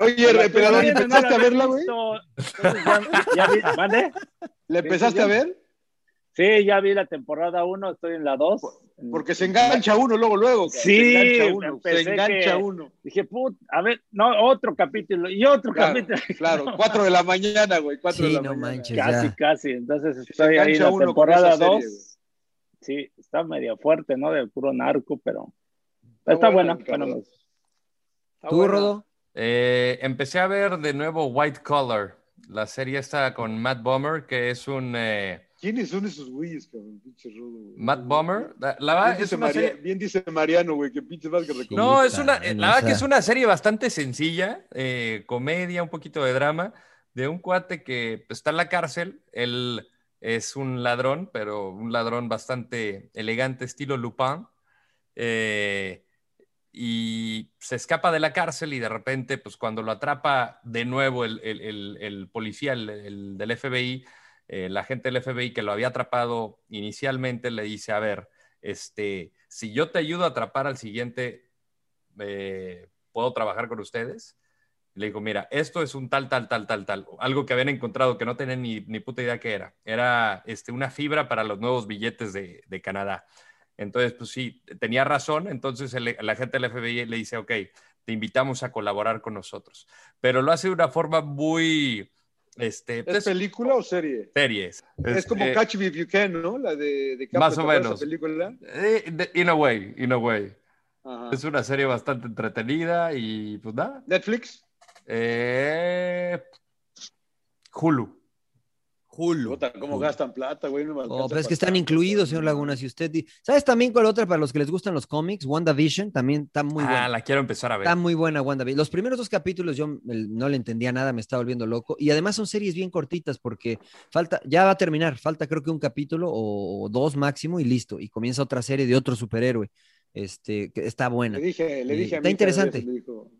[SPEAKER 10] Oye,
[SPEAKER 9] La
[SPEAKER 10] emperador, ¿y
[SPEAKER 9] primera no la
[SPEAKER 10] empezaste a
[SPEAKER 9] había
[SPEAKER 10] verla, güey?
[SPEAKER 9] visto, entonces ya- ya vi- ¿mande?
[SPEAKER 10] ¿La empezaste a ver?
[SPEAKER 9] Sí, ya vi la temporada 1, estoy en la 2.
[SPEAKER 10] Porque se engancha uno luego, luego. cabrón.
[SPEAKER 9] Sí,
[SPEAKER 10] se engancha uno. Se
[SPEAKER 9] pensé
[SPEAKER 10] engancha
[SPEAKER 9] que-
[SPEAKER 10] uno.
[SPEAKER 9] Dije, put, a ver, no, otro capítulo y otro
[SPEAKER 10] Claro,
[SPEAKER 9] capítulo.
[SPEAKER 10] claro. Cuatro de la mañana, güey. Cuatro
[SPEAKER 2] Sí,
[SPEAKER 10] de la
[SPEAKER 2] no
[SPEAKER 10] mañana.
[SPEAKER 2] manches.
[SPEAKER 9] Casi,
[SPEAKER 2] ya.
[SPEAKER 9] casi. Entonces
[SPEAKER 10] Se
[SPEAKER 9] estoy ahí
[SPEAKER 10] engancha
[SPEAKER 9] la
[SPEAKER 10] uno con
[SPEAKER 9] temporada
[SPEAKER 10] esa serie,
[SPEAKER 9] 2. Sí, está medio fuerte, ¿no? De puro narco, pero
[SPEAKER 10] Está
[SPEAKER 9] está,
[SPEAKER 10] buena,
[SPEAKER 9] buena.
[SPEAKER 10] cabrón.
[SPEAKER 9] bueno,
[SPEAKER 10] Está
[SPEAKER 2] ¿Tú,
[SPEAKER 10] buena.
[SPEAKER 2] Rodo?
[SPEAKER 6] Eh, empecé a ver de nuevo White Collar, la serie está con Matt Bomer, que es un... eh,
[SPEAKER 10] ¿Quiénes son esos güeyes, cabrón? Pinche Rodo. güey.
[SPEAKER 6] Matt Bomer, la, la
[SPEAKER 10] Bien
[SPEAKER 6] verdad es
[SPEAKER 10] dice,
[SPEAKER 6] una
[SPEAKER 10] María-
[SPEAKER 6] serie...
[SPEAKER 10] bien dice Mariano, güey, que pinche vas que recomendar.
[SPEAKER 6] No, es
[SPEAKER 2] Puta,
[SPEAKER 6] una, eh, la
[SPEAKER 2] o
[SPEAKER 6] verdad que
[SPEAKER 2] sea.
[SPEAKER 6] es una serie bastante sencilla, eh, comedia, un poquito de drama, de un cuate que pues, está en la cárcel, él es un ladrón, pero un ladrón bastante elegante, estilo Lupin, eh, y se escapa de la cárcel y de repente, pues cuando lo atrapa de nuevo el, el- el- el policía el- el del FBI, eh, la gente del FBI que lo había atrapado inicialmente le dice, a ver, este, si yo te ayudo a atrapar al siguiente, eh, ¿puedo trabajar con ustedes? Le digo, mira, esto es un tal, tal, tal, tal, tal. Algo que habían encontrado que no tenían ni, ni puta idea que era. Era este, una fibra para los nuevos billetes de, de Canadá. Entonces, pues sí, tenía razón. Entonces el, la gente del FBI le dice, ok, te invitamos a colaborar con nosotros. Pero lo hace de una forma muy... Este,
[SPEAKER 10] ¿Es
[SPEAKER 6] pues,
[SPEAKER 10] película o serie?
[SPEAKER 6] series.
[SPEAKER 10] Es, eh, como
[SPEAKER 6] Este,
[SPEAKER 10] Catch Me If You Can, ¿no? La de, de
[SPEAKER 6] más
[SPEAKER 10] ¿te
[SPEAKER 6] o
[SPEAKER 10] acuerdas
[SPEAKER 6] menos.
[SPEAKER 10] esa película?
[SPEAKER 6] eh, de- in a way, in a way.
[SPEAKER 10] Ajá.
[SPEAKER 6] Es una serie bastante entretenida y pues nada.
[SPEAKER 10] ¿Netflix?
[SPEAKER 6] Eh, Hulu. Hulu.
[SPEAKER 10] Puta, ¿Cómo gastan plata, güey? No me
[SPEAKER 2] Oh,
[SPEAKER 10] alcanza
[SPEAKER 2] pues es que
[SPEAKER 10] para
[SPEAKER 2] están
[SPEAKER 10] tanto,
[SPEAKER 2] incluidos,
[SPEAKER 10] cabrón.
[SPEAKER 2] señor Laguna. Si usted. di- ¿Sabes también cuál otra para los que les gustan los cómics? WandaVision también está muy
[SPEAKER 6] ah,
[SPEAKER 2] buena.
[SPEAKER 6] la quiero empezar a ver.
[SPEAKER 2] Está muy buena WandaVision. Los primeros dos capítulos yo eh, no le entendía nada, me estaba volviendo loco. Y además son series bien cortitas porque falta, ya va a terminar, falta creo que un capítulo o, o dos máximo y listo. Y comienza otra serie de otro superhéroe. Este, que está buena.
[SPEAKER 10] Le dije, le
[SPEAKER 2] Y
[SPEAKER 10] dije a
[SPEAKER 2] está
[SPEAKER 10] mi hija de eso,
[SPEAKER 2] interesante.
[SPEAKER 10] me dijo,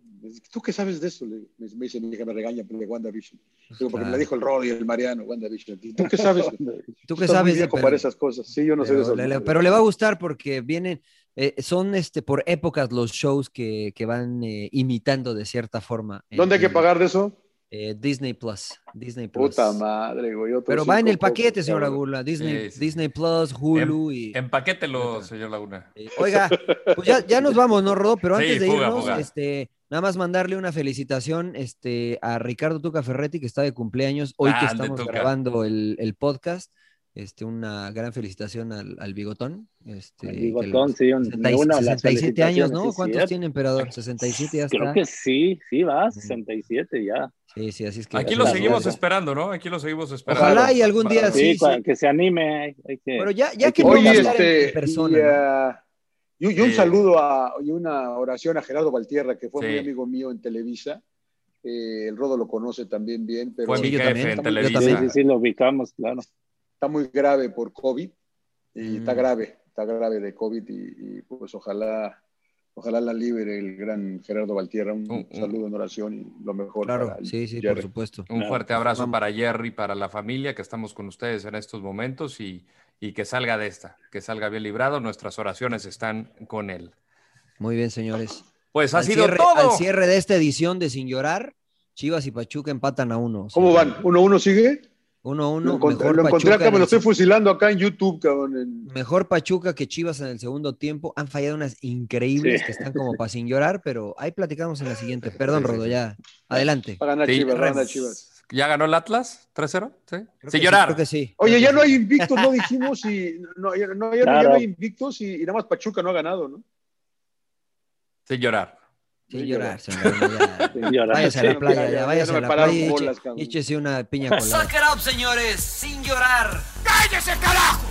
[SPEAKER 10] ¿tú qué sabes de eso? Le digo, me, me dice mi hija, me regaña por WandaVision. Digo, porque
[SPEAKER 2] Claro.
[SPEAKER 10] me la dijo el Rodo y el Mariano, WandaVision. ¿Y ¿Tú qué sabes?
[SPEAKER 2] ¿Tú qué
[SPEAKER 10] Estás muy
[SPEAKER 2] sabes? de-
[SPEAKER 10] viejo
[SPEAKER 2] pero-
[SPEAKER 10] para esas cosas. Sí, yo no sé de
[SPEAKER 2] pero,
[SPEAKER 10] eso.
[SPEAKER 2] le, le- pero le va a gustar porque vienen, eh, son este, por épocas los shows que, que van eh, imitando de cierta forma. en-
[SPEAKER 10] ¿Dónde hay que
[SPEAKER 2] en,
[SPEAKER 10] pagar de eso?
[SPEAKER 2] eh, Disney Plus. Disney Plus.
[SPEAKER 10] Puta madre, güey. otros
[SPEAKER 2] Pues, Pero va en
[SPEAKER 10] cinco
[SPEAKER 2] el paquete,
[SPEAKER 10] pesos,
[SPEAKER 2] señor
[SPEAKER 10] cabrón.
[SPEAKER 2] Laguna. Disney,
[SPEAKER 6] Sí, Em, sí.
[SPEAKER 2] Disney Plus, Hulu y.
[SPEAKER 6] Empaquételo,
[SPEAKER 2] Ajá.
[SPEAKER 6] señor Laguna.
[SPEAKER 2] eh, Oiga, pues ya, ya nos vamos, ¿no, Rodo? Pero
[SPEAKER 6] Sí,
[SPEAKER 2] antes de
[SPEAKER 6] fuga,
[SPEAKER 2] irnos,
[SPEAKER 6] fuga.
[SPEAKER 2] este, Nada más mandarle una felicitación este, a Ricardo Tuca Ferretti, que está de cumpleaños hoy que
[SPEAKER 6] Grande,
[SPEAKER 2] estamos
[SPEAKER 6] Tuca.
[SPEAKER 2] grabando el, el podcast. Este, una gran felicitación al, al Bigotón. Este,
[SPEAKER 9] Al
[SPEAKER 2] que
[SPEAKER 9] Bigotón,
[SPEAKER 2] los
[SPEAKER 9] sí, un-
[SPEAKER 2] 60
[SPEAKER 9] una de las
[SPEAKER 2] 67 años, ¿no?
[SPEAKER 9] felicitaciones, sí,
[SPEAKER 2] ¿Cuántos
[SPEAKER 9] cierto.
[SPEAKER 2] tiene Emperador? 67 ya
[SPEAKER 9] Creo
[SPEAKER 2] está.
[SPEAKER 9] que sí, sí, va, 67 ya.
[SPEAKER 2] Sí, sí, así es que.
[SPEAKER 6] Aquí
[SPEAKER 2] así
[SPEAKER 6] lo
[SPEAKER 2] es que-
[SPEAKER 6] seguimos esperando, ¿no? Aquí lo seguimos esperando.
[SPEAKER 2] Ojalá y algún día sí, sí.
[SPEAKER 9] cua- que se anime. hay- hay que-
[SPEAKER 2] Pero ya, ya
[SPEAKER 9] hay
[SPEAKER 2] que
[SPEAKER 9] que
[SPEAKER 2] va a
[SPEAKER 9] Oye, este,
[SPEAKER 2] estar en- en persona.
[SPEAKER 10] y,
[SPEAKER 2] ¿no?
[SPEAKER 10] ah, este, y- y un
[SPEAKER 6] Sí.
[SPEAKER 10] saludo a, y una oración a Gerardo Valtierra, que fue
[SPEAKER 6] Sí.
[SPEAKER 10] muy amigo mío en Televisa. Eh, el Rodo lo conoce también bien, pero
[SPEAKER 6] Fue mi
[SPEAKER 2] Sí, yo
[SPEAKER 6] jefe
[SPEAKER 2] también,
[SPEAKER 6] en
[SPEAKER 2] yo
[SPEAKER 6] Televisa.
[SPEAKER 9] Sí,
[SPEAKER 2] también.
[SPEAKER 9] sí, sí, lo ubicamos, claro.
[SPEAKER 10] está muy grave por COVID y
[SPEAKER 2] Mm.
[SPEAKER 10] está grave, está grave de COVID y, y, pues ojalá, ojalá la libre el gran Gerardo Valtierra. Un
[SPEAKER 6] Mm, mm.
[SPEAKER 10] saludo en oración y lo mejor.
[SPEAKER 2] Claro,
[SPEAKER 10] para el
[SPEAKER 2] sí, sí, por
[SPEAKER 10] Jerry.
[SPEAKER 2] supuesto.
[SPEAKER 6] Un fuerte abrazo
[SPEAKER 2] Vamos.
[SPEAKER 6] para Jerry, para la familia que estamos con ustedes en estos momentos y, y que salga de esta, que salga bien librado. Nuestras oraciones están con él.
[SPEAKER 2] Muy bien, señores.
[SPEAKER 6] Pues ha
[SPEAKER 2] Al
[SPEAKER 6] sido
[SPEAKER 2] cierre-
[SPEAKER 6] todo.
[SPEAKER 2] Al cierre de esta edición de Sin Llorar, Chivas y Pachuca empatan a uno. O sea,
[SPEAKER 10] ¿Cómo van? ¿Uno uno sigue?
[SPEAKER 2] Uno a
[SPEAKER 10] Lo
[SPEAKER 2] uno.
[SPEAKER 10] encontré,
[SPEAKER 2] mejor
[SPEAKER 10] lo encontré
[SPEAKER 2] Pachuca
[SPEAKER 10] acá,
[SPEAKER 2] en este-
[SPEAKER 10] me
[SPEAKER 2] el
[SPEAKER 10] lo estoy
[SPEAKER 2] se-
[SPEAKER 10] fusilando acá en YouTube, cabrón. en-
[SPEAKER 2] Mejor Pachuca que Chivas en el segundo tiempo. Han fallado unas increíbles
[SPEAKER 9] Sí.
[SPEAKER 2] que están como para sin llorar, pero ahí platicamos en la siguiente.
[SPEAKER 6] Sí,
[SPEAKER 2] Perdón,
[SPEAKER 6] sí,
[SPEAKER 2] Rodo,
[SPEAKER 6] sí.
[SPEAKER 2] ya. Adelante.
[SPEAKER 10] Para ganar
[SPEAKER 6] Sí,
[SPEAKER 10] Chivas, para ganar
[SPEAKER 6] res-
[SPEAKER 10] Chivas.
[SPEAKER 6] ¿Ya ganó el Atlas? ¿3-0? Sí.
[SPEAKER 2] Creo
[SPEAKER 6] Sin
[SPEAKER 2] que sí,
[SPEAKER 6] llorar.
[SPEAKER 2] creo que sí.
[SPEAKER 10] Oye,
[SPEAKER 2] Creo
[SPEAKER 10] ya
[SPEAKER 2] que
[SPEAKER 10] no
[SPEAKER 2] sí.
[SPEAKER 10] hay invictos, no dijimos y no, ya, no, ya no- ya
[SPEAKER 9] Claro.
[SPEAKER 10] no hay invictos y, y nada más Pachuca no ha ganado, ¿no?
[SPEAKER 6] Sin llorar.
[SPEAKER 2] Sin llorar, señor. ya.
[SPEAKER 9] Sin llorar.
[SPEAKER 2] Váyase a
[SPEAKER 10] Sí,
[SPEAKER 2] la playa,
[SPEAKER 10] ya, ya
[SPEAKER 2] ya. Váyase
[SPEAKER 10] no
[SPEAKER 2] a
[SPEAKER 10] me
[SPEAKER 2] la
[SPEAKER 10] pararon
[SPEAKER 2] playa y
[SPEAKER 10] bolas,
[SPEAKER 2] eche-
[SPEAKER 10] cabrón.
[SPEAKER 2] y échese una piña colada.
[SPEAKER 5] Suck it up, señores, sin llorar. ¡Cállese, carajo!